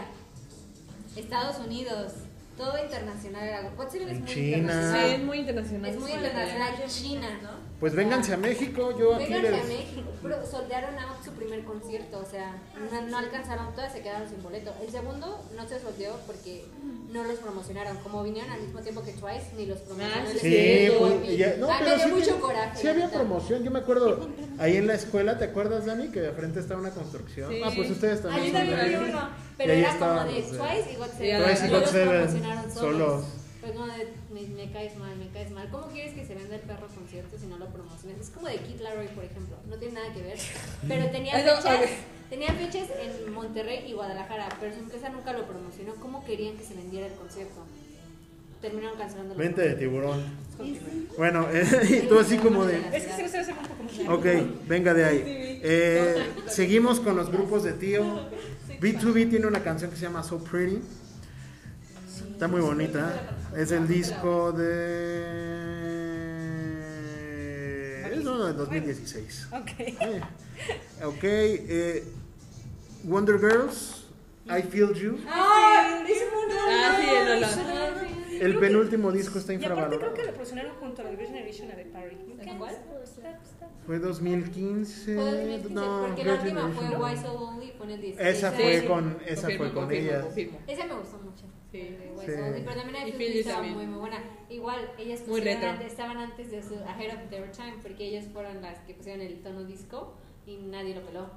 S4: Estados Unidos, todo internacional era God Seven es
S5: En
S4: muy
S5: China.
S4: internacional.
S5: Sí,
S6: es muy internacional.
S4: Es muy internacional, China, ¿no?
S5: Pues vénganse a México, yo aquí
S4: Vénganse a
S5: les.
S4: México, pero soldearon out su primer concierto, o sea, no, no alcanzaron todas, se quedaron sin boleto. El segundo no se soldeó porque no los promocionaron, como vinieron al mismo tiempo que Twice, ni los promocionaron.
S6: sí,
S4: Les
S5: Sí,
S4: dio
S5: pues,
S4: ni-
S5: y ya- no,
S4: Ah, me
S5: pero
S4: dio
S5: sí,
S4: mucho
S5: que-
S4: coraje.
S5: sí había
S4: neta.
S5: promoción. Yo me acuerdo ahí en la escuela, ¿te acuerdas, Dani? Que de frente estaba una construcción.
S6: Sí.
S5: Ah, pues ustedes
S4: Ah,
S5: también.
S4: yo
S5: son
S4: también
S5: de
S4: vi
S5: ahí.
S4: uno, pero
S5: ahí pues,
S4: era
S5: estaban,
S4: como de
S5: o sea,
S4: Twice y God
S6: Twice
S4: Seven.
S6: y
S4: los
S5: God Seven,
S4: promocionaron
S5: solos.
S4: Pues no, de- me, me caes mal, me caes mal. ¿Cómo quieres que se venda el perro concierto si no lo promocionas? Es como de Kid Laroi, por ejemplo. No tiene nada que ver. Pero tenía
S6: Ay, no,
S4: fechas,
S6: ok.
S4: tenía fechas en Monterrey y Guadalajara, pero su empresa nunca lo promocionó. ¿Cómo querían que se vendiera el concierto? Terminaron cancelando
S5: Mente de tiburón. Bueno, eh, y tú así como de.
S9: Es que se les hace un poco más
S5: Ok, venga de ahí. Eh, seguimos con los grupos de tío. B2B tiene una canción que se llama So Pretty. Está muy bonita. Es el disco de... Es uno de 2016.
S1: Ok.
S5: Eh, Ok. eh, Wonder Girls, I Feel You.
S9: Ah,
S6: Ah, sí, el Lola.
S5: El penúltimo disco está
S1: Y aparte creo
S5: infravalorado.
S1: que lo promocionaron junto a la Virgin Generation a de Parry.
S4: ¿En cuál?
S5: Eh, Fue 2015.
S4: Fue 2015,
S5: No,
S4: porque la
S5: Virgin
S4: última fue
S5: Original.
S4: Why So Lonely con el 16.
S5: Esa fue con, esa
S6: Confirmo,
S5: fue con
S6: confirmo,
S5: ella.
S6: confirmo.
S4: Esa me gustó mucho.
S6: Sí.
S4: Eh, Why
S5: Sí.
S4: So Lonely, Pero también hay
S6: Y
S4: Feel
S6: Feel
S4: You
S6: You
S4: estaba
S6: también.
S4: muy, muy buena. Igual, ellas
S6: Muy
S4: pusieron
S6: retro.
S4: antes- estaban antes de su Ahead of Their Time, porque ellas fueron las que pusieron el tono disco y nadie lo peló.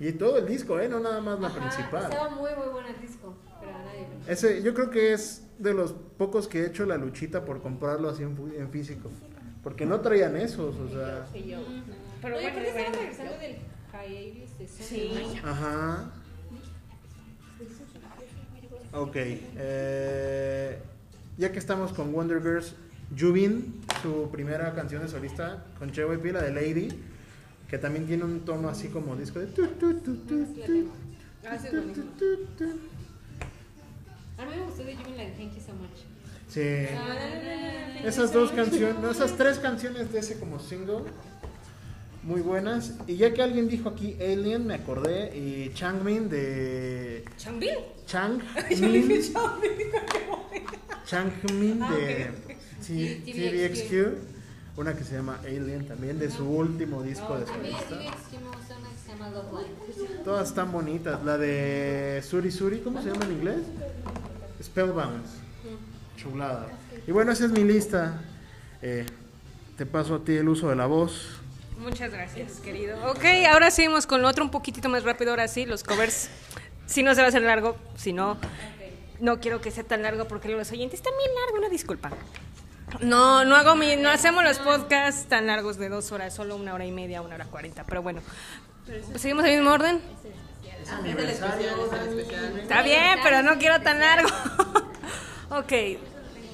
S5: Y todo el disco, ¿eh? No nada más la
S4: Ajá,
S5: principal.
S4: Estaba muy, muy bueno el disco, pero nadie lo peló.
S5: Ese, yo creo que es de los pocos que he hecho la luchita por comprarlo así en, fu- en físico. Porque no traían esos, o sea.
S1: Pero
S4: Oye,
S1: bueno,
S4: aparte estaban
S1: bueno.
S4: regresando del hiatus de Sony.
S5: Ajá. Ok. eh, ya que estamos con Wonder Girls, Jubin, su primera canción de solista con Chewy P, la de Lady, que también tiene un tono así como disco de. tu, tu, tu, tu, tu, tu, tu, tu, tu.
S4: A mí me gustó de Jimmy la de Thank You So Much. Ah,
S5: Sí.
S6: Ah,
S4: Na, na, na, na, na.
S5: Esas dos canciones, no, esas tres canciones de ese como single, muy buenas. Y ya que alguien dijo aquí Alien, me acordé, y Changmin de...
S1: ¿Changbin?
S5: Changmin. Changmin de... Sí,
S4: TVXQ.
S5: TVXQ. Una que se llama Alien también, de su último disco de
S4: A mí
S5: solista.
S4: de TVXQ me gusta una que se llama Love Line.
S5: Todas están bonitas. La de Suri Suri, ¿cómo se llama en inglés? Spellbound. Chulada. Y bueno, esa es mi lista. Eh, te paso a ti el uso de la voz.
S1: Muchas gracias, querido. Ok, ahora seguimos con lo otro un poquitito más rápido, ahora sí, los covers. Si no se va a hacer largo, si no, no quiero que sea tan largo porque los oyentes también largo, una disculpa. No, no hago mi, no hacemos los podcasts tan largos de dos horas, solo una hora y media, una hora cuarenta, pero bueno. ¿Seguimos en el mismo orden?
S6: Es el especial, es el especial.
S1: Está bien, pero no quiero tan largo. ok,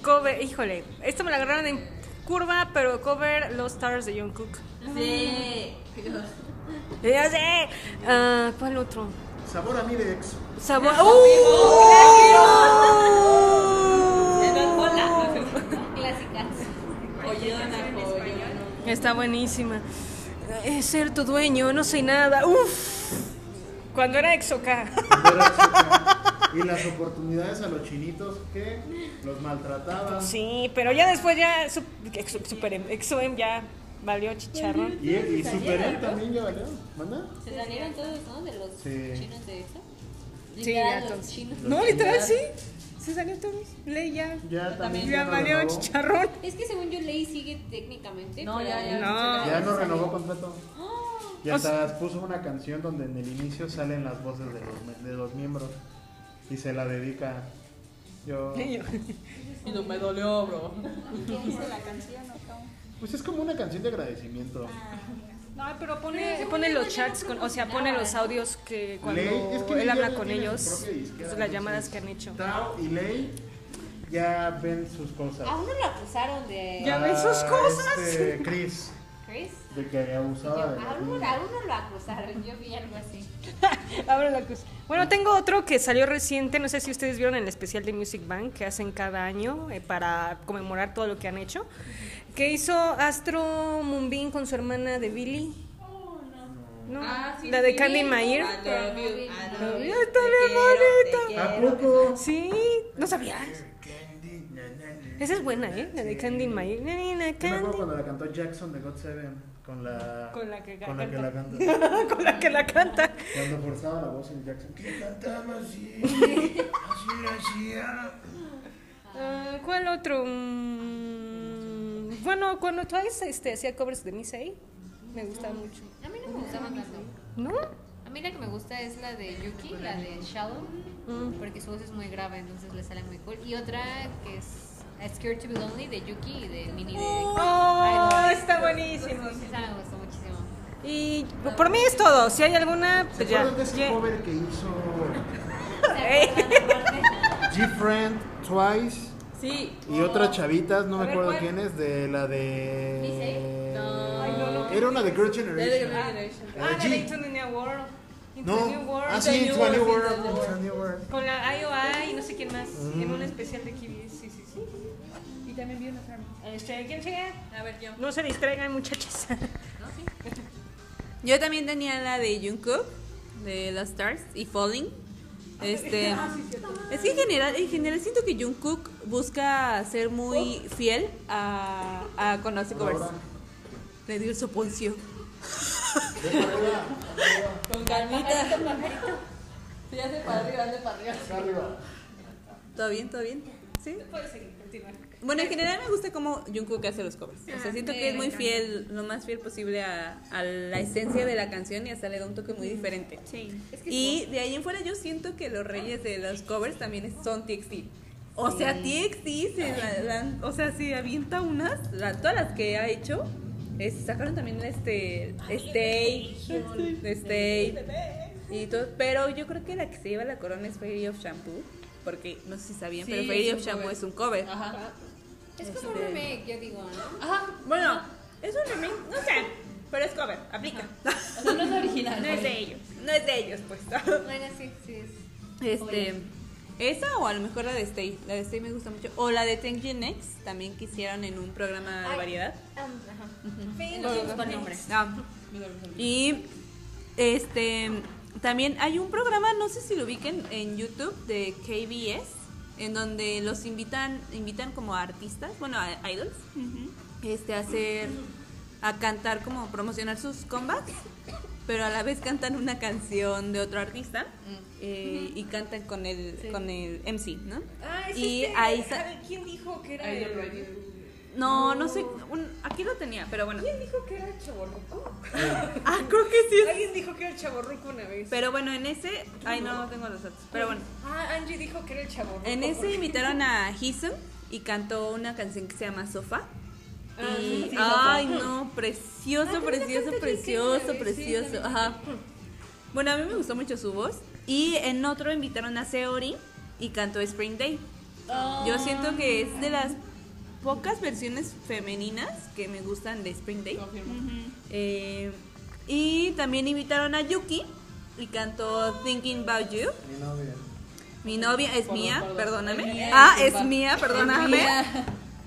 S1: cover, híjole, esto me la agarraron en curva, pero cover Los Stars de John Cook.
S6: Sí.
S1: Ya sé. Ah, ¿Cuál otro?
S5: Sabor a mi de ex.
S1: Sabor. ¡Uh!
S4: Clásicas.
S1: Está buenísima. Es ser tu dueño, no soy nada. Uf. Cuando era exoca.
S5: Y las oportunidades a los chinitos que los maltrataban.
S1: Sí, pero ya después ya su- exo- super exoem ya valió chicharrón.
S5: Y, y Super M también ya valió. ¿Manda?
S4: Se salieron todos, ¿no? De los
S5: Sí.
S4: chinos de eso.
S1: Sí,
S4: Literal,
S1: ya
S4: los
S1: todos.
S4: chinos.
S1: No, literal sí. Se salió todo. Ley ya.
S5: Ya también.
S1: Ya
S5: no
S1: valió
S5: renovó.
S1: chicharrón.
S4: Es que según yo ley sigue técnicamente.
S6: No,
S4: pero-
S6: ya, ya.
S1: No.
S5: Ya no renovó contrato. Y
S1: O sea-
S5: hasta puso una canción donde en el inicio salen las voces de los, me- de los miembros. Y se la dedica. Yo.
S6: Y no me dolió, bro.
S10: ¿Qué dice la canción o cómo?
S5: Pues es como una canción de agradecimiento.
S1: Ah, No, pero pone, pone los chats, con, o sea, pone los audios que cuando
S5: Ley, es que Ley
S1: él
S5: ya
S1: habla
S5: lo
S1: con
S5: tiene
S1: ellos,
S5: su propia disquera,
S1: pues, las
S5: entonces,
S1: llamadas que han hecho.
S5: Tao y Ley ya ven sus cosas.
S4: A Ah, uno lo acusaron de.
S1: Ah, Ya ven sus
S5: Ah,
S1: cosas.
S5: Este, Chris.
S4: Chris.
S5: De que abusaba de la
S4: Alguno, alguno lo acusaron, yo vi algo así.
S1: Ahora la cosa. Bueno, tengo otro que salió reciente, no sé si ustedes vieron el especial de Music Bank que hacen cada año eh, para conmemorar todo lo que han hecho, que hizo Astro Mumbin con su hermana de Billy. Oh, No, Ah, la de Candy Mayer. Está bien bonita.
S5: ¿A poco?
S1: Sí, no sabías. Esa es buena, ¿eh? La de Candy Mayer. Na, na, na,
S5: Yo me acuerdo
S1: Candy.
S5: cuando la cantó Jackson de God Seven con la
S1: Con la que
S5: con la, que
S1: canta.
S5: la canta.
S1: Con la que la canta.
S5: Cuando forzaba la voz en Jackson. Que cantaba así. Así lo hacía.
S1: Ah, ¿Cuál otro? Mm, Bueno, cuando Twice este, hacía covers de Miss A, me gustaba mucho.
S4: A mí no me gustaba tanto.
S1: ¿No?
S4: A mí la que me gusta es la de Yuki, la de Shallow,
S1: Mm.
S4: porque su voz es muy grave, entonces le sale muy cool. Y otra que es A Scared to Be Lonely de Yuki y de Mini de.
S1: Oh, está buenísimo.
S4: Esa me gustó muchísimo.
S1: Y por mí es todo. Si hay alguna,
S5: ¿Se
S1: pues ya.
S5: acuerdan de ese
S1: Ye-
S5: cover que hizo
S1: Ey.
S5: G-Friend, Twice
S2: Sí.
S5: y otras chavitas, no me
S1: Oh. ver,
S5: acuerdo
S1: ¿cuál?
S5: quién es, de la
S4: ¿Miss
S5: de.
S4: No.
S5: Era una de Girl Generation.
S1: Ah,
S5: La
S1: la
S5: de
S1: de
S5: G.
S1: Into the New World. Into the New
S5: No,
S1: World.
S5: ah, sí,
S1: The New
S5: Into a New
S1: World.
S5: World. Into a New World.
S1: Con la IOI y no sé quién más. En
S5: Mm.
S1: un especial de Kiwi. Sí, sí, sí. Y también vi una Carmen. Este, ¿Quién sigue?
S2: A ver, yo.
S1: No se distraigan, muchachas.
S2: Yo también tenía la de Jungkook, de Las Stars y Falling. Este,
S1: Ah,
S2: es que en general, en general siento que Jungkook busca ser muy
S1: Oh.
S2: fiel a, a con los covers. Le dio el soponcio. Con calmita.
S6: Sí, hace para arriba, hace para arriba.
S2: ¿Todo bien? ¿Todo bien? Sí. Bueno, en general me gusta cómo Jungkook hace los covers. O
S14: Ah,
S2: sea, siento que es muy fiel, lo más fiel posible a, a la esencia de la canción y hasta le da un toque muy diferente.
S14: Sí.
S2: Y de ahí en fuera yo siento que los reyes de los covers también son TXT. O sea, TXT, se la- la- o sea, se avienta unas, la- todas las que ha hecho. eh, sacaron también este Stay, Stay y todo, pero yo creo que la que se lleva la corona es Fairy of Shampoo, porque no sé si sabían, pero Fairy of Shampoo es un cover.
S4: Es como
S13: Este,
S4: un remake, yo digo, ¿no?
S2: Ajá, bueno, es un remake, no sé, pero es cover, aplica.
S6: no es original.
S2: No es de ellos, no es de ellos, pues.
S4: Bueno, sí, sí. es.
S2: Este, esa o a lo mejor la de Stay. La de Stay me gusta mucho. O la de Thank You Next, también que hicieron en un programa de variedad.
S4: Con nombre.
S2: Ah. Y este, también hay un programa, no sé si lo ubiquen en YouTube de KBS, en donde los invitan, invitan como a artistas, bueno, a idols, este, a hacer, a cantar como promocionar sus comebacks, pero a la vez cantan una canción de otro artista eh, y cantan con el, con el MC, ¿no? y ahí sa-
S1: Ah, ¿Quién dijo que era
S2: no, no sé, un- aquí lo tenía, pero bueno.
S1: dijo que era el chaborruco?
S2: Ah, creo que sí. es-
S1: Alguien dijo que era el chaborruco una vez.
S2: Pero bueno, en ese, ay no, no tengo los datos, pero bueno.
S1: Ah, Angie dijo que era el chaborruco.
S2: En ese invitaron a Jisoo y cantó una canción que se llama Sofá.
S1: Ah,
S2: Y, ay, no, precioso, precioso, precioso, precioso. Ajá. Bueno, a mí me gustó mucho su voz. Y en otro invitaron a Seori y cantó Spring Day. Yo siento que es de las pocas versiones femeninas que me gustan de Spring Day. Eh, y también invitaron a Yuki y cantó Thinking About You.
S5: Mi novia.
S1: Ah,
S2: Mi novia es mía, perdóname. ah, es mía, perdóname.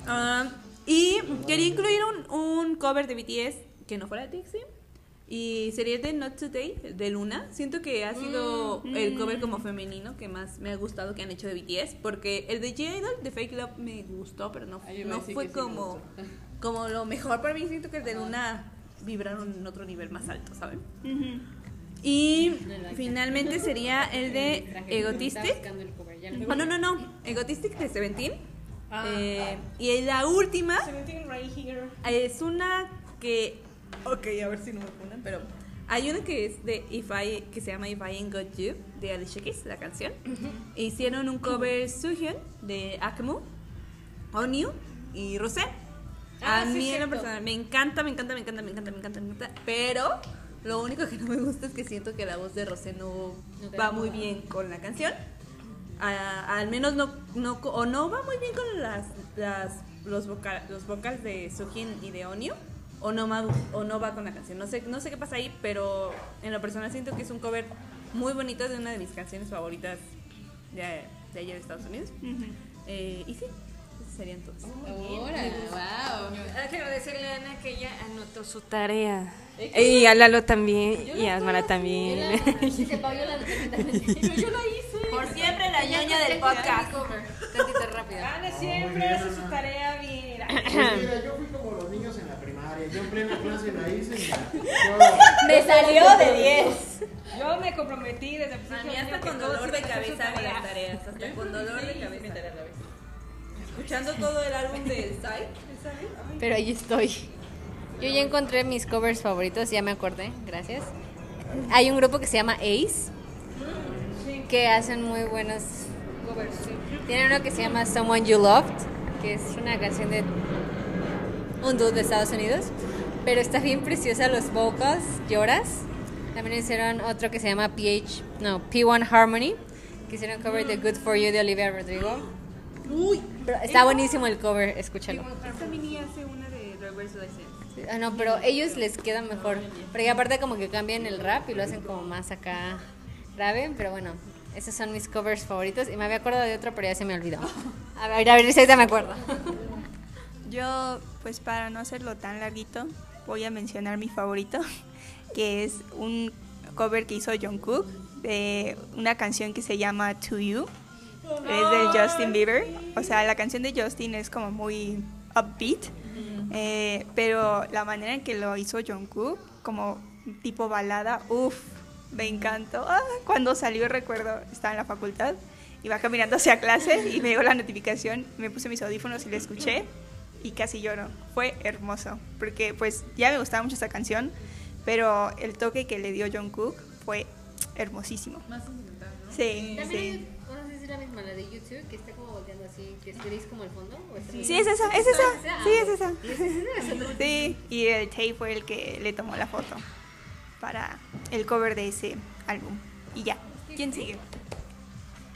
S2: Ah, y quería incluir un, un cover de BTS que no fuera de TXT. Y sería de Not Today, de Luna. Siento que ha sido
S6: Mm.
S2: el cover como femenino que más me ha gustado que han hecho de BTS. Porque el de J-Idol, de Fake Love, me gustó, pero no,
S6: Ay, yo iba a
S2: no
S6: decir
S2: fue
S6: que sí me
S2: como, como lo mejor para mí. Siento que el de Luna vibraron en otro nivel más alto, ¿saben? Y finalmente sería el de
S4: Estaba
S2: Egotistic.
S4: buscando el cover, ya lo-
S2: Ah, No, no, no, no. Egotistic de Seventeen. Eh, y la última es una que. Ok, a ver si no me ponen, pero. Hay una que es de If I, que se llama If I Ain't Got You, de Alicia Keys, la canción. E hicieron un cover Suhyun de Akmu, Onyu y Rosé. a mí en lo personal me encanta, me encanta, me encanta, me encanta, me encanta, me encanta. Pero lo único que no me gusta es que siento que la voz de Rosé no va muy bien con la canción. Ah, al menos no, no co- o no va muy bien con las, las- los vocal, los vocals de Sujin y de Onio o no, ma- o no va con la canción. No sé, no sé qué pasa ahí, pero en lo personal siento que es un cover muy bonito de una de mis canciones favoritas de, de allá de Estados Unidos. Eh, y sí, esas serían todas.
S4: Ahora, wow.
S1: Hay que agradecerle Ah, a Ana que ella anotó su tarea. Y a Lalo también, y a Asmara también.
S3: Si se pagó la
S13: Pero yo la hice.
S2: Por siempre la ñoña del podcast.
S4: Tantito rápido.
S5: Ah,
S13: Ana siempre hace su tarea bien. mira.
S5: Pues Mira, yo fui como los niños en la primaria. Yo en plena clase la hice. y la- yo-
S13: Me salió de 10. Yo me comprometí desde el
S2: A
S13: principio.
S2: mí hasta con dolor de cabeza hago las tareas, hasta con dolor de cabeza. Escuchando todo el álbum del Psy, ¿sabes?
S4: Pero ahí estoy. Yo ya encontré mis covers favoritos, ya me acordé, gracias. Hay un grupo que se llama Ace, que hacen muy buenos covers. Tienen uno que se llama Someone You Loved, que es una canción de un dude de Estados Unidos, pero está bien preciosa los vocals, lloras. También hicieron otro que se llama PH, no, P1 Harmony, que hicieron cover de Good For You de Olivia Rodrigo. Pero está buenísimo el cover, escúchalo.
S2: Esta mini hace una de Reverse License.
S4: Ah, no, pero ellos les queda mejor. Porque aparte como que cambian el rap y lo hacen como más acá grave. Pero bueno, esos son mis covers favoritos. Y me había acordado de otro, pero ya se me olvidó. A ver, a ver, si ahorita me acuerdo.
S10: Yo, pues para no hacerlo tan larguito, voy a mencionar mi favorito, que es un cover que hizo Jungkook de una canción que se llama To You. Es de Justin Bieber. O sea, la canción de Justin es como muy upbeat, eh, pero la manera en que lo hizo Jungkook, como tipo balada, uff, me encantó. Ah, cuando salió, recuerdo, estaba en la facultad. Iba caminando hacia clase y me llegó la notificación, me puse mis audífonos y la escuché y casi lloro. Fue hermoso, porque pues ya me gustaba mucho esa canción, pero el toque que le dio John Cook fue hermosísimo.
S9: Más sentimental, ¿no?
S10: Sí, sí.
S3: También hay, no sé si es la misma, la de YouTube, que está como volteando así, que es gris como el fondo. ¿o está Ah,
S10: Sí, es esa, es esa. Sí, es esa. Sí, y el Tay fue el que le tomó la foto para el cover de ese álbum. Y ya. ¿Quién sigue?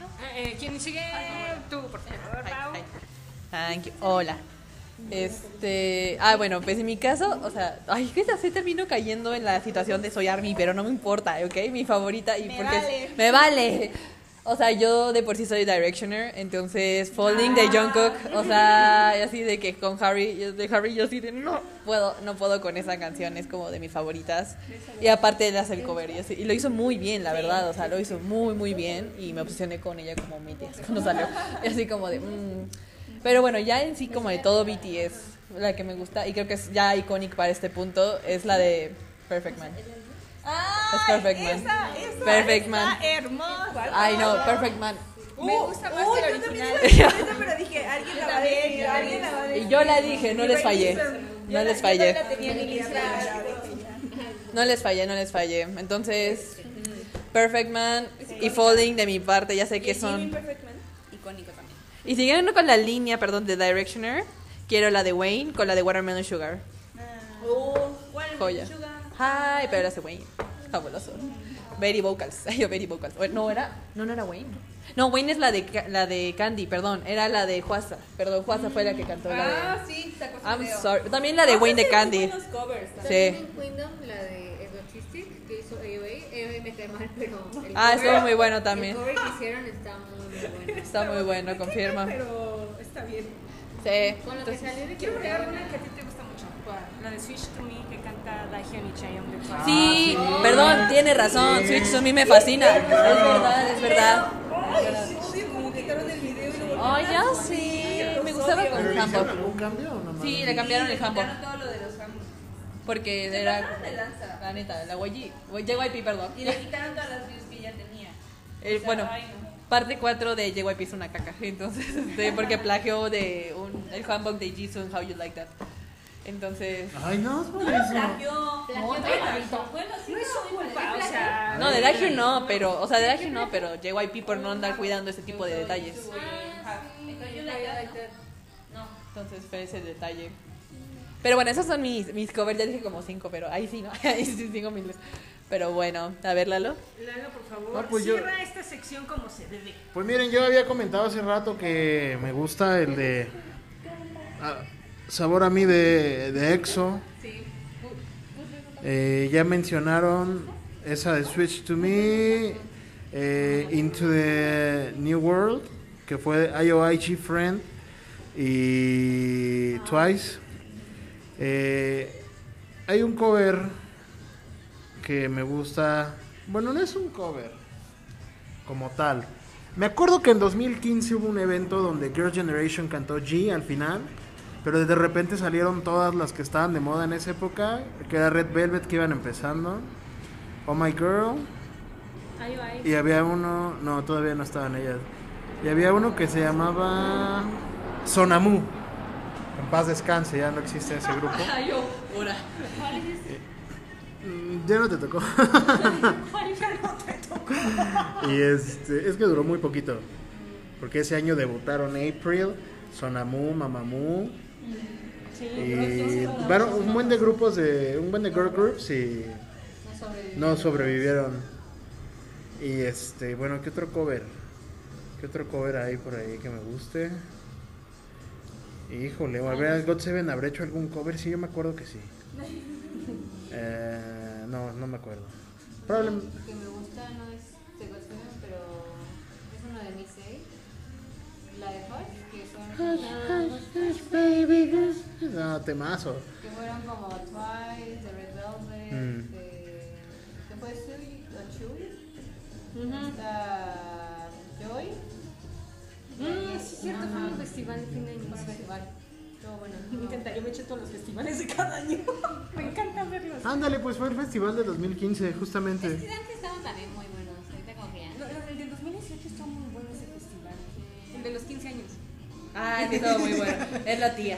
S1: Ah, eh, ¿Quién sigue? Tú, por favor,
S6: Hi, hi. Thank you. Hola. Este, ah, bueno, pues en mi caso, o sea, ay, que así termino cayendo en la situación de soy Army, pero no me importa, ¿ok? Mi favorita y
S13: Me
S6: porque es-
S13: vale.
S6: me vale. O sea, yo de por sí soy Directioner, entonces Falling de Jungkook, o sea, y así de que con Harry, yo- de Harry yo así de no puedo, no puedo con esa canción, es como de mis favoritas. Y aparte le hace el cover y, así- y lo hizo muy bien, la verdad, o sea, lo hizo muy muy bien y me obsesioné con ella como mi tía cuando salió. Y así como de mm, pero bueno, ya en sí como de todo BTS, la que me gusta y creo que es ya icónica para este punto es la de Perfect Man. Es Perfect Man. Perfect Man.
S10: hermosa.
S6: Ay no, Perfect Man.
S10: Me gusta más que el original.
S2: Pero dije, alguien la va a
S13: también,
S2: decir,
S13: yo
S2: alguien la va a decir.
S6: Y yo la dije, no les fallé. No les fallé.
S13: Tenía mi lista.
S6: No les fallé, no les fallé. Entonces, Perfect Man y Falling de mi parte, ya sé que son
S2: Icónico también.
S6: Y siguiendo con la línea, perdón, de Directioner, quiero la de Wayne con la de Watermelon Sugar.
S13: Oh,
S6: Joya. Ay, pero era de Wayne. Fabuloso. Very Vocals. Ay, yo, Very Vocals. O- No, era. No, no era Wayne. No, Wayne es la de, Ca- la de Candy, perdón. Era la de Juasa. Perdón, Juasa fue la que cantó la de.
S13: Ah, sí, sacó su
S6: I'm
S13: video.
S6: sorry. También
S2: Ah,
S6: la de Wayne de Candy.
S2: Los covers.
S6: Sí.
S3: También en Kingdom, la de Egotistic, que hizo AOA. AOA me cae mal, pero. el
S6: Ah,
S3: cover-
S6: estuvo muy bueno también.
S3: El cover que hicieron está muy, muy bueno.
S6: Está muy bueno, confirma.
S13: Pero está bien.
S6: Sí.
S3: Con lo que salió de
S1: Quiero
S3: que
S1: agregar una que a ti te gusta mucho. La de Switch to Me que canta Daehyun y Chaeyoung de Twice.
S6: Sí, perdón, tiene razón. Switch to me me fascina. Es verdad, es verdad.
S13: Ay, odio como quitaron el video y lo volvieron.
S6: Ay, ya sí. Me gustaba con
S5: ¿Pero
S6: el
S5: le hicieron
S6: handball.
S5: algún cambio o nomás?
S6: Sí, le cambiaron el handball.
S13: Quitaron todo lo de los ambos.
S6: Porque era. La neta, la YG. JYP, perdón.
S13: Y le quitaron todas las views que ya tenía.
S6: Eh, bueno,
S13: ay, no.
S6: parte 4 de JYP es una caca. Entonces, este, porque plagió de un, el handball de Jisoo, How You Like That. Entonces.
S5: Ay, no, es por eso.
S13: Yo. Bueno, sí, no es culpa. O sea,
S6: No, de Daehyun no, pero. O sea, de Daehyun no, pero JYP por no andar cuidando ese tipo de detalles. Ah, Entonces fue ese detalle. Pero bueno, esos son mis, mis covers. Ya dije como cinco, pero ahí sí, ¿no? Ahí sí, cinco miles. Pero bueno, a ver, Lalo.
S1: Lalo, por favor,
S5: No, pues yo-
S1: cierra esta sección como se debe.
S5: Pues miren, yo había comentado hace rato que me gusta el de ah, Sabor a mí de, de EXO. Eh, ya mencionaron esa de Switch to Me, eh, Into the New World, que fue IOIG Friend y Twice. Eh, hay un cover que me gusta. Bueno, no es un cover como tal. Me acuerdo que en 2015 hubo un evento donde Girl Generation cantó G al final, pero de repente salieron todas las que estaban de moda en esa época, que era Red Velvet que iban empezando, Oh My Girl, y había uno, no, todavía no estaban ellas, y había uno que se llamaba Sonamu. En paz descanse, ya no existe ese grupo. Mm, Ya no te tocó. Y este, es que duró muy poquito. Porque ese año debutaron April, Sonamu, Mamamoo. y bueno, un buen de grupos de un buen de girl groups y no sobrevivieron. Y este, bueno, ¿qué otro cover? ¿Qué otro cover hay por ahí que me guste? Híjole, o a ver, God Seven habré hecho algún cover, sí, yo me acuerdo que sí. Eh, no, no me acuerdo. Probablemente
S4: que me gusta no es de Ghost Women, pero es uno de mis seis. La de Hot, que son unas-
S5: No, Ah, temazo.
S4: que fueron como Twice, The Red Velvet, eh,
S5: Mm.
S4: de- que fue Sui o Chui, la Joy.
S1: Mm, sí, es cierto, fue un festival de fin de año.
S4: Estuvo bueno.
S2: Me encantaría me eché todos los festivales de cada año. Me encanta verlos.
S5: Ándale, pues fue el festival de 2015,
S4: Es
S5: justamente.
S4: que antes estaban también muy buenos, ahorita como que ya.
S2: No, no, el del 2018 estuvo muy bueno ese festival. El de los 15 años.
S13: Ah, sí, todo muy bueno. Es la tía.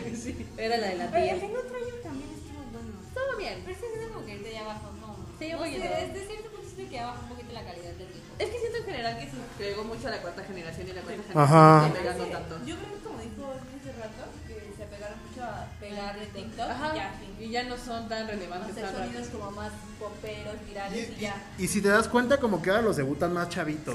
S13: Era la de la
S2: Pero
S13: tía.
S2: el del otro año también estuvo bueno.
S4: Estuvo bien, pero estoy siento como que ahorita ya bajó como.
S13: Sí,
S4: no
S13: un poquito.
S4: sé, desde cierto punto siento que ya bajó un poquito la calidad del disco.
S6: Es que siento en general que se pegó mucho a la cuarta generación y la cuarta
S5: Ajá.
S6: generación no pegando tanto.
S13: Yo creo que como dijo Olga hace rato, que se pegaron mucho a pegar de TikTok y
S6: Ajá.
S13: ya, fin.
S6: Y ya no son tan relevantes.
S13: Hacer
S6: tan rápido.
S13: sonidos como más poperos, virales y
S5: Y,
S13: ya.
S5: y- y si te das cuenta, como que ahora los debutan más
S13: Ah,
S5: chavitos.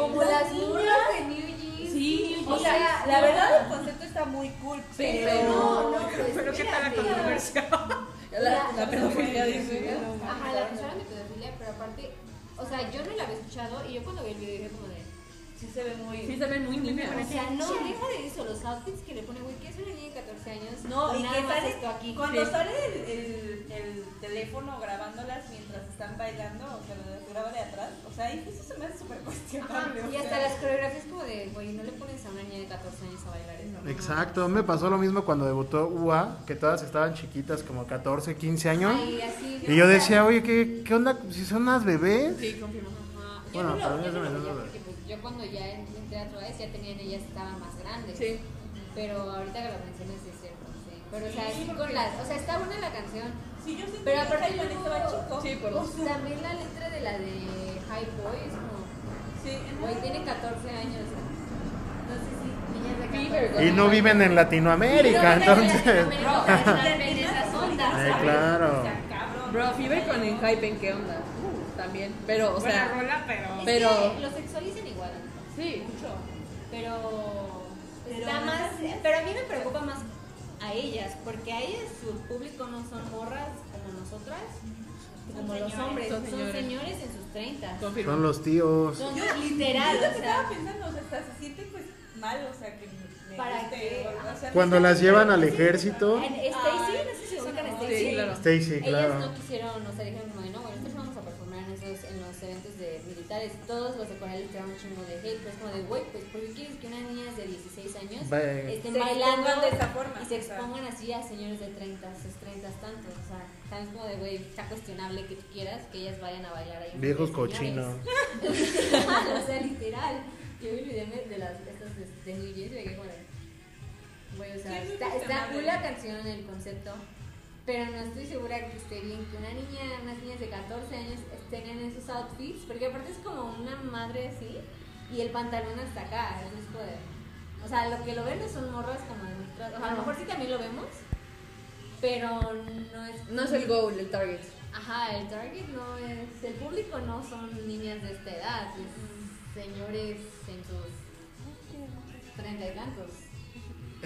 S13: Como las burlas de New Jeans. Sí, o sea, la verdad el concepto está muy cool, pero...
S3: No, no, pues, Pero qué tal la controversia.
S6: La, la pedofilia dice.
S4: Ajá, la acusaron de pedofilia, pero aparte, o sea, yo no la había escuchado y yo cuando vi el video dije como de, sí se ve muy...
S6: Sí, se ven muy niñas.
S4: o sea, no, deja de eso, los outfits que le pone, güey, que es una niña de 14 años,
S13: No,
S4: con
S13: y
S4: nada
S13: que
S4: más
S13: sale
S4: esto aquí.
S13: Cuando sale el, el, el teléfono grabándolas mientras están bailando, o sea, lo graba de atrás, o sea, y eso se me hace súper
S4: Ajá,
S13: cuestionable. o
S4: y hasta
S13: sea.
S4: las coreografías como de, güey, no le pones a una niña de 14 años a bailar eso.
S5: Exacto, me pasó lo mismo cuando debutó UA, que todas estaban chiquitas, como 14, 15 años.
S4: Ay, así,
S5: Y yo decía, oye, ¿qué, qué onda? Si son unas bebés.
S4: Ajá. Yo
S5: Bueno,
S4: no
S5: para
S4: lo,
S5: mí
S4: yo
S5: eso
S4: no
S5: me
S4: lo
S5: da
S4: veía
S5: duda.
S4: porque pues, yo cuando ya entré a Twice ya tenían, ellas estaban más grandes. Sí. Pero ahorita que lo mencionas sí es cierto, sí. Pero o sea, sí con las, o sea, está buena la canción.
S13: Sí, yo siento
S4: Pero
S13: que
S4: aparte
S13: Simon
S4: luego-
S13: estaba chico.
S6: Sí, por dos.
S4: También la letra de la de High Boy es como,
S13: Sí, en
S4: güey, tiene 14 años. No sé si niñas de 14.
S5: Y no viven en Latinoamérica, entonces.
S4: No, en esas ondas.
S5: Eh, claro.
S6: Bro, Fever con el hype en qué onda. Uh, también. Pero, o
S2: Buena
S6: sea.
S2: rola, pero.
S6: Pero.
S4: Es que Lo sexualizan igual.
S6: Sí, mucho.
S4: Pero.
S3: Está más, pero a mí me preocupa más a ellas, porque a ellas su público no son morras como nosotras, como los hombres,
S6: son
S3: son
S6: señores.
S3: señores, en sus 30.
S6: Confirmo.
S5: Son los tíos.
S3: Son
S13: Yo-
S3: literal,
S13: Es lo
S3: o
S13: que
S3: sea,
S13: estaba pensando, o sea, hasta se siente pues mal, o sea, que me
S3: ¿Para
S13: guste,
S3: qué?
S13: o- o sea, no
S5: Ah. Cuando
S13: está-
S5: las llevan al ejército.
S3: en Stacy, no sé si ubican a Stacy.
S6: Sí, claro.
S5: Stacy,
S4: Ellas
S5: claro.
S4: no quisieron, o sea, dijeron como de no, bueno, nosotros no vamos a performar en, esos, en los eventos de militares. Todos los de Corea les tiraron un chingo de hate, pero es como de, güey, pues, ¿por qué quieres que unas niñas de 16 años
S5: Vaya.
S4: estén
S13: Se
S4: bailando
S13: expongan de esa forma,
S4: y se
S13: o sea.
S4: expongan así a señores de 30, sus 30 tantos? O sea, también es como de, güey, está cuestionable que tú quieras que ellas vayan a bailar ahí. enfrente de
S5: Viejos
S4: señores.
S5: cochinos.
S4: Literal, o sea, literal. Yo vi el video de- de las estas de, de New Jeans y me quedé como de, Güey, o sea,
S13: Sí, es muy
S4: está, está
S13: cuestionable.
S4: cool la canción en el concepto, pero no estoy segura que esté bien que una niña, unas niñas de 14 años estén en esos outfits, porque aparte es como una madre así y el pantalón hasta acá, eso es poder. O sea, lo que lo ven no son morras como de nosotras, o sea, a lo mejor sí también lo vemos, pero no es...
S6: No es el goal, el target.
S4: Ajá, el target no es... El público no son niñas de esta edad, es señores en sus 30 y tantos.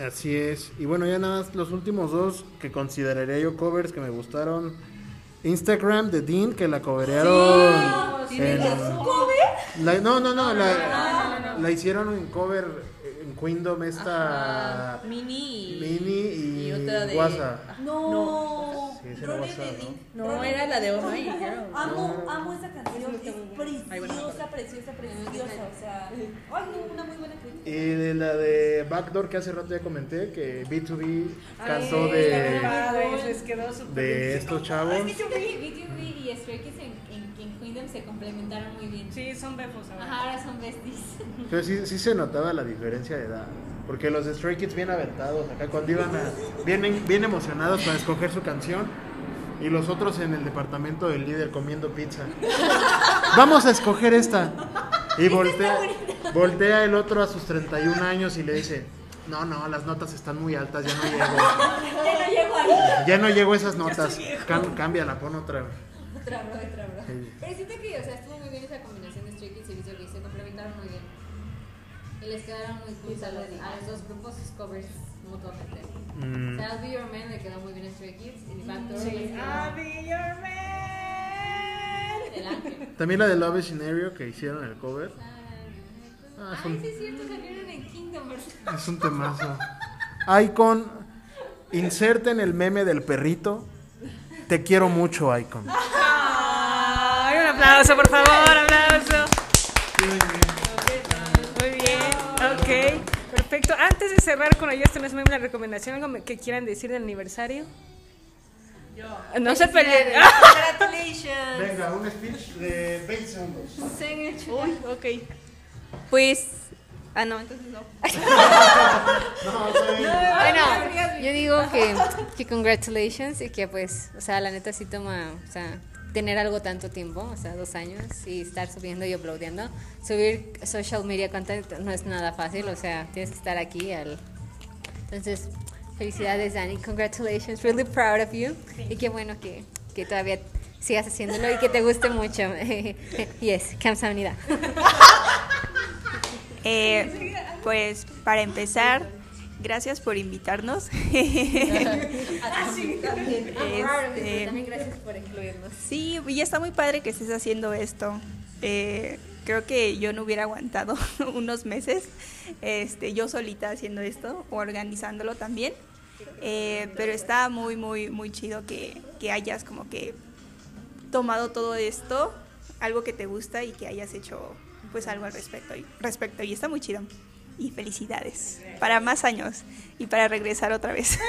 S5: Así es. Y bueno, ya nada más los últimos dos que consideraría yo covers que me gustaron. Instagram de Dean que la coberearon. en- La- no, no, Ah, no, la, la hicieron en cover en Queendom esta
S6: Mini.
S5: Mini y,
S6: y otra de-
S5: Guasa.
S13: No,
S5: Sí, es el
S13: Rory
S5: WhatsApp,
S13: de
S5: ¿no?
S13: Link.
S6: No, era la de Oh My Girl.
S13: Amo, amo esa canción, es preciosa, preciosa, preciosa, o sea, ay, no, una muy buena crítica.
S5: Y de la de Backdoor que hace rato ya comenté, que B2B cantó de,
S1: ¿eh? Les quedó súper
S5: Eh, de estos chavos.
S3: BTV y Stray Kids en, en, en Kingdom se complementaron muy bien.
S1: Sí, son befos ahora.
S3: Ajá, ahora son besties.
S5: Pero sí, sí se notaba la diferencia de edad. Porque los de Stray Kids bien aventados acá, cuando iban a, vienen bien emocionados para escoger su canción. Y los otros en el departamento del líder comiendo pizza. Vamos a escoger esta. Y voltea, voltea el otro a sus 31 años y le dice, no, no, las notas están muy altas, ya no llego.
S13: Ya no llego ahí.
S5: Ya no llego a esas notas. Cam- cámbiala, pon otra.
S3: Otra bro, otra bro.
S5: Sí.
S3: Pero siento que, o sea, estuvo muy bien esa combinación de Stray Kids y Visual Kids, se complementaron muy bien. Y les quedaron muy cool a los, a los dos grupos sus covers mutuamente. O
S5: Mm,
S3: sea, Be Your Man le quedó muy bien a Stray Kids y Backdoor les quedó el ángel.
S5: También la de Love Scenario que hicieron el cover. Ah,
S3: Ay,
S5: son-
S3: sí es cierto, salieron en Kingdom, ¿verdad?
S5: Es un temazo. Icon, inserten el meme del perrito. Te quiero mucho, Icon.
S1: Ay, un aplauso, por favor, aplauso. Muy bien, ok, perfecto. Antes de cerrar con ellos, tenés una recomendación, algo que quieran decir del aniversario. No se peleen.
S13: Congratulations.
S5: Venga, un speech de 20 segundos.
S6: Uy, ok.
S2: Pues. Ah, no, entonces no.
S4: Bueno, yo digo que, que congratulations y que pues, o sea, la neta sí toma, o sea, tener algo tanto tiempo, o sea, dos años y estar subiendo y uploadeando. Subir social media content no es nada fácil, o sea, tienes que estar aquí al... Entonces, felicidades Dani, congratulations, really proud of you. Y qué bueno que, que todavía sigas haciéndolo y que te guste mucho. yes, Kamsahamnida.
S10: Eh, pues para empezar, gracias por invitarnos. Este,
S3: También gracias por incluirnos.
S10: sí, y está muy padre que estés haciendo esto. Eh, creo que yo no hubiera aguantado unos meses este, yo solita haciendo esto, organizándolo también. Eh, pero está muy, muy, muy chido que, que hayas como que tomado todo esto, algo que te gusta y que hayas hecho pues algo al respecto. Y, respecto, y está muy chido. Y felicidades para más años y para regresar otra vez.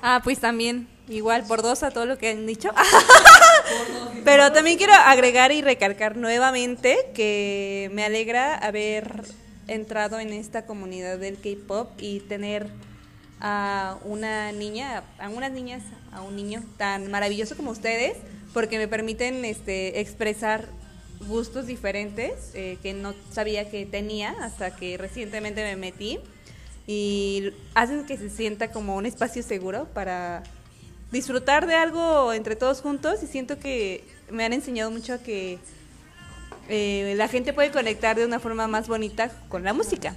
S2: Ah, pues también, igual, por dos a todo lo que han dicho. Ah, Pero también quiero agregar y recalcar nuevamente que me alegra haber entrado en esta comunidad del K-pop y tener a una niña, a unas niñas, a un niño tan maravilloso como ustedes, porque me permiten este, expresar gustos diferentes eh, que no sabía que tenía hasta que recientemente me metí y hacen que se sienta como un espacio seguro para disfrutar de algo entre todos juntos y siento que me han enseñado mucho a que eh, la gente puede conectar de una forma más bonita con la música.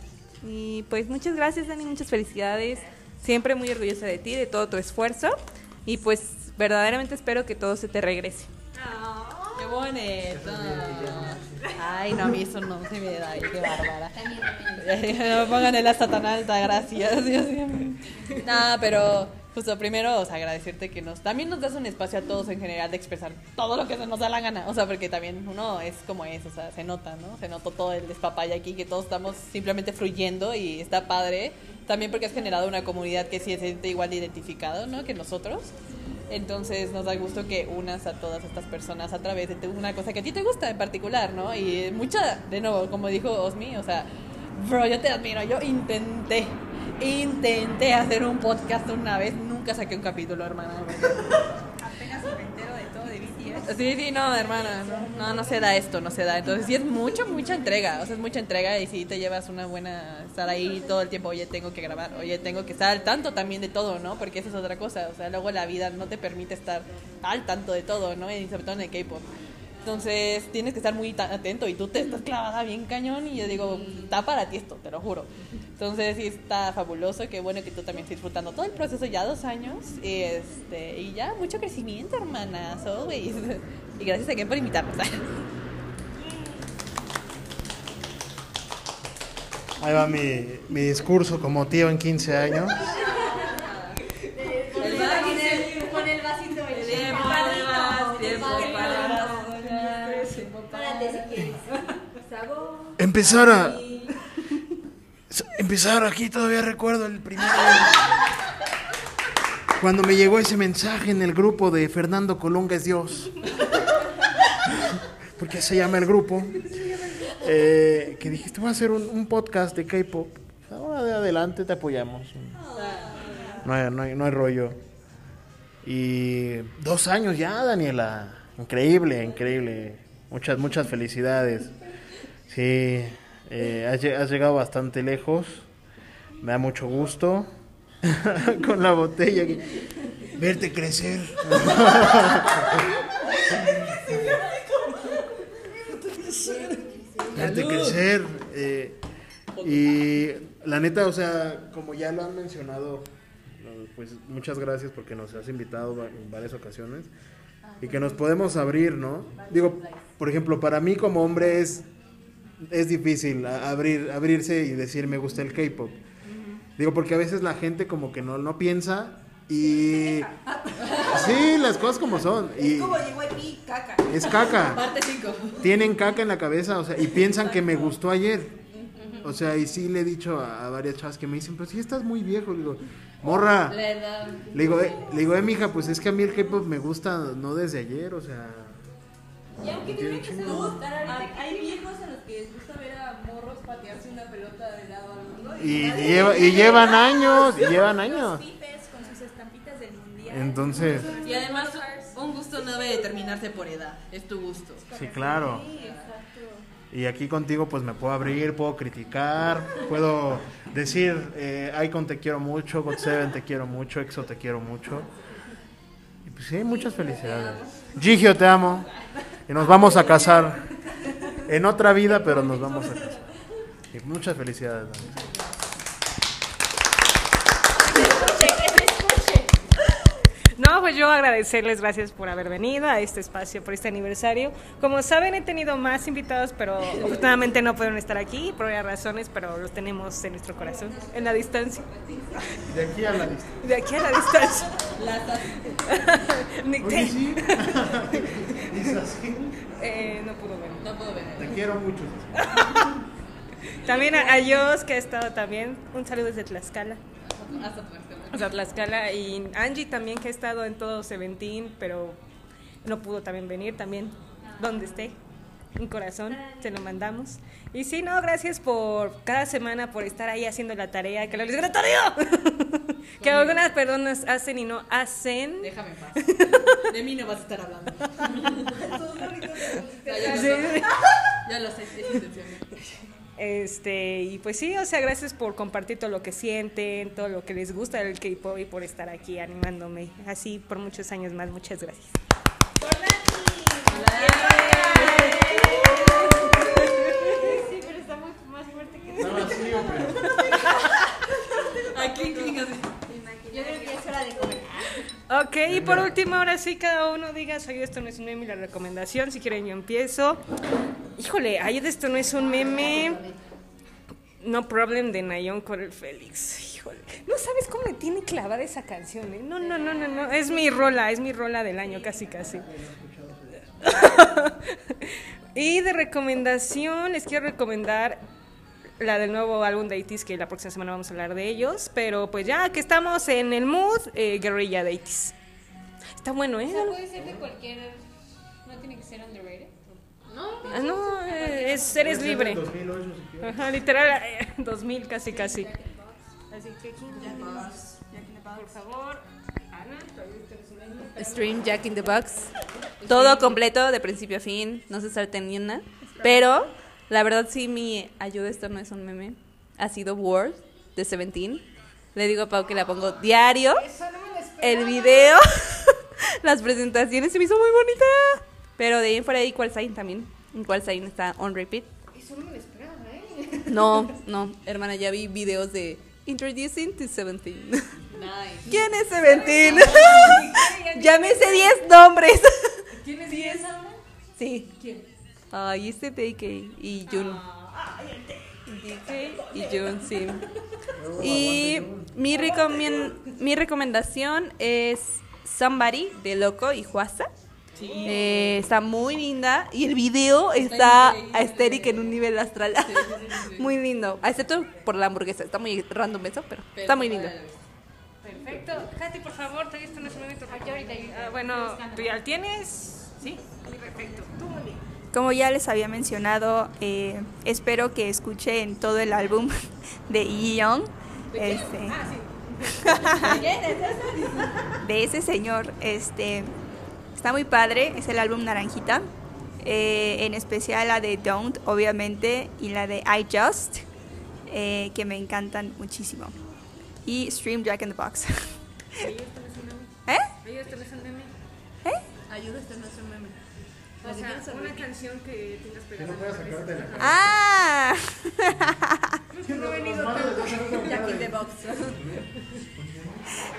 S2: Y pues muchas gracias Dani, muchas felicidades, siempre muy orgullosa de ti, de todo tu esfuerzo y pues verdaderamente espero que todo se te regrese.
S6: Qué bonito. Ay, no, a mí eso no se me da. Ay, qué bárbara. No me pongan el hasta tan alta, gracias. Dios mío. Nada, pero justo primero, o sea, agradecerte que nos también nos das un espacio a todos en general de expresar todo lo que se nos da la gana. O sea, porque también uno es como es, o sea, se nota, ¿no? Se notó todo el despapalle aquí, que todos estamos simplemente fluyendo y está padre. También porque has generado una comunidad que sí se siente igual de identificado, ¿no? Que nosotros. Entonces nos da gusto que unas a todas estas personas a través de una cosa que a ti te gusta en particular, ¿no? Y mucha, de nuevo, como dijo Osmi, o sea, bro, yo te admiro, yo intenté, intenté hacer un podcast una vez, nunca saqué un capítulo, hermana. Sí, sí, no, hermana, no, no, no se da esto, no se da. Entonces, sí es mucha, mucha entrega, o sea, es mucha entrega y sí te llevas una buena, estar ahí todo el tiempo, oye, tengo que grabar, oye, tengo que estar al tanto también de todo, ¿no? Porque esa es otra cosa, o sea, luego la vida no te permite estar al tanto de todo, ¿no? Y sobre todo en el K-Pop. Entonces, Mm. tienes que estar muy ta- atento y tú te estás clavada bien cañón y yo digo, está para ti esto, te lo juro.
S2: Entonces sí está fabuloso, qué bueno que tú también estés disfrutando todo el proceso ya dos años y, este, y ya mucho crecimiento, hermanas, always. Y gracias again por invitarnos.
S5: Ahí va mi, mi discurso como tío en 15 años.
S4: Con el vasito Párate si quieres. Sabor.
S5: Empezar a. Empezar aquí, todavía recuerdo el primer. Cuando me llegó ese mensaje en el grupo de Fernando Colunga es Dios. Porque se llama el grupo. eh, que dijiste, voy a hacer un, un podcast de K-pop. Ahora de adelante te apoyamos. No hay, no hay- no hay rollo. Y dos años ya, Daniela. Increíble, increíble. Muchas, muchas felicidades. Sí, eh, has, lle- has llegado bastante lejos. Me da mucho gusto. Con la botella. aquí. Verte crecer. Verte crecer. eh, y la neta, o sea, como ya lo han mencionado, no, pues muchas gracias porque nos has invitado va- en varias ocasiones y que nos podemos abrir, ¿no? Digo, por ejemplo, para mí como hombre es, es difícil a- abrir, abrirse y decir me gusta el K-pop. Digo, porque a veces la gente como que no, no piensa y... Sí, las cosas como son. Y
S15: ¿Cómo llegó aquí? Caca.
S5: es caca
S2: Parte 5.
S5: tienen caca en la cabeza, o sea, y piensan que me gustó ayer. O sea, y sí le he dicho a, a varias chavas que me dicen, pero si estás muy viejo, le digo, morra. Le digo, eh, le digo, eh, mija, pues es que a mí el K-pop me gusta no desde ayer, o sea.
S16: Y aunque
S5: tiene
S16: tiene que
S5: chingo.
S16: ser buscar ahorita
S6: Hay viejos a los que les gusta ver a morros patearse una pelota de lado al mundo.
S5: Y, lleva- y llevan años, y llevan
S15: Los
S5: años.
S15: pipes con sus estampitas del mundial.
S5: Entonces,
S2: Y además, un gusto no debe determinarse por edad, es tu gusto.
S5: sí, claro. Y aquí contigo, pues me puedo abrir, puedo criticar, puedo decir, eh, Icon te quiero mucho, God Seven te quiero mucho, EXO te quiero mucho. Y pues sí, muchas felicidades. Gigio, te amo. Y nos vamos a casar. En otra vida, pero nos vamos a casar. Y muchas felicidades. Dani.
S1: No, pues yo agradecerles, gracias por haber venido a este espacio, por este aniversario. Como saben, he tenido más invitados, pero afortunadamente no pueden estar aquí por varias razones, pero los tenemos en nuestro corazón, en la distancia.
S5: De aquí a la lista.
S1: De aquí a la distancia. Ni
S5: Oye,
S1: te-
S5: sí. Dice así,
S1: Eh, no pudo ver.
S5: Te quiero mucho.
S1: También a, a Jos, que ha estado también. Un saludo desde Tlaxcala. Hasta Tlaxcala. Y Angie también, que ha estado en todo Seventeen, pero no pudo también venir también. Donde esté. Un corazón, se lo mandamos. Y sí, no, gracias por cada semana por estar ahí haciendo la tarea, que lo les tarea. que algunas personas hacen y no hacen.
S2: Déjame en paz. De mí no vas a estar hablando. ya,
S1: Sí.
S2: ya lo sé, es intención.
S1: Este, y pues sí, o sea, gracias por compartir todo lo que sienten, todo lo que les gusta del K-pop y por estar aquí animándome. Así por muchos años más, muchas gracias.
S4: Sí, pero está muy- más fuerte que
S5: Está vacío, pero-
S2: Aquí,
S4: Yo creo que ya es hora de comer.
S1: Ok, y por último, ahora sí, cada uno diga, soy esto no es un meme, la recomendación, si quieren yo empiezo. Híjole, ay, de esto no es un meme. No Problem de Nayon con el Félix. Híjole, no sabes cómo le tiene clavada esa canción, ¿eh? No, no, no, no, no, es mi rola, es mi rola del año, casi, casi. y de recomendación, les quiero recomendar la del nuevo álbum de 80 que la próxima semana vamos a hablar de ellos, pero pues ya que estamos en el mood, eh, guerrilla de 80 Está bueno, ¿eh?
S17: O sea, puede ser de cualquier. No tiene que ser underrated. No,
S1: Ah, no, eh, es, eres libre.
S5: 2008, si quieres.
S1: Ajá, literal, eh, 2000 casi, casi. Así que, Por favor, Ana,
S2: Stream Jack in the Box. Todo completo, de principio a fin. No se salten ni una. Pero, la verdad, sí, mi ayuda, esto no es un meme. Ha sido Word de Seventeen. Le digo a Pau que la pongo diario. El video. Las presentaciones se me hizo muy bonita. Pero de ahí en fuera, y Sign también. Sign está on repeat.
S4: Eso no me lo esperaba, ¿eh?
S6: No, no, hermana, ya vi videos de Introducing to Seventeen. ¿Quién es Seventeen? ya me sé 10 nombres.
S2: ¿Quién es 10
S6: Sí.
S2: ¿Quién?
S6: Ay, este DK y Jun. Ah, DK y Jun, sí. Y mi, recomen- mi recomendación es Somebody de Loco y Juasa. Eh, está muy linda y el video está estéril en un nivel astral. muy lindo, excepto por la hamburguesa. Está muy random eso, pero está muy lindo.
S1: Perfecto. Katy, por favor, te visto en ese momento. Ah, bueno, tú ya lo tienes. Sí. Perfecto. Tú muy bien.
S18: Como ya les había mencionado, eh, espero que escuchen todo el álbum de Yi Young. Este, de ese señor. Este, está muy padre, es el álbum Naranjita. Eh, en especial la de Don't, obviamente, y la de I Just, eh, que me encantan muchísimo. Y Stream Jack in the Box. ¿Eh?
S1: Ellos te un meme.
S18: ¿Eh?
S1: O sea, una canción que tengas pegada.
S19: no puedes sacarte de la cabeza.
S18: ¡Ah!
S1: No he venido tanto.
S19: Jack in the
S6: Box.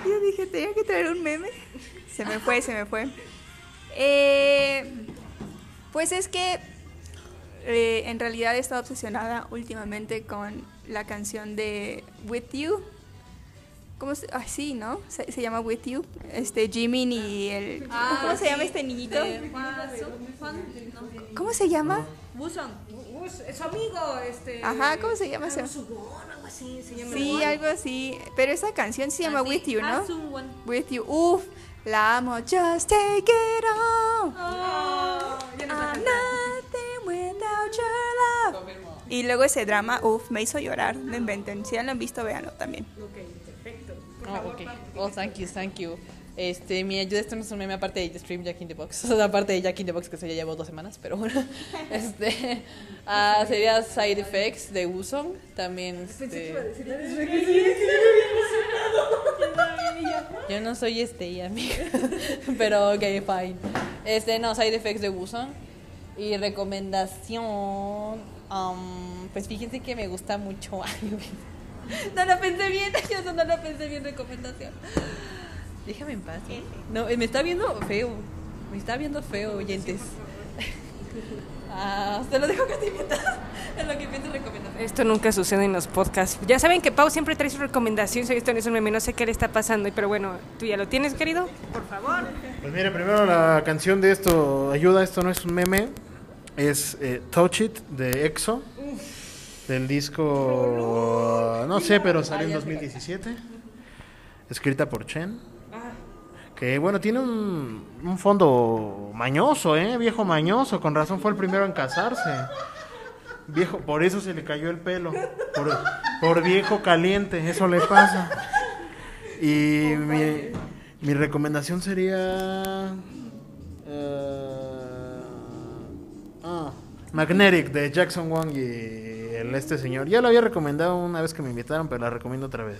S18: Yo dije, tenía que traer un meme. Se me fue, se me fue. Eh, pues es que eh, en realidad he estado obsesionada últimamente con la canción de With You. ¿Cómo se? Ay, sí, ¿no? Se, se llama With You. Este, Jimin y el... ¿Cómo
S2: Ah,
S6: Ah,
S18: se llama este niñito? ¿Cómo se llama?
S1: Es su amigo, este.
S18: Ajá, ¿cómo se llama? Se-
S1: Sugón, algo así. Se llama
S18: Sí, algo así. Pero esa canción se llama With You, ¿no? With You. Uf, la amo. Just take it all.
S1: Ah,
S18: Ah, I'm nothing without your love. Y luego ese drama, uf, me hizo llorar. No inventen. Si ya lo han visto, véanlo también.
S6: Oh, ok. Oh, thank you, thank you. Este, mi ayuda este no es un meme aparte de Stream Jack in the Box. O sea, aparte de Jack in the Box, que se ya llevó dos semanas, pero bueno. Este, ah, sería Side Effects de Usong. También, este, yo no soy este, amiga. Pero, ok, fine. Este, no, Side Effects de Usong. Y recomendación, am, pues fíjense que me gusta mucho. No lo pensé bien, yo no lo pensé bien, recomendación. Déjame en paz. No, eh, me está viendo feo. Me está viendo feo, oyentes. Ah, te lo dejo que te mientas. En lo que pienso recomendación.
S1: Esto nunca sucede en los podcasts. Ya saben que Pau siempre trae su recomendación. Esto no es un meme, no sé qué le está pasando. Pero bueno, tú ya lo tienes, querido. Por favor.
S5: Pues miren, primero la canción de esto, ayuda, esto no es un meme, es eh, Touch It de EXO, del disco, no sé, pero salió en 2017, escrita por Chen, que bueno, tiene un, un fondo mañoso, ¿eh? Viejo mañoso, con razón fue el primero en casarse. Viejo, por eso se le cayó el pelo, por, por viejo caliente, eso le pasa. Y mi, mi recomendación sería. eh, ah, Magnetic de Jackson Wang y el este señor. Ya lo había recomendado una vez que me invitaron, pero la recomiendo otra vez.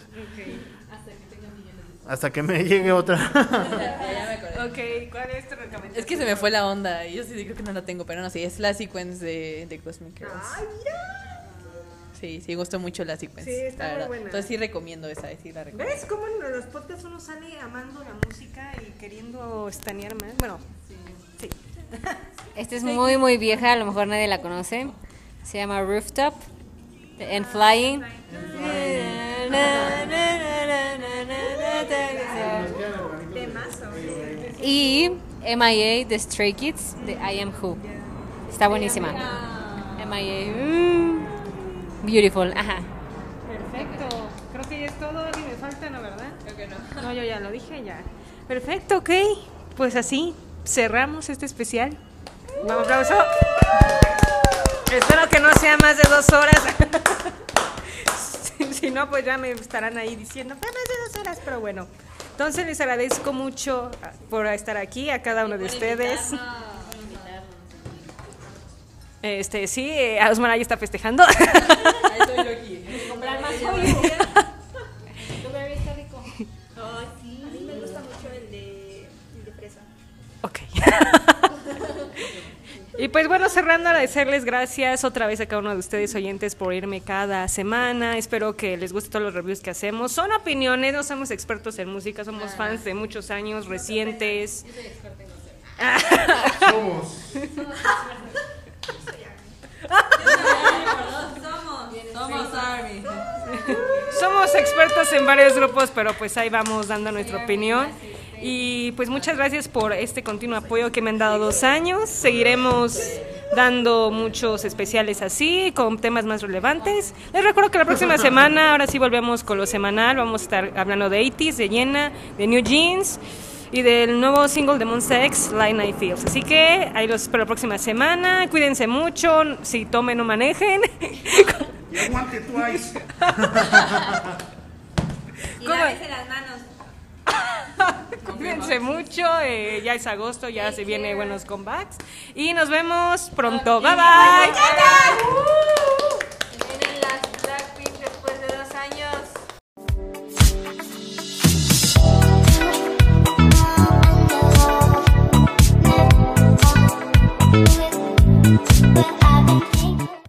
S5: Hasta que me llegue otra.
S1: Ah, Ok, ¿cuál es tu recomendación?
S6: Es que se me fue la onda. y Yo sí creo que no la tengo, pero no sé. es la sequence de, de Cosmic Girls. ¡Ay, mira! Sí, sí, gustó mucho la sequence.
S1: Sí, está
S6: la
S1: muy
S6: verdad.
S1: buena.
S6: Entonces sí recomiendo esa, eh, sí la recomiendo.
S1: ¿Ves cómo en los podcasts uno sale amando la música y queriendo estanear más? Bueno, sí.
S4: Esta es muy, muy vieja, a lo mejor nadie la conoce. Se llama Rooftop de and Flying. Y MIA de Stray Kids de I Am Who. Está buenísima. MIA. mm, Beautiful, ajá.
S1: Perfecto. Creo que ya es todo. ¿Alguien me falta, no, verdad? Creo que no. No, yo ya lo dije, ya. Perfecto, ok. Pues así cerramos este especial. Un aplauso. Espero que no sea más de dos horas. si, si no, pues ya me estarán ahí diciendo, fue más de dos horas, pero bueno. Entonces les agradezco mucho ah, por estar aquí, a cada uno de ustedes. Este, sí, eh, Osmar ahí está festejando.
S18: A mí me gusta mucho el de, el de fresa.
S1: Ok. Y pues bueno, cerrando, agradecerles gracias otra vez a cada uno de ustedes oyentes por irme cada semana. Espero que les guste todos los reviews que hacemos. Son opiniones, no somos expertos en música, somos fans de muchos años recientes.
S5: Somos.
S2: Somos Army.
S1: Somos expertos en varios grupos, pero pues ahí vamos dando nuestra opinión. Y pues muchas gracias por este continuo apoyo que me han dado dos años. Seguiremos dando muchos especiales así, con temas más relevantes. Les recuerdo que la próxima semana, ahora sí volvemos con lo semanal, vamos a estar hablando de 80s, de Yena, de New Jeans y del nuevo single de Monsta X, Line I Feels. Así que ahí los espero la próxima semana. Cuídense mucho, si tomen, no manejen.
S5: Y aguante Twice.
S2: Y
S1: ¿Cómo?
S2: lávense las manos.
S1: Cuídense mucho, eh, ya es agosto, ya se vienen buenos comebacks. Y nos vemos pronto. Bye bye.
S4: Vienen las Blackpink después de dos años.